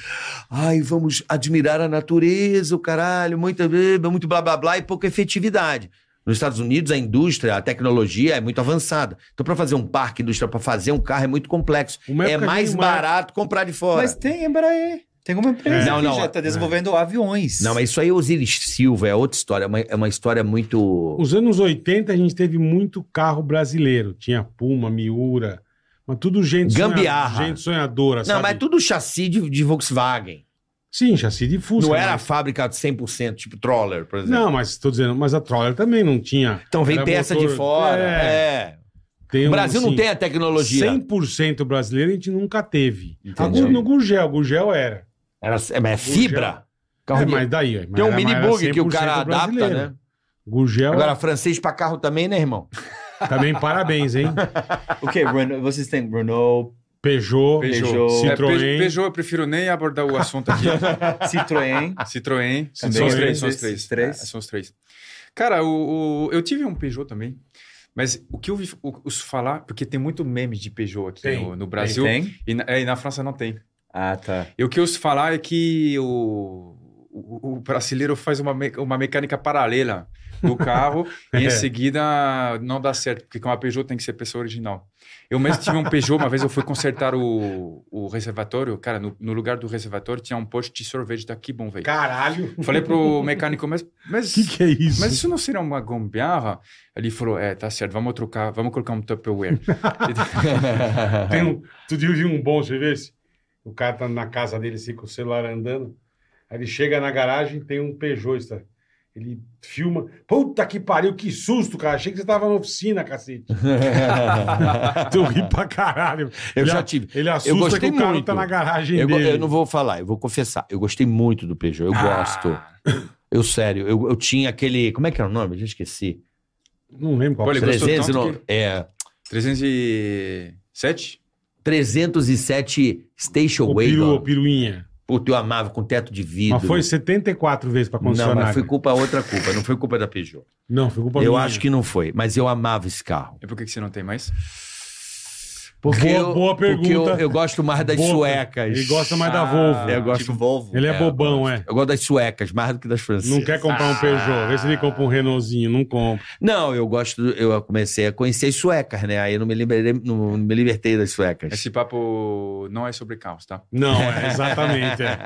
Ai, vamos admirar a natureza, o caralho, muita, muito blá blá blá e pouca efetividade. Nos Estados Unidos, a indústria, a tecnologia é muito avançada. Então, para fazer um parque industrial, para fazer um carro, é muito complexo. Uma É época mais que uma- barato comprar de fora. Mas tem Embraer. Tem uma empresa É. que Não, não, já está desenvolvendo aviões. Não, mas isso aí é Osiris Silva, é outra história. É uma, é uma história muito. Os anos 80 a gente teve muito carro brasileiro. Tinha Puma, Miura, mas tudo gente sonha- Gambiarra. gente sonhadora, Não, sabe? mas é tudo chassi de, de Volkswagen. Sim, chassi de Fusca. não era a mas... fábrica de 100%, tipo Troller, por exemplo. né? Não, mas tô dizendo, mas a Troller também não tinha. Então vem Era peça motor- de fora. É. É. Tem O um, Brasil não assim, tem a tecnologia. 100% brasileiro a gente nunca teve. Entendi. Algum- No Gurgel, Gurgel era. Era, é, mas é fibra. Carro É, de- mas daí, mas Tem um era- mas mini era bug que o 100% cara adapta, brasileiro. Então- né? Gurgel, Agora, francês pra carro também, [LAUGHS] né, irmão? também parabéns, hein? O quê? Renault- Vocês têm [LAUGHS] Renault, Peugeot, Peugeot. É, Citroën. Pe- Peugeot, eu prefiro nem abordar o assunto [LAUGHS] aqui. Citroën. Citroën. São Citroën. os três, são os três. Esses três. Ah, são os três. Cara, o, o- eu tive um Peugeot também. Mas o que eu vi o- os falar, porque tem muito meme de Peugeot aqui Tem. no, no Brasil. Tem, tem? E, na, é, e na França não tem. Ah, tá. E o que eu ouço falar é que o, o, o brasileiro faz uma, me- uma mecânica paralela do carro e em É. seguida não dá certo, porque com a Peugeot tem que ser pessoa original. Eu mesmo tive um Peugeot, uma vez eu fui consertar o, o reservatório, cara, no, no lugar do reservatório tinha um posto de sorvete daqui, bom, velho. Caralho. Falei pro mecânico, mas, mas, O que, que é isso? mas isso não seria uma gambiarra? Ele falou, é, tá certo, vamos trocar, vamos colocar um Tupperware. é. Tem um, tu viu viu um bom, você vê esse? O cara tá na casa dele, assim, com o celular andando. Aí ele chega na garagem tem um Peugeot, está? Ele filma. Puta que pariu, que susto, cara. Achei que você tava na oficina, cacete. [LAUGHS] tu ri pra caralho. Eu Ele já a- tive. Ele assusta Eu gostei que o cara muito. tá na garagem Eu, go- dele. eu não vou falar, eu vou confessar. Eu gostei muito do Peugeot, Ah. eu gosto. Eu, sério, eu, eu tinha aquele. Como é que era o nome? Eu já esqueci. Não lembro qual Olha, que é. gostou tanto 300, e no- que- é, 307? 307 Station O Wagon. peru, o peruinha. Puta, eu amava com teto de vidro. Mas foi 74 vezes pra Não, concessionária. mas foi culpa outra culpa, não foi culpa da Peugeot. Não, foi culpa eu minha. acho que não foi, mas eu amava esse carro. E por que, que você não tem mais? Boa- eu, boa Porque eu, pergunta. eu gosto mais das Boa- suecas. Ele gosta mais da Ah, Volvo. Eu gosto- Tipo Volvo. Ele é, É, bobão, é. Eu gosto das suecas, mais do que das francesas. Não quer comprar Ah. um Peugeot. Vê se ele compra um Renaultzinho. Não compra. Não, eu gosto. do- Eu comecei a conhecer as suecas, né? Aí eu não me, liberei, não, não me libertei das suecas. Esse papo não é sobre carros, tá? Não, [LAUGHS] é, exatamente. é.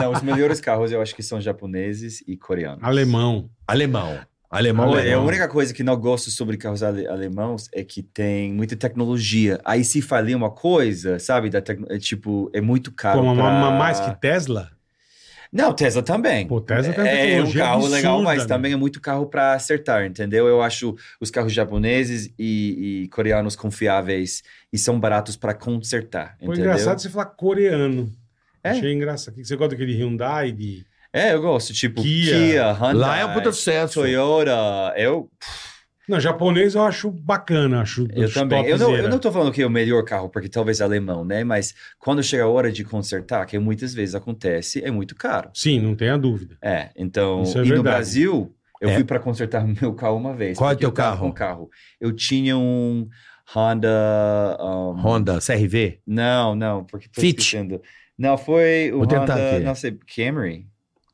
Não, os melhores carros eu acho que são japoneses e coreanos. Alemão. [LAUGHS] Alemão. Alemão Olha, um é. né? a única coisa que não gosto sobre carros ale alemãos é que tem muita tecnologia. Aí se falha uma coisa, sabe? Da tecno- é, tipo, é muito caro. Como uma, pra- uma mais que Tesla? é Não, Tesla também. Pô, Tesla tem uma é, é um tecnologia carro absurda, legal, mas né? também é muito carro para acertar, entendeu? Eu acho os carros japoneses e, e coreanos confiáveis e são baratos para consertar, Foi entendeu? engraçado você falar coreano. É. Achei engraçado. O que Você gosta daquele Hyundai? De... É, eu gosto. Tipo, Kia. Kia, Hyundai, Lá é um puta sucesso. Toyota. Eu, Não, japonês eu acho bacana. Acho eu acho também. Eu não, topzera. eu não tô falando que é o melhor carro, porque talvez é alemão, né? Mas quando chega a hora de consertar, que muitas vezes acontece, é muito caro. Sim, não tenha dúvida. É, então. Isso é e no verdade. Brasil, eu É. fui para consertar [LAUGHS] o meu carro uma vez. Qual é porque teu eu tava carro? Com carro. Eu tinha um Honda. um, Honda, CRV. Não, não, porque tô Fit. esquecendo. Não, foi o Vou tentar Honda. aqui. Não sei, Camry.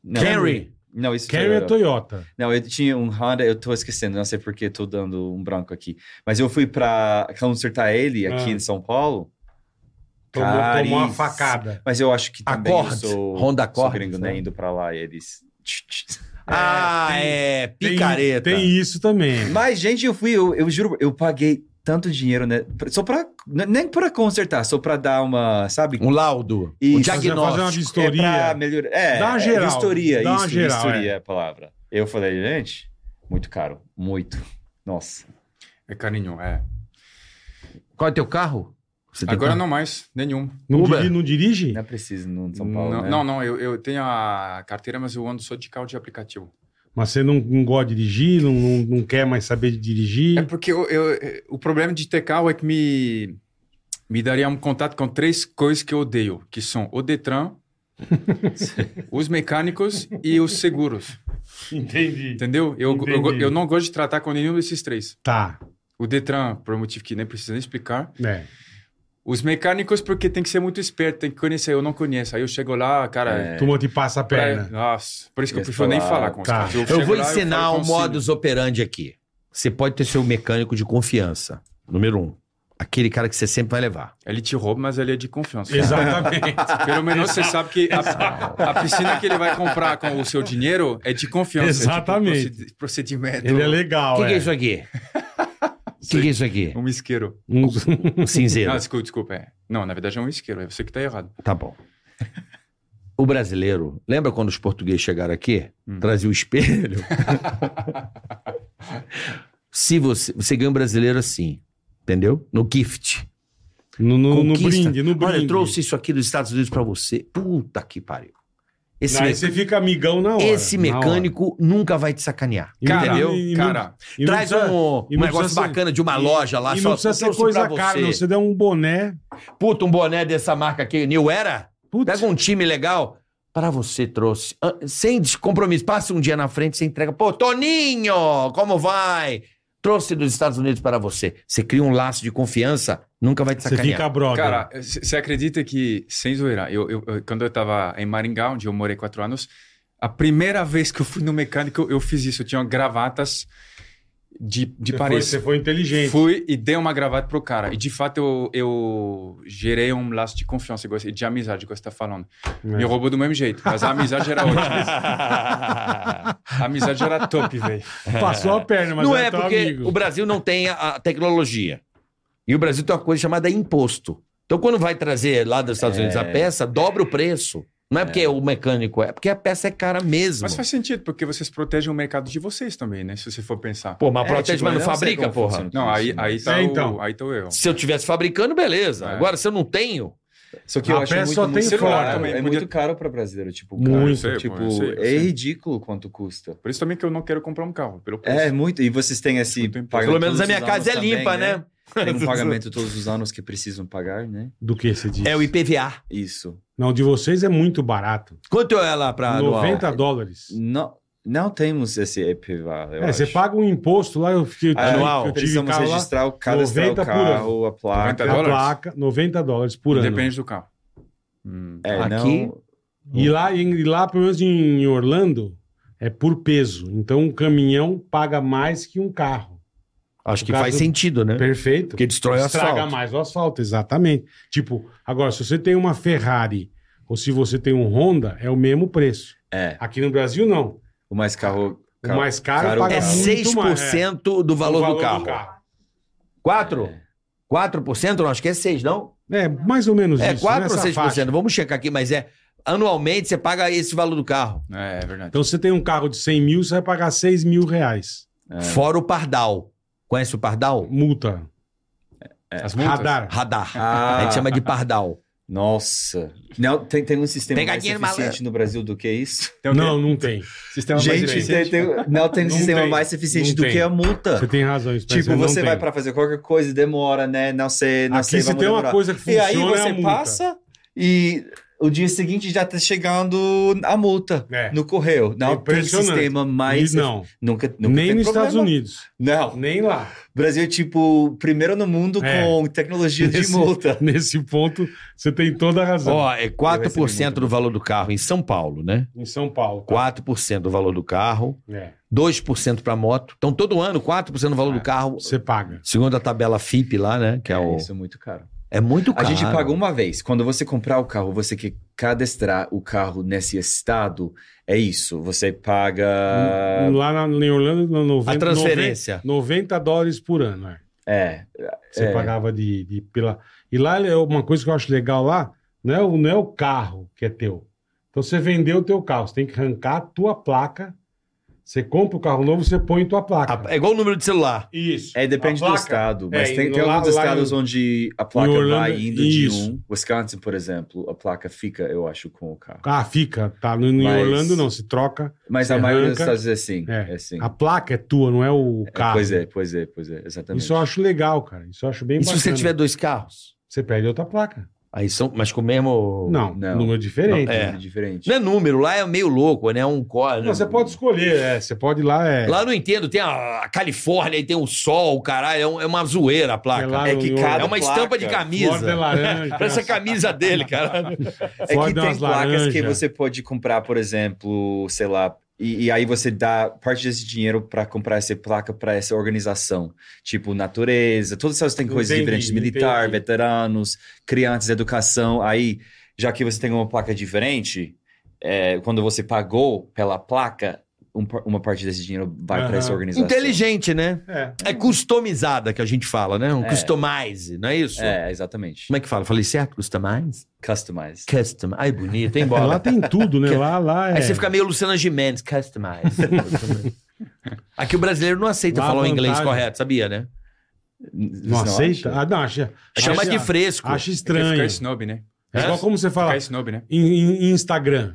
Não, Camry. Não, isso Carrier Toyota. é Toyota. Não, eu tinha um Honda, eu tô esquecendo, não sei porque tô dando um branco aqui. Mas eu fui pra consertar ele aqui Ah. em São Paulo. Tomou, tomou uma Caríssimo. facada. Mas eu acho que também Accord, eu sou, Honda sou Accord, gringo, né? né? Indo pra lá e eles... [LAUGHS] ah, tem- é. Tem- Picareta. Tem, isso também. Mas, gente, eu fui, eu, eu juro, eu paguei tanto dinheiro, né? pra- Só pra... n- Nem pra consertar, só pra dar uma, sabe? Um laudo. Isso. Um Fazer- fazer uma diagnóstico. vistoria. É, pra melhorar. É, Dá uma é, geral, vistoria, dá uma isso, geral, vistoria é. é a palavra. Eu falei, gente, muito caro, muito. Nossa. É carinho, é. Qual é teu carro? Você tem Agora carro? não mais, nenhum. Não, Uber. diri- não dirige? Não é preciso no São Paulo, não, né? não, não, eu, eu tenho a carteira, mas eu ando só de carro de aplicativo. Mas você não, não gosta de dirigir, não, não, não quer mais saber de dirigir. [LAUGHS] É porque eu, eu- eh, o problema de ter carro é que me, me daria um contato com três coisas que eu odeio, que são o Detran, os mecânicos e os seguros, Entendi. entendeu? Eu, eu, go- Entendi. eu não gosto de tratar com nenhum desses três. Tá. O Detran, por um motivo que nem precisa nem explicar. É. Os mecânicos, porque tem que ser muito esperto, tem que conhecer, eu não conheço. Aí eu chego lá, cara... É. Turma te passa a pra- [LAUGHS] perna. Nossa, por isso que eu Ia prefiro nem falar, falar com os tá. caras. Eu chego vou lá, falo ensinar com um os modus operandi aqui. Você pode ter seu mecânico de confiança. Número um. Aquele cara que você sempre vai levar. Ele te rouba, mas ele é de confiança. Exatamente. Pelo menos você sabe que a, a piscina que ele vai comprar com o seu dinheiro é de confiança. é tipo Exatamente. procedi- [LAUGHS] procedimento. Ele é O legal, que, que é é. isso aqui? O que, que é isso aqui? Um isqueiro. Uns- [LAUGHS] Um cinzeiro. Ah, desculpa, desculpa. é. Não, na verdade é um isqueiro. É você que tá errado. Tá bom. O brasileiro, lembra quando os portugueses chegaram aqui? Hum. Trazia o espelho. Se você, você ganha um brasileiro assim, entendeu? No gift. No, no, no Conquista. brinde, no brinde. Olha, eu trouxe isso aqui dos Estados Unidos pra você. Puta que pariu. Esse, Aí me- você fica amigão na hora. esse na hora. mecânico nunca vai te sacanear. E não- entendeu? e não- Cara, e não Traz precisa- e um, um não negócio precisa ser- bacana de uma e- loja lá e só. não precisa eu ser trouxe coisa pra cara, você. não. Você der um boné. Puta, um boné dessa marca aqui, New Era. Putz, Pega um time legal. Para você trouxe. Ah, Sem compromisso. Passa um dia na frente, você entrega. Pô, Toninho, como vai? Trouxe dos Estados Unidos para você. Você cria um laço de confiança, nunca vai te você sacanear. fica brother. cara, c- você acredita que, sem zoeira, eu, eu- eu- quando eu tava em Maringá, onde eu morei quatro anos, a primeira vez que eu fui no mecânico, eu fiz isso. Eu tinha gravatas de, de você, foi, Paris. você foi inteligente. Fui e dei uma gravata pro cara. E de fato eu, eu gerei um laço de confiança igual esse- de amizade, igual você tá falando. Me roubou do mesmo jeito, mas a amizade [LAUGHS] era outra. a amizade era top, velho. [LAUGHS] Passou a perna, mas não era é teu porque amigo. o Brasil não tem a, a tecnologia. E o Brasil tem uma coisa chamada imposto. Então, quando vai trazer lá dos Estados Unidos a É. peça, dobra o preço. Não é porque o mecânico é, porque a peça é cara mesmo. Mas faz sentido, porque vocês protegem o mercado de vocês também, né? Se você for pensar. Pô, mas É, protege, tipo, mas eu não sei fabrica, como porra. funciona Não, isso, aí, né? aí, tá É, o, então. aí tá o erro. Se eu tivesse fabricando, beleza. É. Agora, se eu não tenho, Só que A eu acho peça muito, só muito tem celular fora. também. É Podia- muito caro pra brasileiro, tipo, Muito. cara, Eu sei, pô, tipo, eu sei, eu é sei. ridículo quanto custa. Por isso também que eu não quero comprar um carro, pelo preço. É muito. E vocês têm esse. Muito imposto. pagamento pelo menos a todos minha os casa é anos também, limpa, né? [LAUGHS] Tem um pagamento todos os anos que precisam pagar, né? Do que você disse? É o IPVA. Isso. Não, de vocês é muito barato. Quanto é lá pra anual? 90 dólares. Não, não temos esse EPVA. Eu É, você acho. paga um imposto lá, eu fiquei Ah, É. anual. Eu tive Precisamos carro lá, registrar o cadastrar o 90 por carro, a placa. 90 a dólares? placa, 90 dólares por ano. Independente do carro. Hum. É, Aqui- não. E lá, em- e lá, pelo menos em Orlando, é por peso. Então, um caminhão paga mais que um carro. Acho que Por causa faz do- sentido, né? Perfeito. Porque destrói o Estraga asfalto. mais o asfalto, exatamente. Tipo, agora, se você tem uma Ferrari ou se você tem um Honda, é o mesmo preço. É. Aqui no Brasil, não. O mais carro. O carro- mais É, caro caro- paga É Muito mais, 6% do valor, do carro. 4? 4%? Não, acho que é 6, não? É, mais ou menos é isso. 4 ou nessa 6%. faixa. Vamos checar aqui, mas é anualmente você paga esse valor do carro. É, é verdade. Então, se você tem um carro de 100 mil, você vai pagar 6 mil reais. Fora o Pardal. Conhece o Pardal? Multa. É, As multas. Radar. Radar. Ah. A gente chama de Pardal. Nossa. Não, tem, tem um sistema Pegadinha do mais eficiente malandro. no Brasil do que isso? Tem o quê? Não, não tem. Sistema Gente, mais eficiente. tem- tem- não tem um Não sistema tem. mais eficiente Não do tem. que a multa. Você tem razão, Spencer, Tipo, não você tem. vai pra fazer qualquer coisa e demora, né? Não sei, não sei, Aqui se vamos tem uma demorar. coisa que E funciona aí é a você multa. passa e o dia seguinte já tá chegando a multa É. no correio. Não tem Impressionante. sistema mais... E não. Nunca, nunca Nem tem nos problema. Estados Unidos. Não. Nem lá. [LAUGHS] Brasil é, tipo, primeiro no mundo É. com tecnologia de Nesse- multa. Nesse ponto, você tem toda a razão. Ó, é 4% muito do valor do carro em São Paulo, né? Em São Paulo. tá? 4% do valor do carro, É, 2% pra moto. Então, todo ano, 4% do valor do carro, você paga. segundo a tabela FIP lá, né? Que é, o... É, isso é muito caro. é muito A caro. gente paga um uma vez. Quando você comprar o carro, você quer cadastrar o carro nesse estado, é isso. Você paga... Lá na, em Orlando, no 90, A transferência. 90, 90 dólares por ano. é. É. Você É. pagava de, de pela. E lá é uma coisa que eu acho legal lá, não é, o- não é o carro que é teu. Então você vendeu o teu carro, você tem que arrancar a tua placa Você compra o carro novo, você põe tua placa. A- É igual o número de celular. Isso. É, depende A do placa- estado. Mas É, tem, e tem lá- alguns lá estados em- onde a placa Orlando- vai indo isso. de um. Wisconsin, por exemplo, a placa fica, eu acho, com o carro. Ah, fica, tá? No, em Mas- Orlando não, se troca. Mas a Você maioria dos arranca. estados é assim. É. É, assim. A placa é tua, não é o É, carro. Pois é, pois é, pois é, exatamente. Isso eu acho legal, cara. Isso eu acho bem E se você bacana. tiver dois carros? Você perde outra placa. Aí são, mas com o mesmo. Não, Não. número diferente. Não, é. é diferente. Não é número, lá é meio louco, né? É um código. Não, você pode escolher, é. Você pode ir lá, é. Lá eu não entendo, tem a, a Califórnia e tem o sol, o caralho, é, um- é uma zoeira a É placa. É, lá no- que no- cada é uma estampa placa, de Borda é camisa. [LAUGHS] laranja. Parece a camisa dele, cara. É Ford que dá tem umas placas laranja. que você pode comprar, por exemplo, sei lá, e, e aí você dá parte desse dinheiro para comprar essa placa para essa organização, tipo natureza, todas essas tem coisas Entendi, diferentes, militar, entendi. veteranos, crianças, educação. Aí, já que você tem uma placa diferente, é, quando você pagou pela placa, um par- uma parte desse dinheiro vai para essa Aham. organização. Inteligente, né? É. É customizada que a gente fala, né? Um É. customize, não é isso? É, exatamente. Como é que fala? Falei certo? Customize? Customize. Custom. Ai, bonito, hein, Lá bola? tem tudo, né? Lá, lá é. Aí você fica meio Luciana Gimenez, customize. [LAUGHS] Aqui o brasileiro não aceita Lá a falar o inglês vantagem- correto, sabia, né? Não assim, aceita? Ah, não, acha. Chama acha- de fresco. Acho Porque estranho. Fica snob, né? É igual como você fala Fica snob, né? em, em- em Instagram.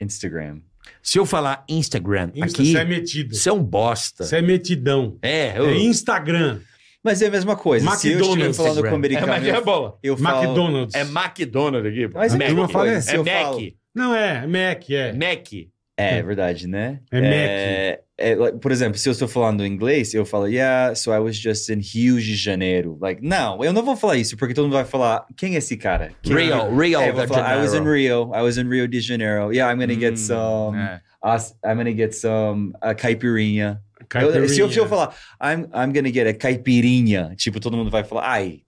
Instagram. Se eu falar Instagram Insta, aqui, Você é metido. você é um bosta. Você é metidão. É, eu... É Instagram. Mas é a mesma coisa. Se eu estiver McDonald's, falando Instagram. com um americano, mas é eu, bola. eu falo... McDonald's. É McDonald's aqui. pô. Mas é a Mac. mesma coisa. É Se É eu Mac. falo- Não, é. Mac, é. Mac. É, é verdade, né? É Mac. é, like, por exemplo, se eu estou falando inglês, eu falo, yeah, so I was just in Rio de Janeiro. Like, não, eu não vou falar isso, porque todo mundo vai falar, quem é esse cara? Quem é? Rio, Rio É, eu da vou falar, I was in Janeiro. Rio, I was in Rio de Janeiro. Yeah, I'm gonna get some, É. us- I'm gonna get some uh, caipirinha. Eu- Caipirinha. se, eu, se eu falar, I'm, I'm gonna get a caipirinha, tipo, todo mundo vai falar, ai.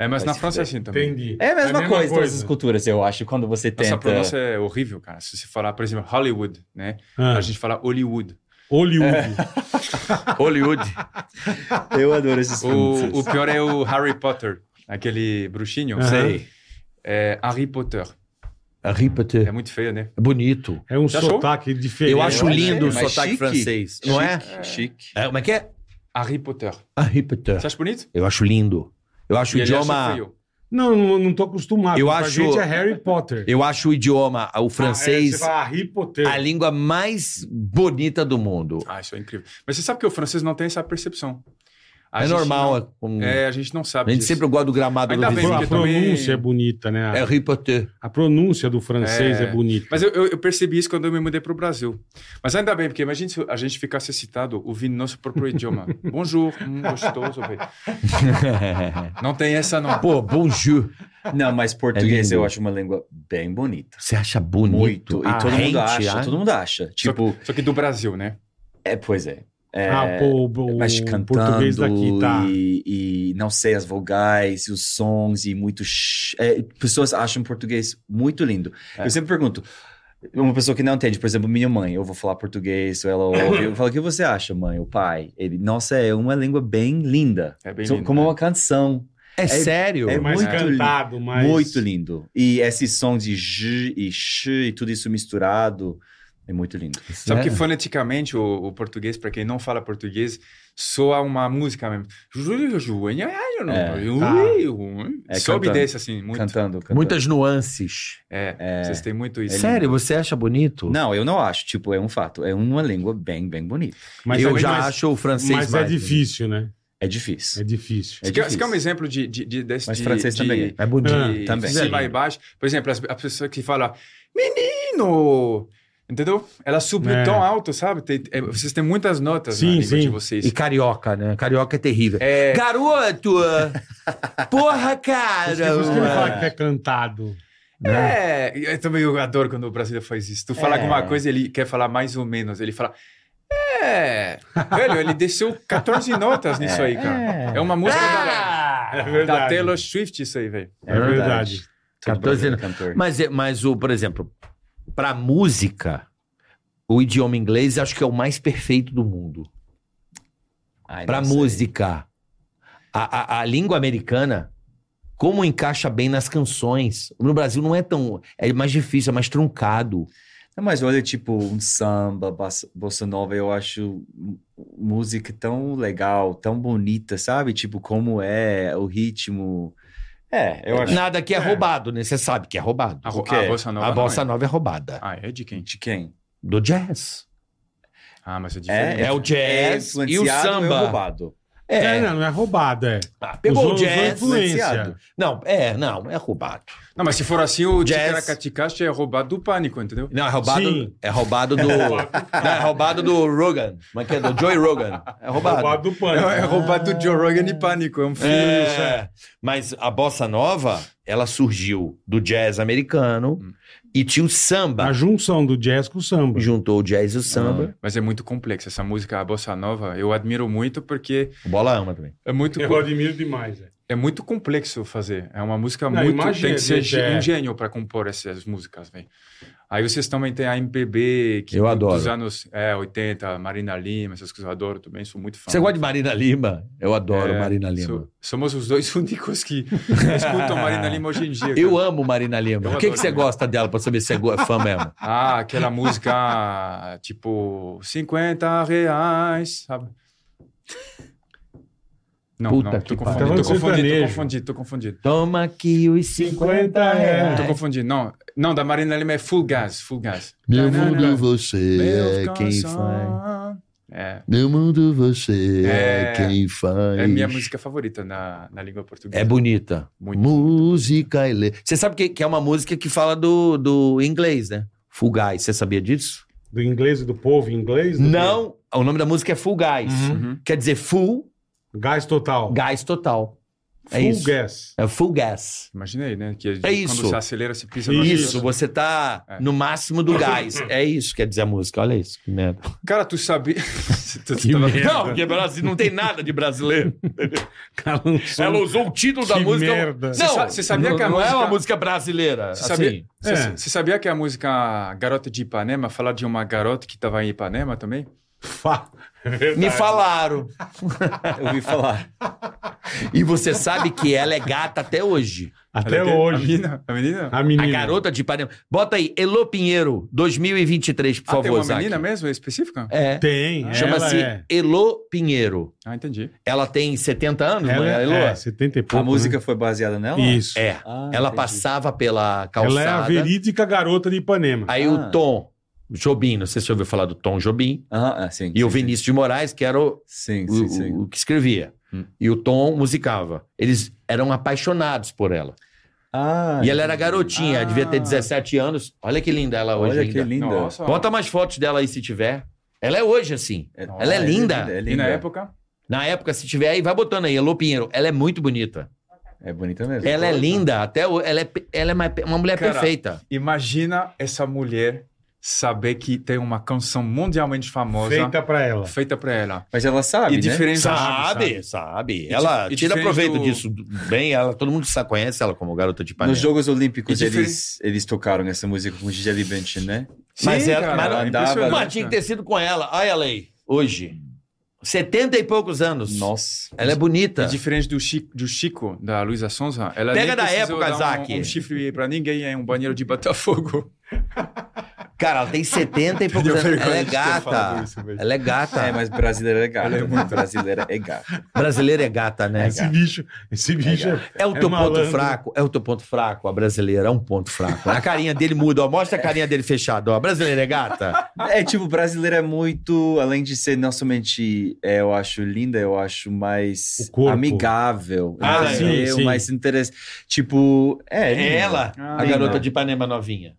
É, mas Vai na se França é fuder. assim também. Entendi. É a mesma, coisa, todas essas culturas, eu acho, quando você Essa tenta... pronúncia é horrível, cara. Se você falar, por exemplo, Hollywood, né? Ah, A gente fala Hollywood. Hollywood. Hollywood. [LAUGHS] Eu adoro esses pronúncias. O, o pior é o Harry Potter, aquele bruxinho. Aham. É Harry Potter. É Ripete. muito feio, né? Bonito. É um Já achou? sotaque diferente. né? Eu acho achei, lindo o mas sotaque chique. francês. Não é? Chique, chique. É, Como é que é? Harry Potter. Ripete. Você acha bonito? Eu acho lindo. Eu acho o E ele acha idioma... feio. Não, não, não tô acostumado. Eu Pra acho- gente é Harry Potter. Eu acho o idioma, o Ah, é, você francês, fala Harry Potter. a língua mais bonita do mundo. Ah, isso é incrível. Mas você sabe que o francês não tem essa percepção. A é gente normal. não- é Hum. como- É, a gente não sabe a gente disso. sempre gosta do gramado Ainda do bem, vizinho. A porque também- pronúncia é bonita, né? A- É ripote. A pronúncia do francês é, É. bonita. Mas eu, eu- eu percebi isso quando eu me mudei para o Brasil. Mas ainda bem, porque imagina se a gente ficasse excitado ouvindo nosso [LAUGHS] próprio idioma. Bonjour, hum, gostoso. velho. Não tem essa, não. Pô, bonjour. Não, mas português É lindo. eu acho uma língua bem bonita. Você acha bonito? Muito. E todo Arrente, mundo acha, ah. todo mundo acha. Tipo, Só que do Brasil, né? é, pois é. é ah, pô, o, o mas cantando português daqui tá. e, e não sei as vogais e os sons e muito... sh- é, pessoas acham português muito lindo. Eu sempre pergunto, uma pessoa que não entende, por exemplo, minha mãe, eu vou falar português, ou ela ouve, eu falo, o que você acha, mãe, o pai? Ele, nossa, é uma língua bem linda. É bem São- lindo, Como né? uma canção. É, sério? é mais muito cantado, mais. Muito lindo. E esse som de j e sh e tudo isso misturado é muito lindo. Sabe É. que foneticamente o, o português, para quem não fala português, soa uma música mesmo. tá. É, Sobe cantando. desse assim, muito. Cantando, cantando. Muitas nuances. É, É. vocês têm muito isso. Sério, você acha bonito? Não, eu não acho. Tipo, é um fato. É uma língua bem, bem bonita. Mas eu é- já mas- acho o francês Mas é mais difícil, né? É É difícil. difícil. É Você quer, você difícil. quer um exemplo de, de, de, desse Mas de- francês de- também é. É bonito. Ah, de também. cima e baixo. Por exemplo, as- a pessoa que fala menino, entendeu? Ela subiu É. tão alto, sabe? Tem- é, vocês têm muitas notas Sim, na língua sim. de vocês. E carioca, né? Carioca é terrível. É, Garoto! Porra, Por isso que- por isso que ele cara! fala que é cantado. é, eu também eu adoro quando o brasileiro faz isso. Tu fala É. alguma coisa, ele quer falar mais ou menos. Ele fala. É. Velho, ele desceu 14 notas nisso aí, cara. É, uma música Ah! É da, da verdade. Taylor Swift, isso aí, velho. É verdade. Todo 14 brasileiro é cantor. Mas, é- mas o, por exemplo, pra música, o idioma inglês acho que é o mais perfeito do mundo. Ai, Pra É, não sei. música. A, a- a língua americana, como encaixa bem nas canções. No Brasil não é tão. É mais difícil, é mais truncado. É, mas olha, tipo, um samba, bossa bossa nova, eu acho m- música tão legal, tão bonita, sabe? Tipo, como é, o ritmo. É, eu acho Nada que é, É. roubado, né? Você sabe que é roubado. A, O ro- quê? a bossa nova. a não bossa é. nova é roubada. Ah, é de quem? de quem? Do jazz. Ah, mas é diferente. É, o jazz e o influenciado ou É samba. roubado. É, não, não é roubado, é. Ah, pegou Usou- o usou jazz. influência. Influenciado. Não, é, não, é roubado. Não, mas se for assim, o Jazz. Ticaracaticaste é roubado do pânico, entendeu? Não, é roubado. Sim. É roubado do. não, é roubado do Rogan. Como é que é? Do Joey Rogan. É roubado. Roubado do pano. É roubado do Joe Rogan e pânico. É um filme. É, Mas a bossa nova, ela surgiu do jazz americano e tinha o A samba. junção do jazz com o samba. Juntou o jazz e o samba. Mas é muito complexo. Essa música, a bossa nova, eu admiro muito porque O Bola ama também. é muito, Eu admiro demais. é. é muito complexo fazer. É uma música Não, muito. imagina, tem que ser gente, ge- é. um gênio para compor essas músicas, velho. Aí vocês também têm a MPB, que Eu do- adoro. dos anos é, 80, Marina Lima, essas coisas eu adoro também, sou muito fã. Você gosta de Marina Lima? Eu adoro É, Marina Lima. so- somos os dois [LAUGHS] únicos que escutam Marina Lima hoje em dia. cara. Eu amo Marina Lima. Eu o que, que adoro você também. gosta dela pra saber se é go- fã mesmo? Ah, aquela música tipo 50 reais, sabe? Não, Puta não, que tô pariu. confundindo, tô Tá falando confundindo, tô sertanejo. confundindo, tô confundindo. [LAUGHS] Toma aqui os 50 reais. Tô reais. confundindo. Não, não, da Marina Lima é Full Gas, Full Gas. Meu Tanana. mundo você é Meus quem coração. faz. É, Meu mundo você é, É. quem faz. é minha música favorita na, na língua portuguesa. É bonita. Muito. Música e le... Você sabe que, que é uma música que fala do, do inglês, né? Full Guys. Você sabia disso? Do inglês e do povo inglês? do Não. O nome da música é Full Guys. Uhum. Quer dizer full quê? Gás total. gás total. É Full isso. gas. É full gas. Imaginei, né? Que É quando isso. você acelera, você pisa no Isso, acelerador. você tá É. no máximo [LAUGHS] do gás. É isso, quer dizer a música. Olha isso, que merda. Cara, tu sabia. [LAUGHS] Tu [LAUGHS] tava- Não, porque Brasil não tem nada [LAUGHS] de brasileiro. Cara, não sei. Ela usou o título Que da música. merda. Não, Você sa- você sabia não- que a não é música- uma música brasileira. Você sabia- assim. Você É. você sabia que a música Garota de Ipanema fala de uma garota que estava em Ipanema também? Fa- É verdade. Me falaram. Eu ouvi falar. E você sabe que ela é gata até hoje. Até Ela tem- A hoje. menina? A menina? A menina. A garota de Ipanema. Bota aí, Elô Pinheiro, 2023, por Ah, tem favor, uma Isaac. menina mesmo, específica? É. Tem. Chama-se ela é- Elô Pinheiro. Ah, entendi. Ela tem 70 anos, Ela mãe, a Elô? é, é 70 e pouco. A música né? foi baseada nela? Isso. É. Ah, Uhum. ela entendi. passava pela calçada. Ela é a verídica garota de Ipanema. Aí Ah. o Tom Jobim, não sei se você ouviu falar do Tom Jobim. Aham, ah, sim. E o Vinícius de Moraes, que era o, Sim, o- sim, sim. o que escrevia. Hum. E o Tom musicava. Eles eram apaixonados por ela. Ah, e ela era garotinha, Ah. devia ter 17 anos. Olha que linda ela hoje Ah, Olha ainda. que linda. Nossa. Bota mais fotos dela aí se tiver. Ela é hoje, assim. Nossa, Ela é linda. é E na linda. época? Na época, se tiver aí, vai botando aí, Elô Pinheiro. Ela é muito bonita. É bonita mesmo. Ela é linda, até hoje. Ela é, pe- ela é uma, uma mulher Cara, perfeita. Imagina essa mulher saber que tem uma canção mundialmente famosa feita, Feita pra ela. pra ela. Mas ela sabe, e né? diferente. Sabe, sabe. Ela dif- e tira diferente proveito do- disso bem. Ela, todo mundo sa- conhece ela como garota de panela. Nos Jogos Olímpicos E difer- eles, eles tocaram essa música com Gigi Benchin, né? Mas ela- mas ela andava, impressionante, Mas tinha que ter sido com ela. Olha ela aí, hoje. 70 e poucos anos. Nossa. Ela é E bonita. diferente do Chico, do Chico, da Luísa Sonza, ela Pega nem da precisou época, dar um- Zaque. Um, chifre pra ninguém é um banheiro de Botafogo. Cara, ela tem 70 e poucos Deu anos. vergonha Ela é de ter falado gata. isso, velho. Ela é gata. É, mas brasileira é gata. Brasileira é gata. Brasileira é gata, né? Esse bicho, esse bicho é, É o teu ponto malandro. fraco, é o teu ponto fraco, a brasileira é um ponto fraco. A carinha dele muda, ó, mostra a carinha dele fechada, ó. A brasileira é gata? É, tipo, brasileira é muito, além de ser não somente, é, eu acho linda, eu acho mais O corpo. amigável. Ah, sim, entendeu? sim. Mais interesse. Tipo, é. linda. É ela, a Ah, garota de Ipanema novinha.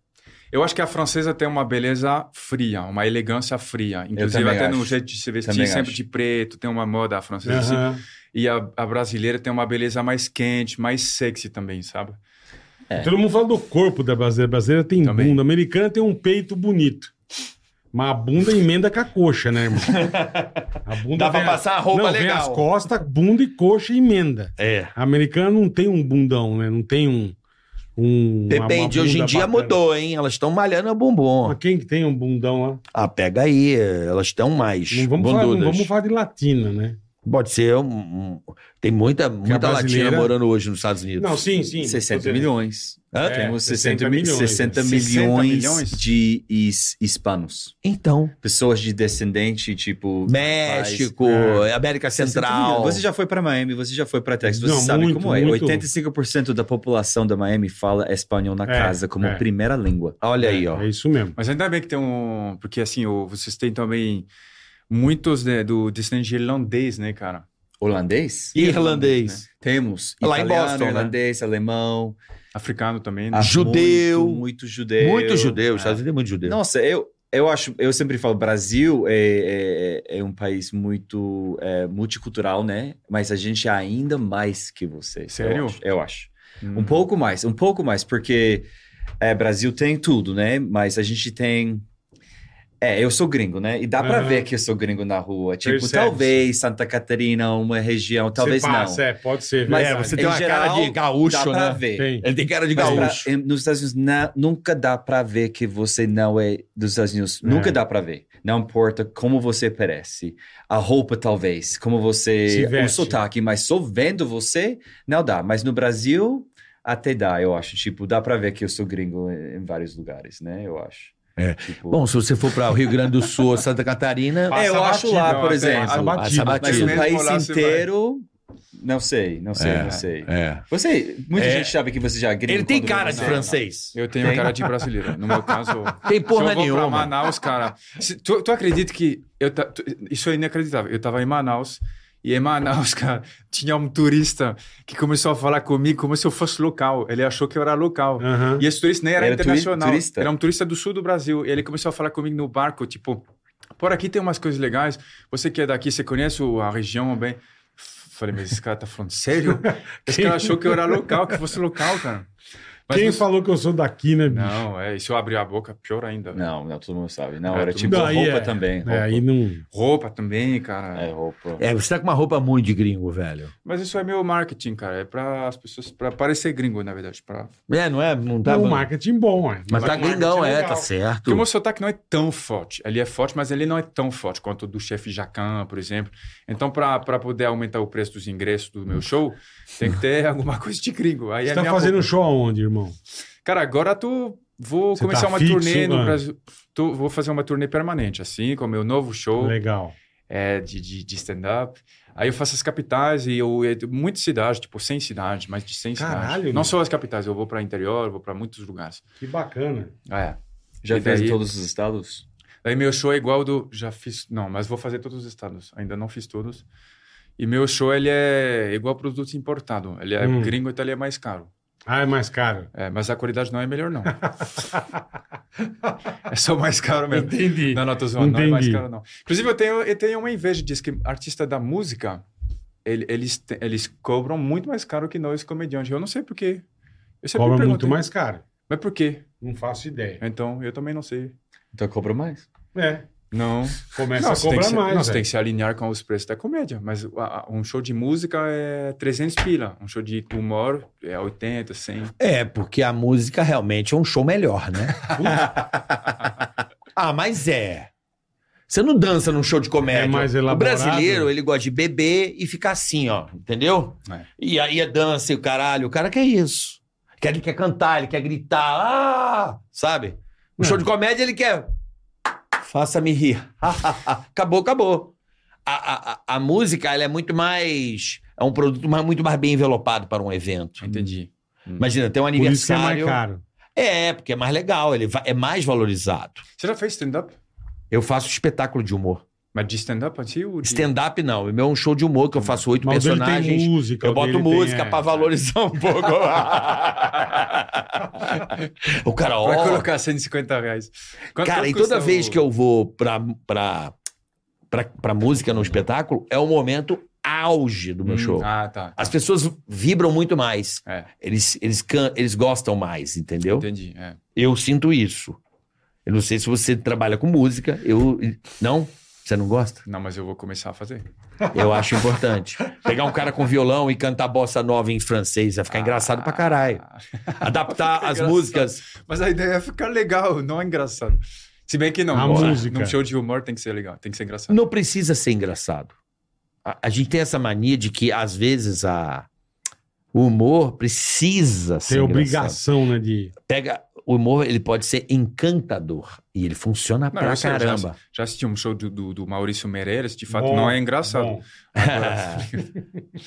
Eu acho que a francesa tem uma beleza fria, uma elegância fria. Inclusive, também até no acho. jeito de se vestir, Também sempre acho. de preto, tem uma moda a francesa. é assim. Aham. E a, a brasileira tem uma beleza mais quente, mais sexy também, sabe? é. Todo mundo fala do corpo da brasileira. A brasileira tem Também. bunda. A americana tem um peito bonito. Mas a bunda emenda com a coxa, né, [LAUGHS] irmão? A bunda Dá pra vem passar a roupa não, Vem legal. as costas, bunda e coxa e emenda. É. A americana não tem um bundão, né? Não tem um. um Depende, hoje em dia mudou, hein? Elas estão malhando o bumbum. Mas quem que tem um bundão lá? Ah, pega aí, elas estão mais Não vamos, falar, não bundudas. vamos falar de latina, né? Pode ser um, um- Tem muita, muita latina brasileira- morando hoje nos Estados Unidos. Não, sim, sim. 600 milhões. Ah, É, temos 60 60, milhões, milhões, né? 60 60 milhões milhões? de his- hispanos. Então, Pessoas de descendente, tipo. México, é América 60 Central. milhões. Você já foi pra Miami, você já foi pra Texas, você Não, sabe muito, como é. muito. 85% da população da Miami fala espanhol na É, casa como é. primeira língua. Olha aí, ó. É isso mesmo. Mas ainda bem que tem um. Porque assim, o- vocês têm também muitos né, do descendente irlandês, né, cara? Holandês? Irlandês. Temos. Lá em italiano, Boston, né? irlandês, alemão. Africano também. Né? ah, Judeu. Muito, muito judeu. Muito judeu, Ah. os Estados Unidos é muito judeu. Nossa, eu, eu acho, eu sempre falo, Brasil é, é, é um país muito é, multicultural, né? Mas a gente é ainda mais que vocês. eu Sério? acho, Eu acho. Hum. Um pouco mais, um pouco mais, porque é, Brasil tem tudo, né? Mas a gente tem. É, eu sou gringo, né? E dá pra Aham. ver que eu sou gringo na rua. Tipo, Percebe-se. talvez Santa Catarina, uma região, talvez Você passa, não. É, pode ser. Mas é, verdade. você tem uma cara de dá gaúcho, pra ver. Tem. Ele tem cara de Mas pra- gaúcho. em- nos Estados Unidos na- nunca dá pra ver que você não é dos Estados Unidos. É. Nunca dá pra ver. Não importa como você parece, a roupa talvez, como Se você o veste. sotaque, mas só vendo você não dá. Mas no Brasil até dá, eu acho. Tipo, dá pra ver que eu sou gringo em em vários lugares, né? Eu acho. É. Tipo, Bom, se você for para o Rio Grande do Sul ou Santa Catarina, Passa É, eu acho lá, batido, por ó, exemplo, Passa batido. passa batido. Aqui. mas o Mesmo lá, país você vai- inteiro não sei, não sei, não sei. é. Você, muita É. gente sabe que você já é gringo. Ele tem quando cara de você- francês. Eu tenho Tem. cara de brasileiro. No meu caso. Tem porra se eu vou pra nenhuma. Manaus, cara. se- tu, tu acredita que. Eu ta- tu- isso é inacreditável. Eu tava em Manaus. E em Manaus, [LAUGHS] cara, tinha um turista que começou a falar comigo como se eu fosse local. Ele achou que eu era local. Aham. E esse turista nem era, Era tui- internacional. turista? Era um turista do sul do Brasil. E ele começou a falar comigo no barco, tipo, por aqui tem umas coisas legais. Você que é daqui, você conhece o- a região bem. Falei, mas esse cara tá falando sério? Esse cara achou que eu era local, que fosse local, cara. Mas Quem não- falou que eu sou daqui, né, bicho? Não, é, e se eu abrir a boca, pior ainda. velho. Não, não, todo mundo sabe. Não, Ah, era todo tipo mundo- Não, aí roupa é. também. É, Roupa. aí não. Roupa também, cara. É, roupa. É, você tá com uma roupa muito de gringo, velho. Mas isso é meu marketing, cara. É pra as pessoas, pra parecer gringo, na verdade. Pra... É, não é? Não tá é um bom. marketing bom, é. Mas tá marketing gringão, é, legal. tá certo. Porque o meu sotaque não é tão forte. Ele é forte, mas ele não é tão forte quanto o do chefe Jacan, por exemplo. Então, pra pra poder aumentar o preço dos ingressos do meu show, tem que ter [LAUGHS] alguma coisa de gringo. Aí Você é tá minha fazendo roupa. show aonde, irmão? Cara, agora tu vou Você começar tá uma fixo, turnê no mano? Brasil. Tô- vou fazer uma turnê permanente, assim, com o meu novo show. Legal. é, de, de, de stand-up. Aí eu faço as capitais e eu é, de muitas cidades, tipo 100 cidades, mais de 100 Caralho, cidades. meu. Não só as capitais, eu vou para interior, eu vou para muitos lugares. Que bacana. É. Já E fez em daí- todos os estados? Aí meu show é igual do já fiz, não, mas vou fazer todos os estados. Ainda não fiz todos. E meu show ele é igual produto importado. Ele é Hum. gringo, então ele é mais caro. Ah, é mais [LAUGHS] caro. É, mas a qualidade não é [LAUGHS] melhor não. é só mais caro mesmo. Entendi. Não, não, tô zoando, não é mais Entendi. caro, não. Inclusive, eu tenho, eu tenho uma inveja disso, que artista da música, ele- eles, te- eles cobram muito mais caro que nós, comediantes. Eu não sei por quê. Eu sempre Cobra muito perguntei, mais caro. Mas por quê? Não faço ideia. Então, eu também não sei. Então cobra mais. É. Não. Começa não, a você tem que cobrar se- mais. é. não, você tem velho. que se alinhar com os preços da comédia. Mas a- a- um show de música é 300 pila. Um show de humor é 80, 100. Hum. É, porque a música realmente é um show melhor, [LAUGHS] né? ah, mas é. Você não dança num show de comédia. É mais o elaborado. brasileiro, ele gosta de beber e ficar assim, ó, entendeu? É. E aí é dança e o caralho. O cara quer isso. Quer, ele quer cantar, ele quer gritar. Ah! Sabe? No É. show de comédia, ele quer. Faça-me rir. [LAUGHS] acabou, acabou. A, a- a- a música, ela é muito mais. É um produto mais- muito mais bem envelopado para um evento. Entendi. Imagina, tem um Uhum. Por isso que é mais aniversário. caro. É, porque é mais legal, ele va- é mais valorizado. Você já fez stand-up? Eu faço espetáculo de humor. Mas de stand-up assim? ou de- Stand-up não, o meu é um show de humor que eu faço oito Mas o dele personagens. tem música. Eu o dele boto tem, música é. pra valorizar [LAUGHS] um pouco. o cara, Vai ó. colocar 150 reais. Quanto- Cara, quanto e toda custa vez o- que eu vou pra, pra, pra, pra música no espetáculo, é o momento auge do meu Hum, show. Ah, tá. As pessoas vibram muito mais. É. Eles, eles, can- eles gostam mais, entendeu? Entendi. É. Eu sinto isso. Eu não sei se você trabalha com música. Eu. Não? Você não gosta? Não, mas eu vou começar a fazer. Eu acho importante. Pegar um cara com violão e cantar bossa nova em francês vai ficar engraçado pra caralho. Ah, [LAUGHS] Adaptar as engraçado. músicas. Mas a ideia é ficar legal, não é engraçado. Se bem que não. A num- música. Num show de humor tem que ser legal, tem que ser engraçado. Não precisa ser engraçado. A, a gente tem essa mania de que, às vezes, a, O humor precisa ser Tem engraçado. obrigação, né? De... Pega, o humor ele pode ser encantador e ele funciona Não, pra eu sei, eu caramba. Já assisti um show do, do, do Maurício Meirelles, de fato, Bom, não é engraçado. bom.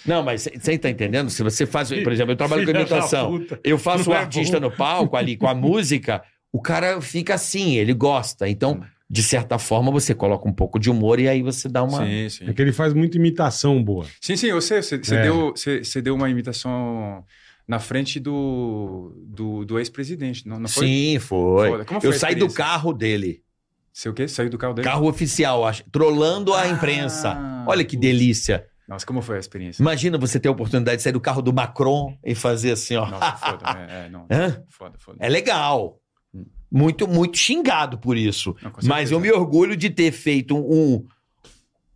Não, mas você tá entendendo? Se você faz, por exemplo, eu trabalho com Filha da imitação. puta. Eu faço Não o é artista bom. no palco ali com a música, o cara fica assim, ele gosta. Então, de certa forma, você coloca um pouco de humor e aí você dá uma. [LAUGHS] Sim, sim. É que ele faz muita imitação boa. Sim, sim, eu sei. Você você É. deu, você, você deu uma imitação na frente do, do, do ex-presidente, não, não foi? Sim, foi. Foda. Como foi Eu a saí do experiência? carro dele, Sei o quê? Saiu do carro dele? carro oficial, acho, trolando a imprensa. Ah, Olha que putz. delícia. Nossa, como foi a experiência? Imagina você ter a oportunidade de sair do carro do Macron e fazer assim, ó. Nossa, foda. É, é, não, Hã? foda, foda. É legal. Muito, muito xingado por isso. Não, com Mas certeza. eu me orgulho de ter feito um,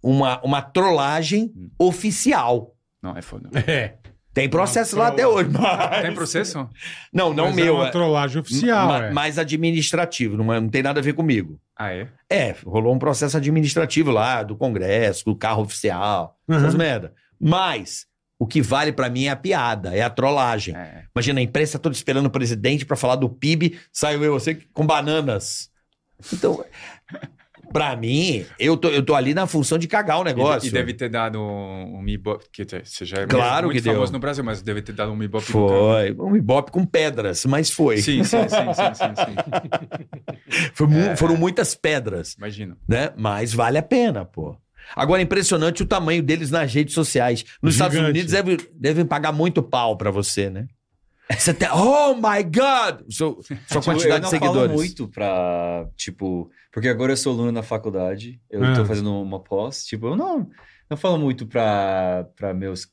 uma, uma trollagem oficial. Não, é foda. É. Tem processo Hum. Uma lá até trolla- hoje. Mas... Tem processo? Não, não Mas É meu. uma é- trollagem oficial. ma- é. mas administrativo, não, é- não tem nada a ver comigo. Ah, é? É, rolou um processo administrativo lá, do Congresso, do carro oficial, Uhum. essas merda. Mas o que vale pra mim é a piada, é a trollagem. É. Imagina, a imprensa toda esperando o presidente pra falar do PIB, saiu eu assim com bananas. Então, [LAUGHS] pra mim, eu tô, eu tô ali na função de cagar o negócio. E, e deve ter dado um, um Ibope, que te- você já é Claro muito que deu. famoso no Brasil, mas deve ter dado um Ibope do carro. Foi, um ibope com pedras, mas foi. Sim, sim, sim, sim, sim, sim. Foi mu- É. Foram muitas pedras, Imagino. né? Mas vale a pena, pô. Agora, é impressionante o tamanho deles nas redes sociais. Nos Gigante. Estados Unidos deve- devem pagar muito pau pra você, né? Você tem, oh my God! Seu- [LAUGHS] sua Tipo, eu quantidade não de falo seguidores. muito pra, tipo... Porque agora eu sou aluno na faculdade, eu Ah. tô fazendo uma pós, tipo, eu não, não falo muito pra, pra meus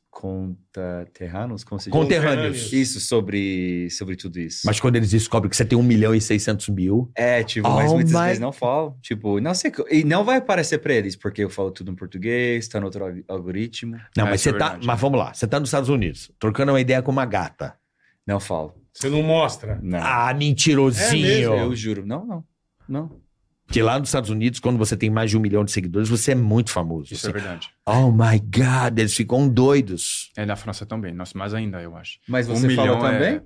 conterrâneos, como se diz? Conterrâneos. Isso, sobre, sobre tudo isso. Mas quando eles descobrem que você tem 1 milhão e 600 mil, É, tipo, mas Oh muitas my- vezes não falo. Tipo, não sei. co- E não vai aparecer pra eles, porque eu falo tudo em português, tá no outro alg- algoritmo. Não, É, mas isso é você tá. verdade. Mas vamos lá, você tá nos Estados Unidos, trocando uma ideia com uma gata. Não falo. Você não mostra. Não. Ah, É mentirosinho! eu juro. Não, não. Não. Porque lá nos Estados Unidos, quando você tem mais de um milhão de seguidores, você é muito famoso. Isso é assim. verdade. Oh my God, eles ficam doidos. É na França também. Nossa, mais ainda, eu acho. Um Mas você fala é também?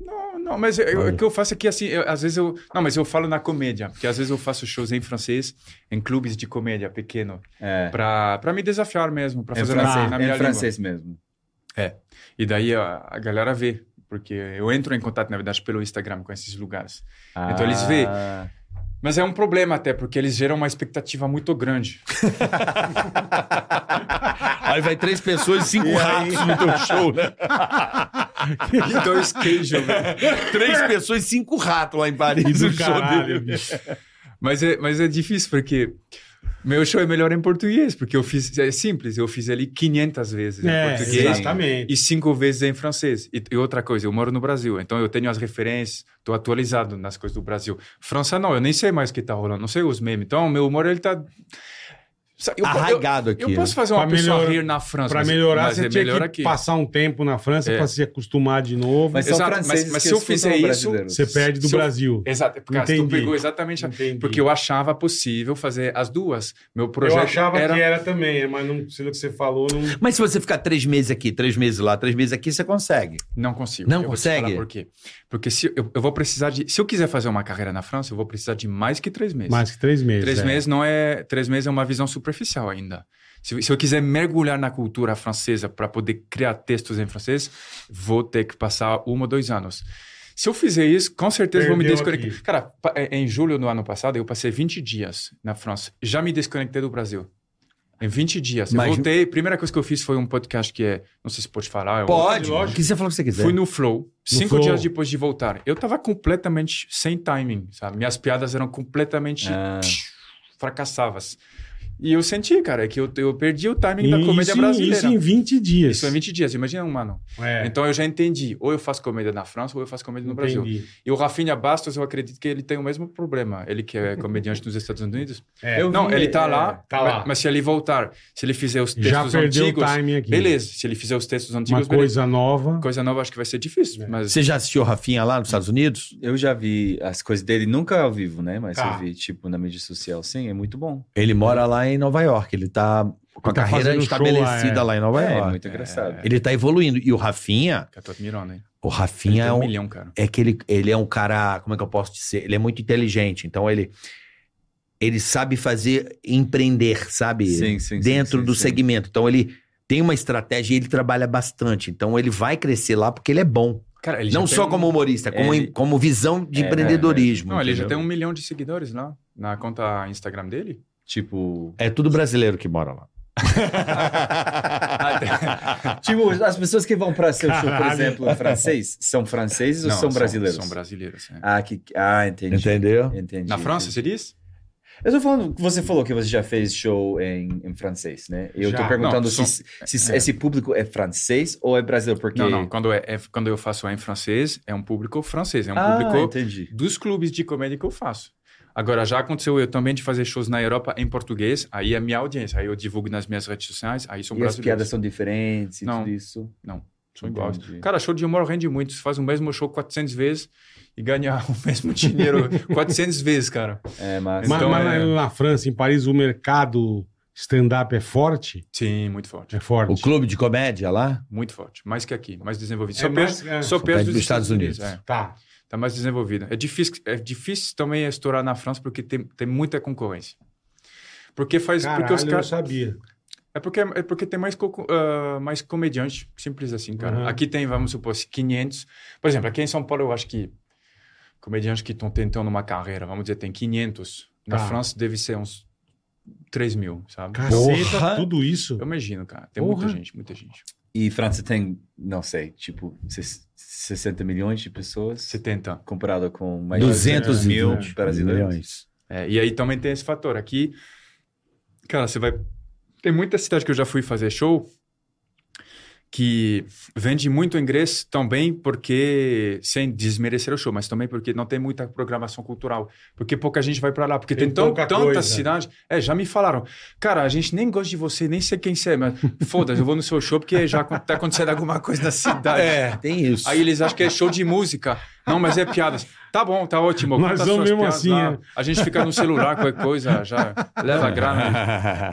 Não, não, mas eu- eu- o que eu faço é que, assim, eu- às vezes eu... Não, mas eu falo na comédia, porque às vezes eu faço shows em francês, em clubes de comédia pequeno, É. pra, pra me desafiar mesmo, pra Em fazer na- francês, na, em minha língua. francês mesmo. E daí a, a galera vê, porque eu entro em contato, na verdade, pelo Instagram com esses lugares. Então eles vê. Ah. Mas é um problema até, porque eles geram uma expectativa muito grande. Aí vai três pessoas e cinco ratos no teu show, né? E dois queijos, Então, velho. Três pessoas e cinco ratos lá em E Paris. no do show dele. caralho, bicho. Mas é, mas é difícil, porque meu show é melhor em português, porque eu fiz... É simples, eu fiz ali 500 vezes em É, português. exatamente. e cinco vezes é em francês. E, e outra coisa, eu moro no Brasil, então eu tenho as referências, estou atualizado nas coisas do Brasil. França não, eu nem sei mais o que está rolando, não sei os memes. Então, meu humor, ele está... Arraigado aqui. né? Eu posso fazer Pra uma pessoa melhor- rir na França. Pra mas- melhorar, mas você é tinha melhor que aqui. passar um tempo na França É. pra se acostumar de novo. Mas são Exato, mas- franceses mas que se eu escutam fizer isso, brasileiros. você perde do se eu- Brasil. Exato, porque tu Entendi. pegou exatamente... a- Entendi. Porque eu achava possível fazer as duas. Meu projeto Eu achava era... que é- era também, mas não sei do que você falou. Não... Mas se você ficar três meses aqui, três meses lá, três meses aqui, você consegue. Não consigo. Não Eu vou te falar consegue? por quê? Porque se eu, eu vou precisar de... Se eu quiser fazer uma carreira na França, eu vou precisar de mais que três meses. Mais que três meses. Três é. meses não é. Três meses é uma visão superficial ainda. Se, se eu quiser mergulhar na cultura francesa para poder criar textos em francês, vou ter que passar um ou dois anos. Se eu fizer isso, com certeza vou me Perdeu desconectar. aqui. Cara, pa- é- em julho do ano passado, eu passei 20 dias na França. Já me desconectei do Brasil. Em 20 dias. Eu Mas- voltei. A primeira coisa que eu fiz foi um podcast que é. Não sei se pode falar. é um- Pode. lógico. O que você falou que você quiser. Fui no Flow, cinco Flow. dias depois de voltar. Eu tava completamente sem timing, sabe? Minhas piadas eram completamente Ah. fracassavas. E eu senti, cara, que eu, eu perdi o timing da E comédia isso, em- brasileira. Isso em 20 dias. Isso é 20 dias, imagina um ano. É, Então eu já entendi. Ou eu faço comédia na França, ou eu faço comédia no Brasil. entendi. E o Rafinha Bastos, eu acredito que ele tem o mesmo problema. Ele que é [LAUGHS] comediante nos Estados Unidos. É. Não, ele tá é, lá, tá mas, lá. mas se ele voltar, se ele fizer os textos Já perdeu o antigos. timing aqui. Beleza, se ele fizer os textos Uma antigos, beleza. coisa É. nova. Coisa nova acho que vai ser difícil, mas Você já assistiu Rafinha lá nos Estados Unidos? Eu já vi as coisas dele, nunca ao vivo, né? Mas Tá. eu vi, tipo, na mídia social. Sim, é muito bom. Ele mora lá em Nova York, ele tá com a Tá carreira fazendo show lá, estabelecida é. lá, em Nova É, York. muito engraçado. Ele tá evoluindo. E o Rafinha, Que eu tô admirando, hein? o Ele Rafinha tem é um um, milhão, cara. é que ele, ele é um cara, como é que eu posso dizer? Ele é muito inteligente, então ele ele sabe fazer empreender, sabe? Sim, sim, Dentro sim, sim, do sim. segmento. Então ele tem uma estratégia e ele trabalha bastante. Então ele vai crescer lá porque ele é bom. Cara, ele Não já só tem- um como humorista, como, Ele- em- como visão de É, empreendedorismo. Não, ele já tem entendeu? um milhão de seguidores lá na conta Instagram dele. Tipo, [LAUGHS] É tudo brasileiro que mora lá. [LAUGHS] Tipo, as pessoas que vão para seu show, por Caralho. exemplo, francês, são franceses ou Não, são brasileiros? São brasileiros. é. Ah, que, ah entendi. Entendeu? Entendi, Na França, entendi. você diz? Eu tô falando, você falou que você já fez show em, em francês, né? Eu Já. tô perguntando Não, se, se esse público é francês ou é brasileiro, porque... Não, não. Quando, é, é- quando eu faço em francês, é um público francês. É um ah, público entendi. dos clubes de comédia que eu faço. Agora, já aconteceu eu também de fazer shows na Europa em português, aí é minha audiência, aí eu divulgo nas minhas redes sociais, aí são E as brasileiros. piadas são diferentes e Não. tudo isso? São iguais. Entendi. Cara, show de humor rende muito. Você faz o mesmo show 400 vezes e ganha [LAUGHS] o mesmo dinheiro 400 vezes, cara. É, mas... Mas, Então, mas é- na, na França, em Paris, o mercado stand-up é forte? Sim, muito forte. É forte. O clube de comédia lá? Muito forte. Mais que aqui, mais desenvolvido. É Só, mais- perto, é. só perto dos, Estados Unidos. é. Tá. Tá mais desenvolvida. É difícil, é difícil também estourar na França porque tem, tem muita concorrência. Porque faz. Caralho, porque os eu caras. sabia. É porque, é porque tem mais, co- ah, mais comediante, simples assim, cara. Uhum. Aqui tem, vamos supor, 500. Por exemplo, aqui em São Paulo, eu acho que comediantes que estão tentando uma carreira, vamos dizer, tem 500. Na Tá. França, deve ser uns 3 mil, sabe? Caceta, Porra. tudo isso. Eu imagino, cara. Tem Porra. muita gente, muita gente. E França tem, não sei, tipo, ses- 60 milhões de pessoas? 70. Comparado com mais de 200 mil mil brasileiros. É, e aí também tem esse fator. Aqui, cara, você vai. Tem muita cidade que eu já fui fazer show que vende muito ingresso também porque, sem desmerecer o show, mas também porque não tem muita programação cultural. Porque pouca gente vai pra lá. Porque Tem tem, tão- pouca coisa. tanta cidade. É, já me falaram. Cara, a gente nem gosta de você, nem sei quem você é, mas foda-se, eu vou no seu show porque já tá acontecendo alguma coisa [LAUGHS] na cidade. É, tem isso. Aí eles acham que é show de música. Não, mas é piadas. Tá bom, tá ótimo. Nós Conta vamos suas mesmo piadas assim, lá. é. A gente fica no celular, qualquer coisa, já leva É. grana.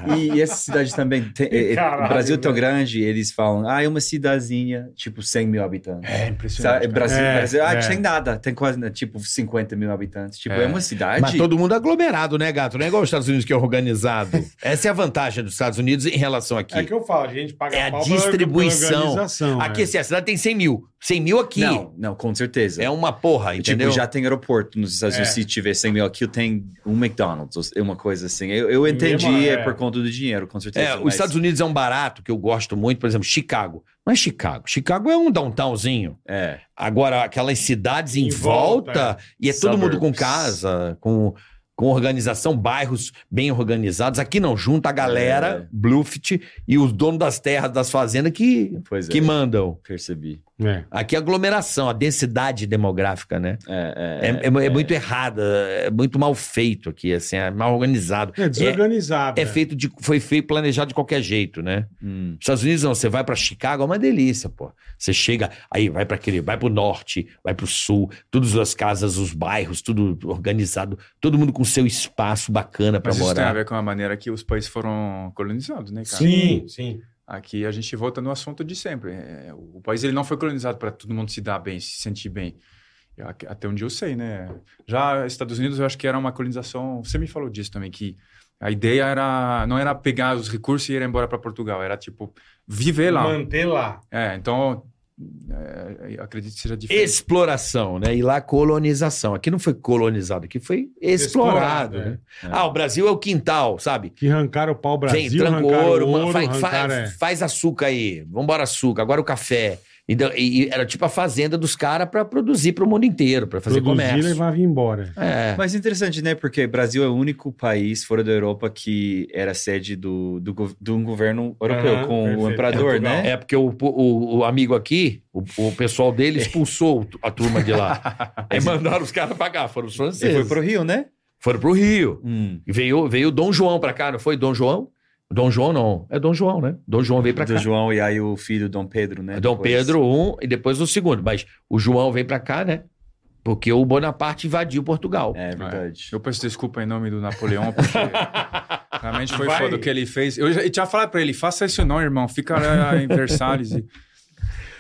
[LAUGHS] E, e essa cidade também. Tem, é- é- Caralho, o Brasil é tão velho. grande, eles falam, ah, é uma cidadezinha, tipo 100 mil habitantes. É Sabe, impressionante. cara. Brasil, É, Brasil, ah, é. tem nada, tem quase, né, tipo, 50 mil habitantes. Tipo, É. é, uma cidade. Mas todo mundo aglomerado, né, gato? Não é igual os Estados Unidos que é organizado. Essa é a vantagem dos Estados Unidos em relação aqui. É que eu falo, a gente paga É a pau pela- pela distribuição. organização, Aqui, é. assim, a cidade tem 100 mil. 100 mil aqui Não, não, com certeza. é uma porra, entendeu? Tipo, já tem aeroporto nos Estados É. Unidos. Se tiver 100 mil aqui, tem um McDonald's, ou uma coisa assim. Eu, eu entendi, Mesmo, é, é. por conta do dinheiro, com certeza. É, os mas- Estados Unidos é um barato que eu gosto muito, por exemplo, Chicago. Não é Chicago. Chicago é um downtownzinho. É, Agora, aquelas cidades em, Em volta, volta, e é todo mundo com Suburbs. casa, com, com organização, bairros bem organizados. Aqui não, junta a galera, É. Bluffit e os donos das terras, das fazendas que, pois é. que mandam. Percebi. É. Aqui a aglomeração, a densidade demográfica, né? É, É, é, é- é muito errada, é muito mal feito aqui, assim, é mal organizado. É desorganizado. É, é feito de, foi feito, planejado de qualquer jeito, né? Hum, Estados Unidos não, você vai pra Chicago, é uma delícia, pô. Você chega, aí vai para aquele, vai pro norte, vai pro sul, todas as casas, os bairros, tudo organizado, todo mundo com seu espaço bacana pra Mas isso tem a morar. ver com a maneira que os países foram colonizados, né, cara? Sim, sim. Aqui a gente volta no assunto de sempre. É, O país ele não foi colonizado para todo mundo se dar bem, se sentir bem. Eu ac- Até onde eu sei, né? Já Estados Unidos, eu acho que era uma colonização. Você me falou disso também, que a ideia era não era pegar os recursos e ir embora para Portugal, era tipo viver lá. Manter lá. É, então é, eu acredito que seja diferente. Exploração, né? E lá colonização. Aqui não foi colonizado, aqui foi explorado, Explorado, é. né? Ah, o Brasil é o quintal, sabe? Que arrancaram o pau Brasil, Vem, tranca o arrancaram ouro, o mano, ouro, faz, arrancaram, faz- é. faz açúcar aí. Vambora açúcar, agora o café. Então, e- e era tipo a fazenda dos caras pra produzir pro mundo inteiro, pra fazer Produziram e comércio. vai vir [LAUGHS] embora. É. [LAUGHS] Mas interessante, né? Porque Brasil é o único país fora da Europa que era sede do, do, gov- de um governo europeu Aham, com perfeito. o imperador, né? É porque o, o- o amigo aqui, o, o pessoal dele expulsou a turma de lá. Aí mandaram os caras pra cá, foram os Ele franceses. foi pro Rio, né? Foram pro Rio. Hum. E Veio, veio Dom João pra cá, não foi? Dom João? Dom João não. É Dom João, né? Dom João veio pra do cá. João e aí o filho Dom Pedro, né? Dom Depois. Pedro um e depois o segundo. Mas o João veio pra cá, né? Porque o Bonaparte invadiu Portugal. É verdade. Eu peço desculpa em nome do Napoleão, porque Realmente foi Vai. foda o que ele fez. Eu já, eu tinha falado pra ele, faça isso não, irmão. Fica lá em Versalhes. e-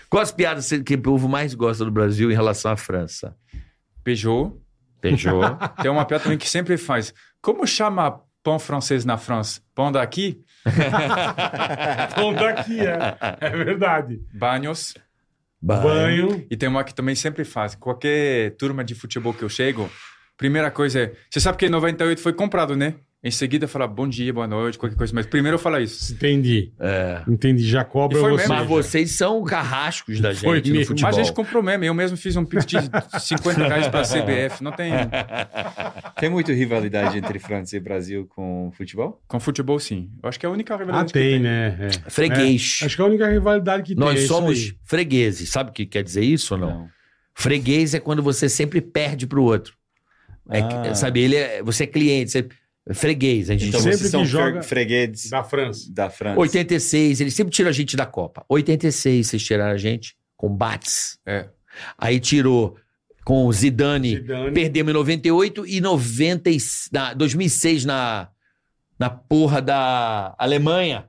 Quais piadas você- que o povo mais gosta do Brasil em relação à França? Peugeot. Peugeot. Tem uma piada também que sempre faz. Como chama pão francês na França? Pão daqui? Então daqui é. É verdade. Banhos. Banho. E tem uma que também sempre faz. Qualquer turma de futebol que eu chego, primeira coisa é... Você sabe que 98 foi comprado, né? Em seguida fala bom dia, boa noite, qualquer coisa. Mas primeiro eu falo isso. Entendi. É. Entendi. Já cobra E foi você. mesmo. Mas vocês são carrascos da Foi gente no mesmo. futebol. Mas a gente comprou mesmo. Eu mesmo fiz um pix de [LAUGHS] 50 reais pra CBF. Não tem... É. Tem muita rivalidade entre França e Brasil com futebol? Com futebol, sim. Eu acho que é a única Ah, rivalidade que tem, né? É. Freguês. Acho que é a única rivalidade que tem. é Nós isso somos aí. fregueses. Sabe o que quer dizer isso ou não? Freguês é quando você sempre perde pro outro. É que- Ah. sabe, ele é- você é cliente, você é freguês. A gente Então é. Sempre vocês são que fre- joga- fregueses Da França. da França. 86, eles sempre tiram a gente da Copa. 86, vocês tiraram a gente com Bates. É. Aí tirou com o Zidane, Zidane. perdemos em 98 e 90, e- na, 2006 na, na porra da Alemanha.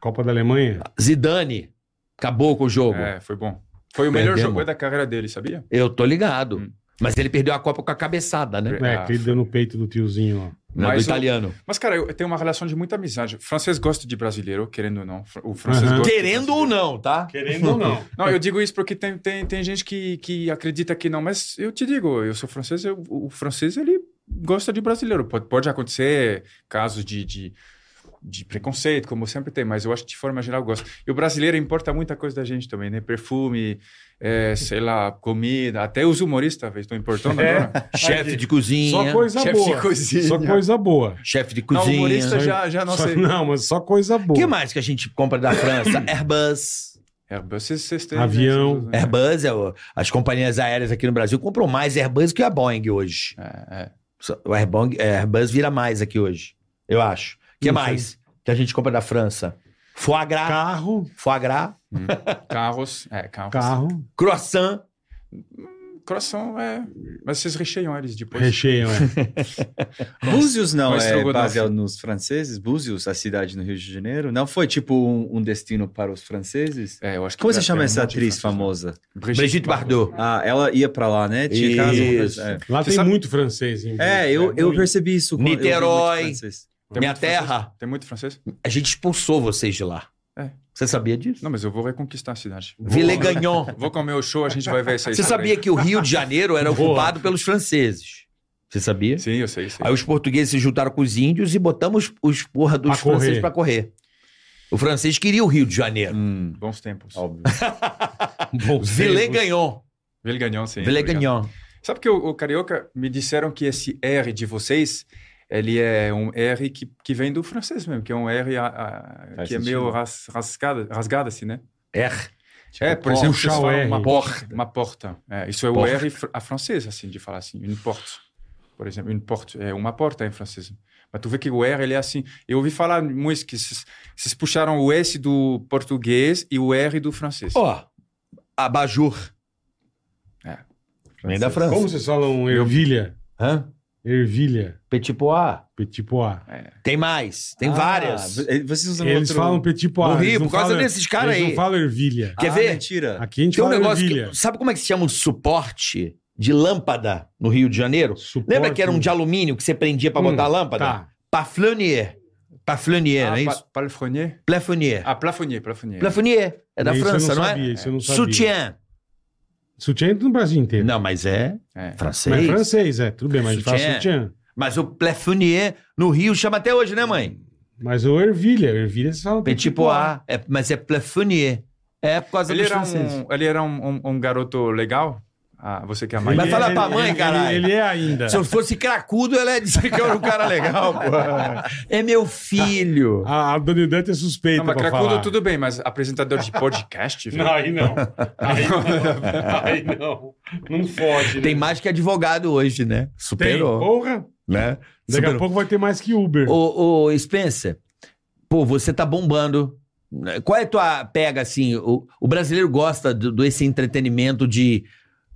Copa da Alemanha. Zidane, acabou com o jogo. né? É, foi bom. Foi o melhor Perdemos. jogo da carreira dele, sabia? Eu tô ligado. Hum. Mas ele perdeu a Copa com a cabeçada, né? É, que ele deu no peito do tiozinho, ó. Na do Mas o- italiano. Mas, cara, eu tenho uma relação de muita amizade. Francês gosta de brasileiro, querendo ou não. Fr- O francês Aham. gosta de Querendo ou brasileiro. não, tá? Querendo ou não? Não, eu digo isso porque tem, tem, tem gente que, que acredita que não, mas eu te digo, eu sou francês, eu- o francês, ele gosta de brasileiro. Pode, pode acontecer casos de, de, de preconceito, como sempre tem, mas eu acho que de forma geral eu gosto. E o brasileiro importa muita coisa da gente também, né? Perfume, [LAUGHS] eh, sei lá, comida, até os humoristas, talvez, estão importando É. [LAUGHS] agora. Chefe de cozinha. Só coisa Chefe de boa. cozinha. Só coisa boa. Chefe de Não, cozinha. humorista é já, já não Só- sei. Não, mas só coisa O boa. que mais que a gente compra da França? [COUGHS] Airbus. Airbus, É, vocês- vocês têm, Avião. né? Vocês usam, né? Airbus, é o- as companhias aéreas aqui no Brasil compram mais Airbus que a Boeing hoje. É, é. O Airbong- é, Airbus vira mais aqui hoje, eu acho. O que Não mais que a gente compra da França? Foie gras. Carro, Foie gras. Carros, é, carros. carro, Croissant. Coração é. Mas vocês recheiam eles depois. recheio, [LAUGHS] é. Búzios não Com é estrogonofe. baseado nos franceses? Búzios, a cidade no Rio de Janeiro? Não foi tipo um, um destino para os franceses? É, eu acho que Como você tem chama um essa monte de atriz francês. famosa? Brigitte Bardot. Ah, ela ia pra lá, né? Tinha casa, uma coisa- Isso. é. Lá Você tem sabe- muito francês. Em É, eu, eu muito. percebi isso. quando eu vi muito Niterói. francês. Tem Minha muito francês? terra. Tem muito francês? A gente expulsou vocês de lá. É. Você sabia disso? Não, mas eu vou reconquistar a cidade. [LAUGHS] Villegagnon. Vou comer o show, a gente vai ver isso aí. Você sabia que o Rio de Janeiro era Boa. ocupado pelos franceses? Você sabia? Sim, eu sei, sei. Aí os portugueses se juntaram com os índios e botamos os porra dos Pra correr. franceses pra correr. O francês queria o Rio de Janeiro. Hum, Bons tempos. óbvio. Bons Villet tempos. ganhou. Villegagnon, sim. Villet obrigado. ganhou. Sabe que o, o carioca me disseram que esse R de vocês, ele é um R que, que vem do francês mesmo, que é um R a- a- Faz que é sentido. meio ras, rasgado, rasgado assim, né? Er. é, por exemplo, puxar vocês o falam R. uma Porta. Uma porta. É, isso é o Porta. R fr- a francesa, assim, de falar assim. Une porte. Por exemplo, une porte. É uma porta em francês. Mas tu vê que o R, ele é assim. Eu ouvi falar muito que vocês vocês puxaram o S do português e o R do francês. Ó, abajur. É. Vem da França. Como vocês falam ervilha? Hã? Ervilha. Petit pois. Petit pois. Tem mais. Tem Ah, várias. v- Vocês usam Eles outro... falam petit pois. um No eles Rio, não por causa falam- desses caras Eles aí. não falam ervilha. Quer Ah, ver? mentira. Aqui a gente Tem um fala negócio ervilha. que... Sabe como é que se chama um suporte de lâmpada no Rio de Janeiro? Suporte- Lembra que era um de alumínio que você prendia pra botar a Hum, lâmpada? Tá. Paflonier. Paflonier, não ah, é pa- isso? palefrenier? Plafonier. Ah, plafonnier, plafonnier. Plafonier. É da Isso eu não França, não, sabia, é? isso eu não sabia. Soutien. Sutiã é do Brasil inteiro. Não, mas é É. francês. Mas Mas, é francês, é. Tudo bem, mas a gente fala Sutiã. sutiã. o plafonier no Rio chama até hoje, né, mãe? Mas o ervilha. Ervilha tipo vocês falam Petit pois. É, mas é plafonier. É por causa Ele dos era, franceses. um, ele era um, um- um garoto legal? Ah, você que é a Ele mãe Vai é- dele. falar pra ele- mãe, ele- caralho. Ele, é ainda. Se eu fosse cracudo, ela ia dizer que eu era um cara legal, pô. [LAUGHS] É meu filho. A, a Dona Dante é suspeita Não, mas pra cracudo falar. [LAUGHS] tudo bem, mas apresentador de podcast, velho. Não, aí não. Aí não. Aí não. Não fode. Tem né? mais que advogado hoje, né? Tem. Superou, Porra. né? Daqui a Superou. pouco vai ter mais que Uber. Ô, ô, Spencer, pô, você tá bombando. Qual é a tua pega, assim? O, o brasileiro gosta do, do esse entretenimento de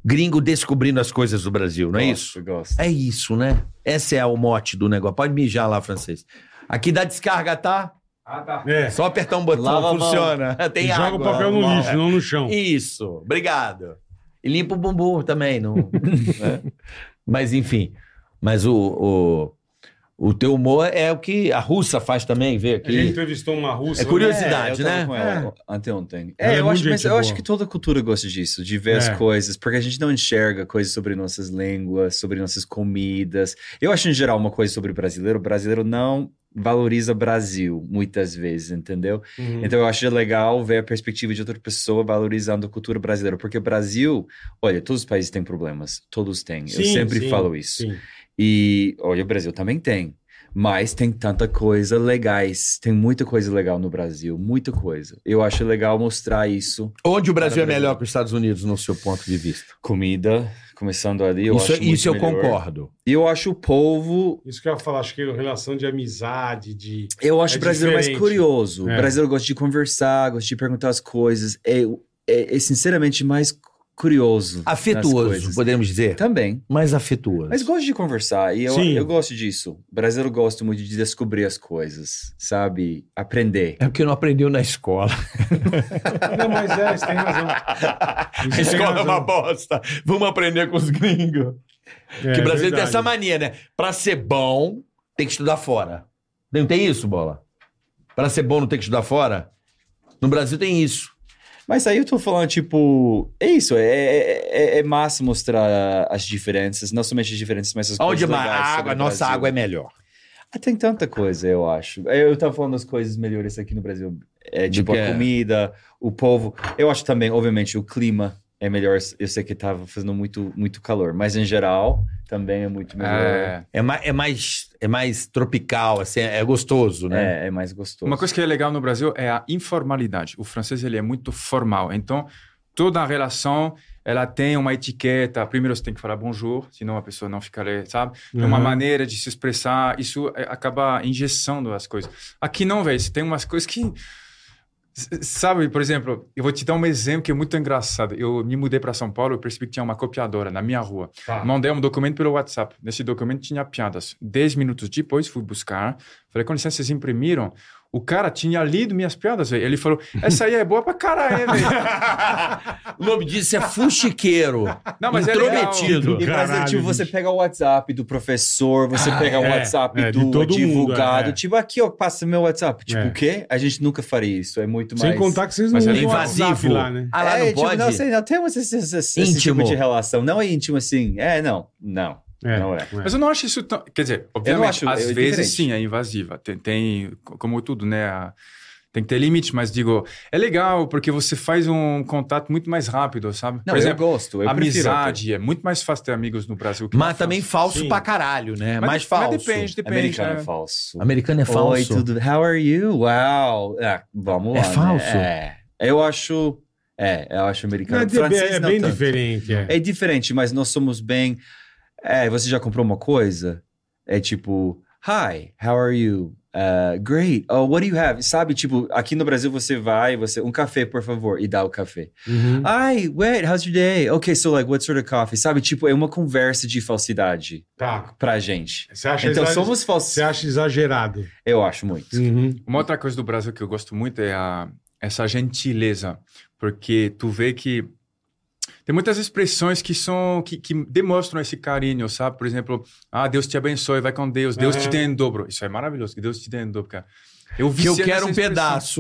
gringo descobrindo as coisas do Brasil, não é Gosto, isso? Gosto. É isso, né? Esse é o mote do negócio. Pode mijar lá, francês. Aqui dá descarga, tá? Ah, tá. É. Só apertar um botão, Lava a mão. funciona. E Tem água. joga o papel no Lava. lixo, não no chão. Isso, obrigado. E limpa o bumbum também, não. [LAUGHS] né? Mas enfim. Mas o, o, o teu humor é o que a russa faz também, vê A gente aqui. entrevistou uma russa. É curiosidade, eu tava né? com ela anteontem. Ela É, é eu, muito acho, mas gente eu acho boa. que toda cultura gosta disso, de ver É. as coisas, porque a gente não enxerga coisas sobre nossas línguas, sobre nossas comidas. Eu acho, em geral, uma coisa sobre o brasileiro: o brasileiro não valoriza o Brasil, muitas vezes, entendeu? Uhum. Hum. Então eu acho legal ver a perspectiva de outra pessoa valorizando a cultura brasileira, porque o Brasil, olha, todos os países têm problemas, todos têm. eu Sim, sempre sim, falo isso. Sim. E olha, o Brasil também tem. Mas tem tanta coisa legais. Tem muita coisa legal no Brasil, muita coisa. Eu acho legal mostrar isso. Onde o Brasil é Maravilha. melhor que os Estados Unidos, no seu ponto de vista? Comida, começando ali. Eu isso é- acho isso eu muito melhor. concordo. E eu acho o povo. Isso que eu ia falar, acho que é relação de amizade, de. Eu acho É o brasileiro mais diferente. curioso. É. O brasileiro gosta de conversar, gosta de perguntar as coisas. É, é, é sinceramente mais curioso. nas Afetuoso, coisas. podemos dizer. Também. Mas afetuoso. Mas gosto de conversar e eu, Sim. eu gosto disso. Brasileiro gosta muito de descobrir as coisas, sabe? Aprender. É porque não aprendeu na escola. Não, mas é, você tem razão. [LAUGHS] A Isso tem escola é uma razão. bosta. Vamos aprender com os gringos. É, Porque o brasileiro tem verdade. essa mania, né? Pra ser bom, tem que estudar fora. Não tem isso, bola? Pra ser bom, não tem que estudar fora? No Brasil tem isso. Mas aí eu tô falando, tipo, é isso, é, é, é- é massa mostrar as diferenças, não somente as diferenças, mas as Onde coisas. a água, a nossa água é melhor. é. Tem tanta coisa, eu acho. Eu tava falando das coisas melhores aqui no Brasil. É, Do tipo, que é? a comida, o povo. Eu acho também, obviamente, o clima é melhor. Eu sei que tava fazendo muito, muito calor, mas em geral também é muito melhor. É, É, É mais, é mais, é mais tropical, assim, é gostoso, né? é, mais gostoso. uma coisa que é legal no Brasil é a informalidade. O francês ele é muito formal. Então, toda a relação ela tem uma etiqueta. Primeiro você tem que falar bonjour, senão a pessoa não fica, ali, sabe? É uma Uhum. maneira de se expressar. Isso é, acaba engessando as coisas. Aqui não, velho. Você tem umas coisas que S- Sabe, por exemplo, eu vou te dar um exemplo que é muito engraçado. Eu me mudei para São Paulo, eu percebi que tinha uma copiadora na minha rua. Tá. Mandei um documento pelo WhatsApp. Nesse documento tinha piadas. Dez minutos depois fui buscar. Falei, com licença, vocês imprimiram? O cara tinha lido minhas piadas, velho. Ele falou, essa aí é boa pra caralho, hein, velho. o nome disso é fuxiqueiro. Não, mas é intrometido. legal. E Brasil, Caralho, tipo, você bicho. pega o WhatsApp do professor, você pega o é, WhatsApp é, de do todo mundo, advogado. é. Tipo, aqui, ó, passa meu WhatsApp. Tipo, É. o quê? A gente nunca faria isso. É muito mais. Sem contar que vocês não Mas é usam invasivo. WhatsApp lá, né? Ah, lá é, não tipo, pode? não sei, não temos esse, esse, esse Íntimo. tipo de relação. Não é íntimo assim. É, não. Não. É. Não é. Mas eu não acho isso tão. Quer dizer, obviamente, acho, às é vezes diferente. sim, é invasiva. Tem, tem, co- como tudo, né? a- Tem que ter limite, mas digo, é legal porque você faz um contato muito mais rápido, sabe? Não, Por exemplo, eu gosto. Eu prefiro até. amizade. É muito mais fácil ter amigos no Brasil que na Mas França. também falso Sim. pra caralho, né? Mas- mais falso. Mas depende, depende. é Americano né? é falso. Americano é falso. Oi, tudo How are you? Wow. Ah, vamos lá. É né? falso? É. Eu acho. É, eu acho Não, americano. é, Francês é não bem tanto. diferente. É. É diferente, mas nós somos bem. É, você já comprou uma coisa? É tipo, hi, how are you? Uh, great. Oh, what do you have? Sabe, tipo, aqui no Brasil você vai, você um café, por favor, e dá o café. Uhum. Hi, wait, how's your day? Okay, so like, what sort of coffee? Sabe, tipo, é uma conversa de falsidade Tá. pra gente. Você acha, Então exager- somos falsos. você acha exagerado. Eu acho muito. Uma outra coisa do Brasil que eu gosto muito é a, essa gentileza, porque tu vê que tem muitas expressões que são que, que demonstram esse carinho, sabe? Por exemplo, ah, Deus te abençoe, vai com Deus, Deus te Aham. dê em dobro. Isso é maravilhoso, que Deus te dê em dobro, cara. Eu Que eu viciei quero um nessa expressão.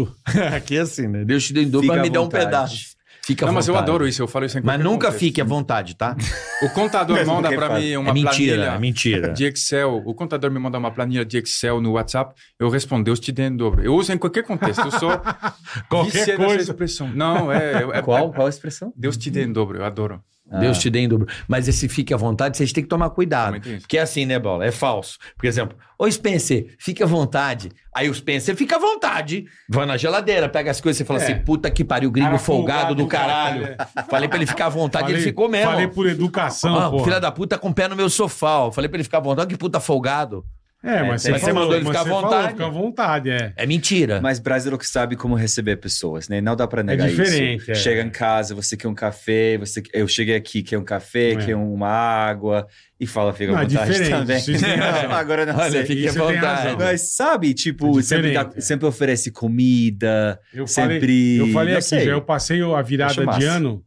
pedaço. Aqui é assim, né? Deus te deu em dobro Fica pra à me dar um vontade. pedaço. Fica à Não, mas eu vontade. adoro isso, eu falo isso em Mas qualquer nunca contexto. fique à vontade, tá? O contador Mesmo manda quem pra faz. mim uma é mentira, planilha. é [LAUGHS] mentira. de Excel, o contador me manda uma planilha de Excel no WhatsApp, eu respondo, Deus te dê em dobro. Eu uso em qualquer contexto, eu sou viciado [LAUGHS] Qualquer nessa coisa. expressão. Não, [LAUGHS] é, é- é- Qual? Qual a expressão? Deus te dê em dobro, eu adoro. Ah. Deus te dê em dobro. Mas esse fique à vontade, vocês têm que tomar cuidado. Muito isso. Porque é assim, né, Bola? É falso. Por exemplo, ô Spencer, fique à vontade. Aí o Spencer fica à vontade. Vai na geladeira, pega as coisas e fala É. assim: puta que pariu, gringo Cara folgado folgado do do caralho. Falei pra ele ficar à vontade, Falei- Tá ele ficou mesmo. Falei por educação, Ah, pô. filha da puta com o pé no meu sofá. ó. Falei pra ele ficar à vontade, que puta folgado. É, mas, você, tem- Mas você falou, mandou ele mas ficar à você falou, vontade. fica à vontade, é. É mentira. Mas brasileiro que sabe como receber pessoas, né? Não dá pra negar diferente, isso. é. Chega em casa, você quer um café, você eu cheguei aqui, quer um café, É. quer uma água e fala, fica Não, à é vontade diferente, também. isso [LAUGHS] tem razão. Agora não Olha, sei. fique à Isso tem vontade. razão. Mas sabe, tipo, É sempre, dá- diferente, é. sempre oferece comida, Eu sempre. falei, eu falei não aqui, sei. já eu passei a virada Acho massa. de ano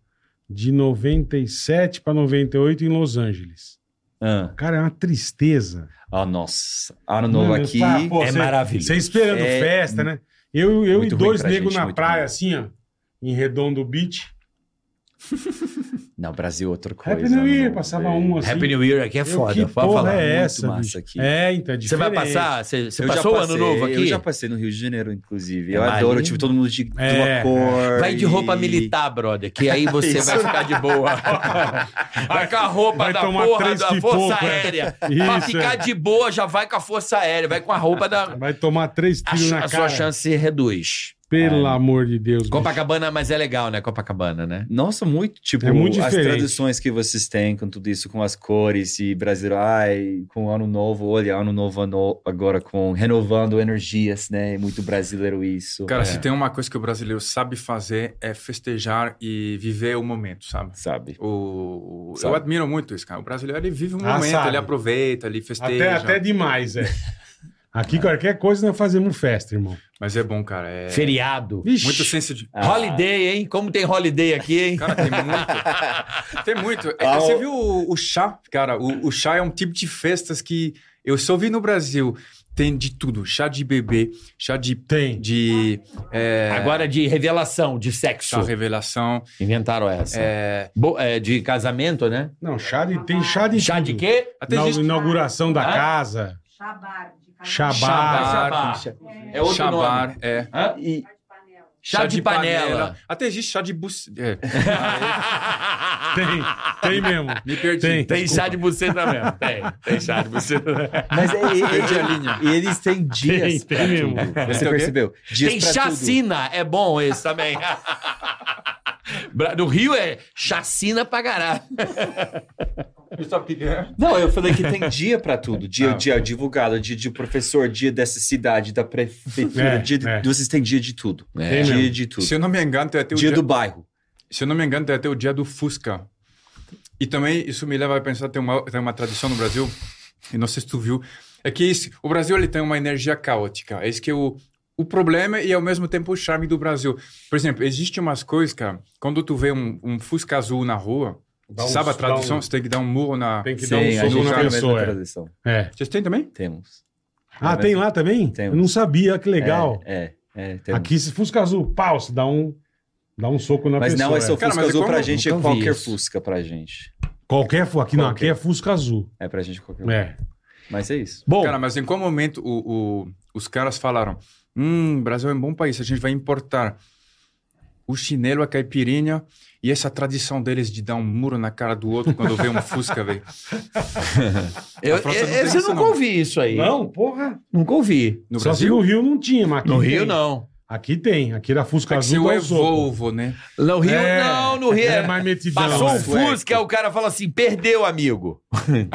de 97 pra 98 em Los Angeles. Ah, Cara, é uma tristeza. ah, nossa. Ano novo Mano, aqui. tá, pô, é cê- maravilhoso. Você esperando É festa, né? Eu, eu e muito ruim dois pra negros gente, na muito praia, ruim. assim, ó, em Redondo Beach. Não, Brasil, outra coisa. Happy New Ano Year, Novo, passava velho. um assim. Happy New Year aqui é Eu, foda. que pode porra falar. é muito essa, massa bicho? aqui. É, então, é Você vai diferente. passar? Você, você Eu já passou o ano passei, novo Eu aqui? já passei no Rio de Janeiro, inclusive. Eu É adoro, maneiro. tipo, todo mundo de de É. uma cor. Vai de roupa e- militar, brother, que aí [LAUGHS] você vai ficar de boa. Vai com a roupa Vai da tomar porra três da pipoco, Força é. Aérea. pra Isso, ficar é. de boa, já vai com a Força Aérea, vai com a roupa da. Vai tomar três A, tiros chu- na a cara. sua chance É. se reduz. Pelo amor de Deus. bicho. Copacabana, mas é legal, né? Copacabana, né? Nossa, muito, tipo, É muito as diferente. traduções que vocês têm com tudo isso, com as cores e brasileiro, ai, com o ano novo, olha, ano novo ano- agora com renovando energias, né? É muito brasileiro isso. Cara, É. se tem uma coisa que o brasileiro sabe fazer é festejar e viver o momento, sabe? Sabe? O, o- eu Sabe. admiro muito isso, cara. O brasileiro ele vive o Ah, momento, sabe. ele aproveita, ele festeja. Até, até demais, [LAUGHS] é. Aqui É. qualquer coisa nós fazemos festa, irmão. Mas é bom, cara. É Feriado. Vixe, muito senso de. Ah. Holiday, hein? Como tem holiday aqui, hein? Cara, tem muito. tem muito. É, Ah, você o- viu o, o chá? Cara, o, o chá é um tipo de festas que eu só vi no Brasil. Tem de tudo: chá de bebê, chá de. tem. de é, Agora de revelação, de sexo. chá revelação. Inventaram essa. É, Bo- é, de casamento, né? Não, chá de, tem chá de Chá de tudo. quê? até Na gente. inauguração da Hã? casa. Chabar. Chabar. [LAUGHS] É outro chabar, nome. é. Hã? Chá, de, panela. Até existe chá de buce... [LAUGHS] é. Tem, tem mesmo. Me perdi. Tem. Tem chá de buceta mesmo. Tem, tem chá de buceta. Mas é, [LAUGHS] é- é- e eles têm dias. Tem, tem mesmo. Você percebeu? Dias Tem pra chacina. É bom esse também. [LAUGHS] Bra- No Rio é chacina pra caralho. tudo. Não, eu falei que tem dia pra tudo. Dia, Ah. dia divulgado, dia de professor, dia dessa cidade, da prefeitura, É, dia de- é. vocês têm dia de tudo. Tem Dia mesmo. de tudo. Se eu não me engano, tem até o É. Dia dia, do bairro. Se eu não me engano, tem até o dia do Fusca. E também isso me leva a pensar tem uma tem uma tradição no Brasil. E não sei se tu viu, é que isso, o Brasil ele tem uma energia caótica. É isso que é o o problema e ao mesmo tempo o charme do Brasil. Por exemplo, existe umas coisas, cara, quando tu vê um, um Fusca azul na rua, Dá um- sabe a tradução? dá um- Você tem que dar um murro na. Tem que Sim, dar um a gente soco na tem a mesma pessoa. é. tradição. É. Vocês têm também? Temos. Ah, tem lá também? Tem. Eu não sabia, que legal. É, é, é, temos. Aqui, se Fusca Azul, pau, se dá um, dá um soco na Mas pessoa. não é só é. Cara, Fusca mas Azul como- pra gente, é nunca vi qualquer isso. Fusca pra gente. Qualquer Fusca. Aqui não, aqui é Fusca Azul. É pra gente qualquer É. Mas é isso. Bom, Cara, mas em qual momento o- o- os caras falaram: Hum, Brasil é um bom país, a gente vai importar o chinelo, a caipirinha e essa tradição deles de dar um muro na cara do outro quando vê um Fusca, velho. eu, a França eu- não tem eu- eu isso, nunca não. ouvi isso aí. Não, porra. Nunca ouvi. No só Brasil? que no Rio não tinha, mas aqui No tem. Rio, não. Aqui tem. Aqui da Fusca É que Azul seu dá é um soco. Volvo, né? No Rio, É. não. No Rio É é- mais metidão. Passou um é. Fusca, o cara fala assim: perdeu, amigo. é.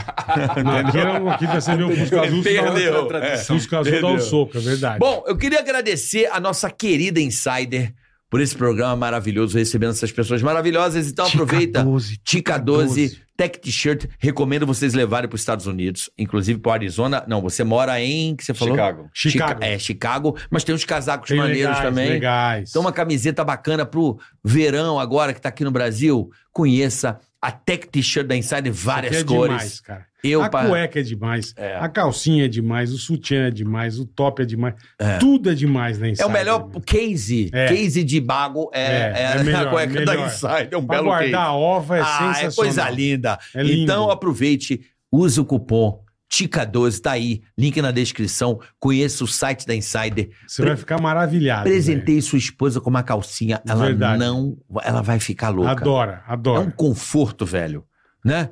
Aqui, era, um, aqui você vê o Fusca Azul, você dá Perdeu. um- Fusca Azul dá um soco, é verdade. Bom, eu queria agradecer a nossa querida Insider por esse programa maravilhoso, recebendo essas pessoas maravilhosas. Então aproveita. 12. Tica 12, Tech T-shirt, recomendo vocês levarem para os Estados Unidos, inclusive para Arizona. Não, você mora em. que você falou? Chicago. Chica- Chicago. É, Chicago, mas tem uns casacos Tem maneiros legais, também. Legais. Então, uma camiseta bacana pro verão agora que tá aqui no Brasil. Conheça a Tech T-shirt da Insider, várias Isso aqui é cores. Demais, cara. Eu, a pa- cueca é demais, a calcinha é demais, o sutiã é demais, o top é demais. Tudo é demais na É Insider. o melhor meu. case. É. Case de bago é, É, é é a melhor, cueca melhor. da Insider. É um Pra belo case. guardar a ova é ah, sensacional. é coisa linda. É lindo. Então aproveite, use o cupom TICA12, tá aí, link na descrição. Conheça o site da Insider. Você vai ficar maravilhado. Apresentei sua esposa com uma calcinha, ela Verdade. não, ela vai ficar velho. louca. Adora, É adora. um conforto, velho, né?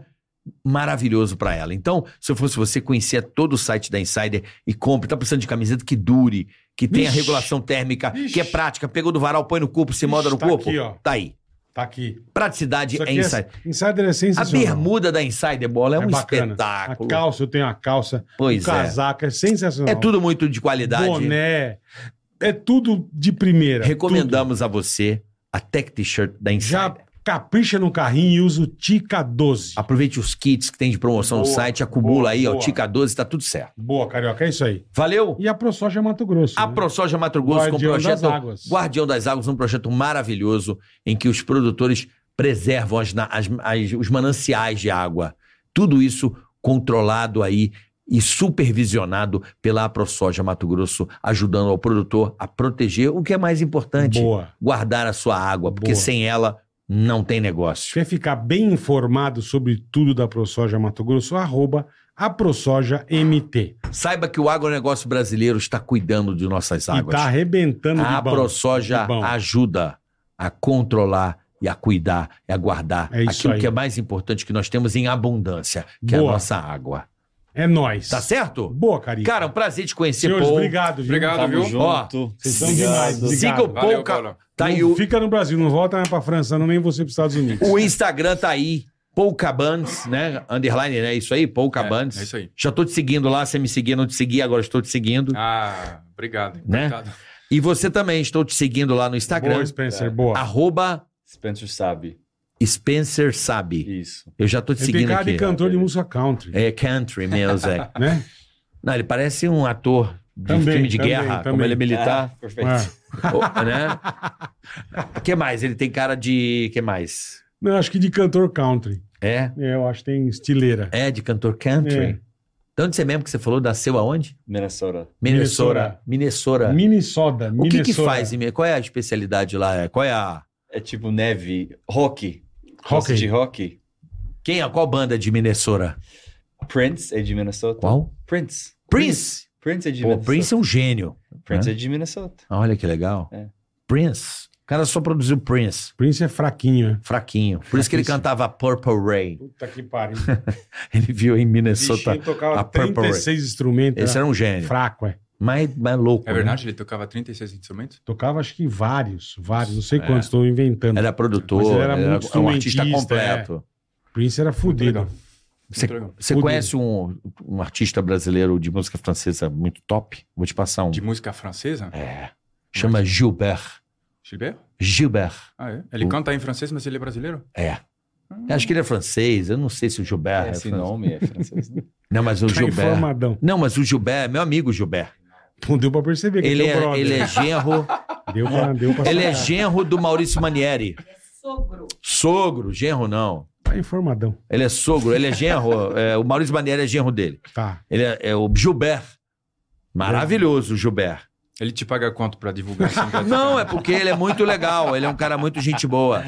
Maravilhoso pra ela. Então, se eu fosse você, conhecia todo o site da Insider e compre. Tá precisando de camiseta que dure, que tenha Vixe. regulação térmica, Vixe. que é prática. Pegou do varal, põe no corpo, Vixe, se molda no tá corpo. aqui, ó. Tá aí. Tá aqui. Praticidade Isso é aqui insider. é, insider é A sensacional. bermuda da Insider Bola é, um bacana. espetáculo. A calça, eu tenho a calça. Pois o é. casaco, é. sensacional. É tudo muito de qualidade. Boné. É tudo de primeira. Recomendamos a você a Tech T-shirt tudo. da Insider. Já capricha no carrinho e usa o Tica 12. Aproveite os kits que tem de promoção no Boa, site, acumula boa, aí, ó, boa. Tica 12, tá tudo certo. Boa, Carioca, é isso aí. Valeu? E a ProSoja Mato Grosso. A né? ProSoja Mato Grosso com o Guardião projeto das Águas. Guardião das Águas, um projeto maravilhoso em que os produtores preservam as na- as- as- os mananciais de água. Tudo isso controlado aí e supervisionado pela ProSoja Mato Grosso, ajudando ao produtor a proteger o que é mais importante, Boa. guardar a sua água, porque Boa. sem ela não tem negócio. Quer ficar bem informado sobre tudo da ProSoja Mato Grosso? Arroba a ProSoja MT. Saiba que o agronegócio brasileiro está cuidando de nossas E águas. tá arrebentando A de bom. ProSoja De bom. ajuda a controlar e a cuidar e a guardar É isso aquilo aí. que é mais importante que nós temos em abundância, que é Boa. a nossa água. É nóis. Tá certo? Boa, Carica. Cara, um prazer te conhecer, Senhores, Paul. obrigado. viu? Obrigado, Tamo viu? junto. Ó, Vocês são demais. Obrigado. Siga o Obrigado. Valeu, Paul. ca- Paulo. É, Tá aí Não o, Fica no Brasil, não volta mais pra França, não nem você pros Estados Unidos. o Instagram tá aí. Paul Cabanes, né? Underline, né? Isso aí, Paul Cabanes. é isso aí. Já tô te seguindo lá, você me seguia, não te seguia, agora estou te seguindo. Ah, obrigado. Né? encantado. E você também, estou te seguindo lá no Boa, Instagram. Spencer, boa. Arroba Spencer sabe. Spencer Sabe. Isso. Eu já tô te Ele tem seguindo cara aqui. de cantor de música country, É country music. né? Não, ele parece um ator de Também, filme de também, guerra, como também. ele é Tá. militar, perfeito. É. O- né? O que mais? Ele tem cara de... que mais? Não, acho que de cantor country. É? É, eu acho que tem estileira. É, de cantor country. É. De onde você mesmo que você falou? Nasceu aonde? Minnesota. Minnesota. Minnesota. Minnesota. É. O que que Minnesota. faz? em Min- Qual é a especialidade lá? É, Qual é a... É tipo neve. Rock. Hockey. De rock. Quem é? Qual banda de Minnesota? Prince é de Minnesota. Qual? Prince. Prince. Prince é de Pô, Minnesota. Prince é um gênio. Prince é de Minnesota. Ah, Olha que legal. É. Prince. O cara só produziu Prince. Prince é fraquinho, né? Fraquinho. Por isso que ele Fraquíssimo. cantava Purple Rain. [LAUGHS] Puta que pariu. Ele viu em Minnesota. Bichinho tocava a Purple Rain. 36 instrumentos. Esse era era um gênio. fraco, é. Mas, mas louco. né? É verdade, ele tocava 36 instrumentos? Tocava acho que vários, vários, não sei quantos, estou inventando. Né? Era produtor, Mas ele era era, muito um artista instrumentista, completo. Prince era fudido. Legal. Você, Muito legal. você Fudido. conhece um, um artista brasileiro de música francesa muito top? Vou te passar um. De música francesa? É. Chama Gilbert. Gilbert? Gilbert. Ah, é? Ele canta em francês, mas ele é brasileiro? É. Eu acho que ele é francês. Eu não sei se o Gilbert é, Esse francês. nome é francês, né? Não, mas o Tá Gilbert. informadão. Não, mas o Gilbert, é meu amigo Gilbert. Não deu pra perceber que Ele é teu é, brother. ele é genro. Deu pra, deu pra ele é sacar. genro do Maurício Manieri. Sogro, genro não. Tá informadão. Ele é sogro, ele é genro. é, o Maurício Manieri é genro dele. Tá. Ele é, é o Gilbert. Maravilhoso, o Gilbert. Ele te paga quanto pra divulgar assim? gratuitamente? Não, é porque ele é muito legal. Ele é um cara muito gente boa.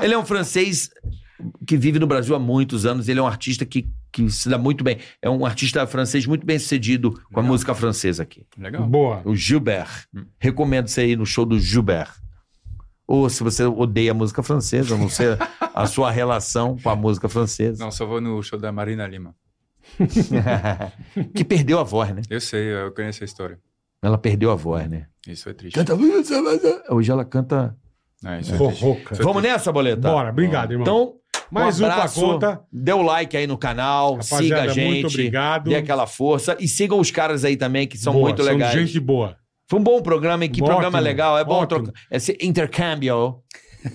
Ele é um francês que vive no Brasil há muitos anos. Ele é um artista que, que se dá muito bem. É um artista francês muito bem sucedido com a Legal. música francesa aqui. Legal. Boa. O Gilbert. Recomendo você ir no show do Gilbert. Ou se você odeia a música francesa, não sei a sua relação com a música francesa. Não, só vou no show da Marina Lima. que perdeu a voz, né? Eu sei, eu conheço a história. Ela perdeu a voz, né? Isso é triste. Canta. Hoje ela canta. É, isso é triste. Forroca. Isso é Vamos nessa, boleta? Bora, obrigado, irmão. Então, Mais um pra abraço, conta. Dê o like aí no canal, Rapaziada, siga a muito gente. obrigado. Dê aquela força. E sigam os caras aí também, que são Boa, muito legais. São gente boa. Foi um bom programa, hein? Que Ótimo, programa legal. É bom ótimo. Ah. trocar. Esse intercâmbio.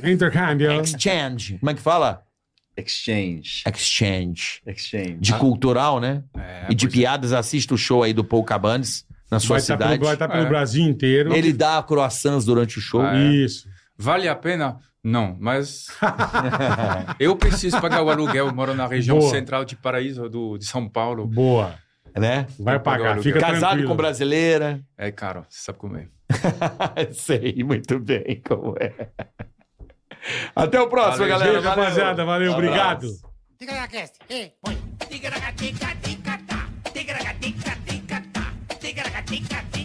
Intercâmbio. Exchange. Como é que fala? [LAUGHS] Exchange. Exchange. Exchange. Ah. De cultural, né? É, e de pois é. piadas, assista o show aí do Paul Cabanes, na sua Vai estar pelo, cidade. vai tá pelo É. Brasil inteiro. Ele dá croissants durante o show. Ah, é. Isso. Vale a pena? Não, mas eu preciso pagar o aluguel. Eu moro na região Boa. central de Paraíso, do, de São Paulo. Boa. [LAUGHS] Né? Vai Vou pagar o pagar. aluguel. Fica Casado tranquilo. com brasileira. É caro, você sabe como é. [LAUGHS] Sei muito bem como é. Até o próximo, Valeu, galera. Beijo, Valeu. rapaziada. Valeu, obrigado. Tigaracast, e põe. Tigaracá, tica, tica, tá. Tigaracá, tica, tica, tá. Tigaracá, tica, tica,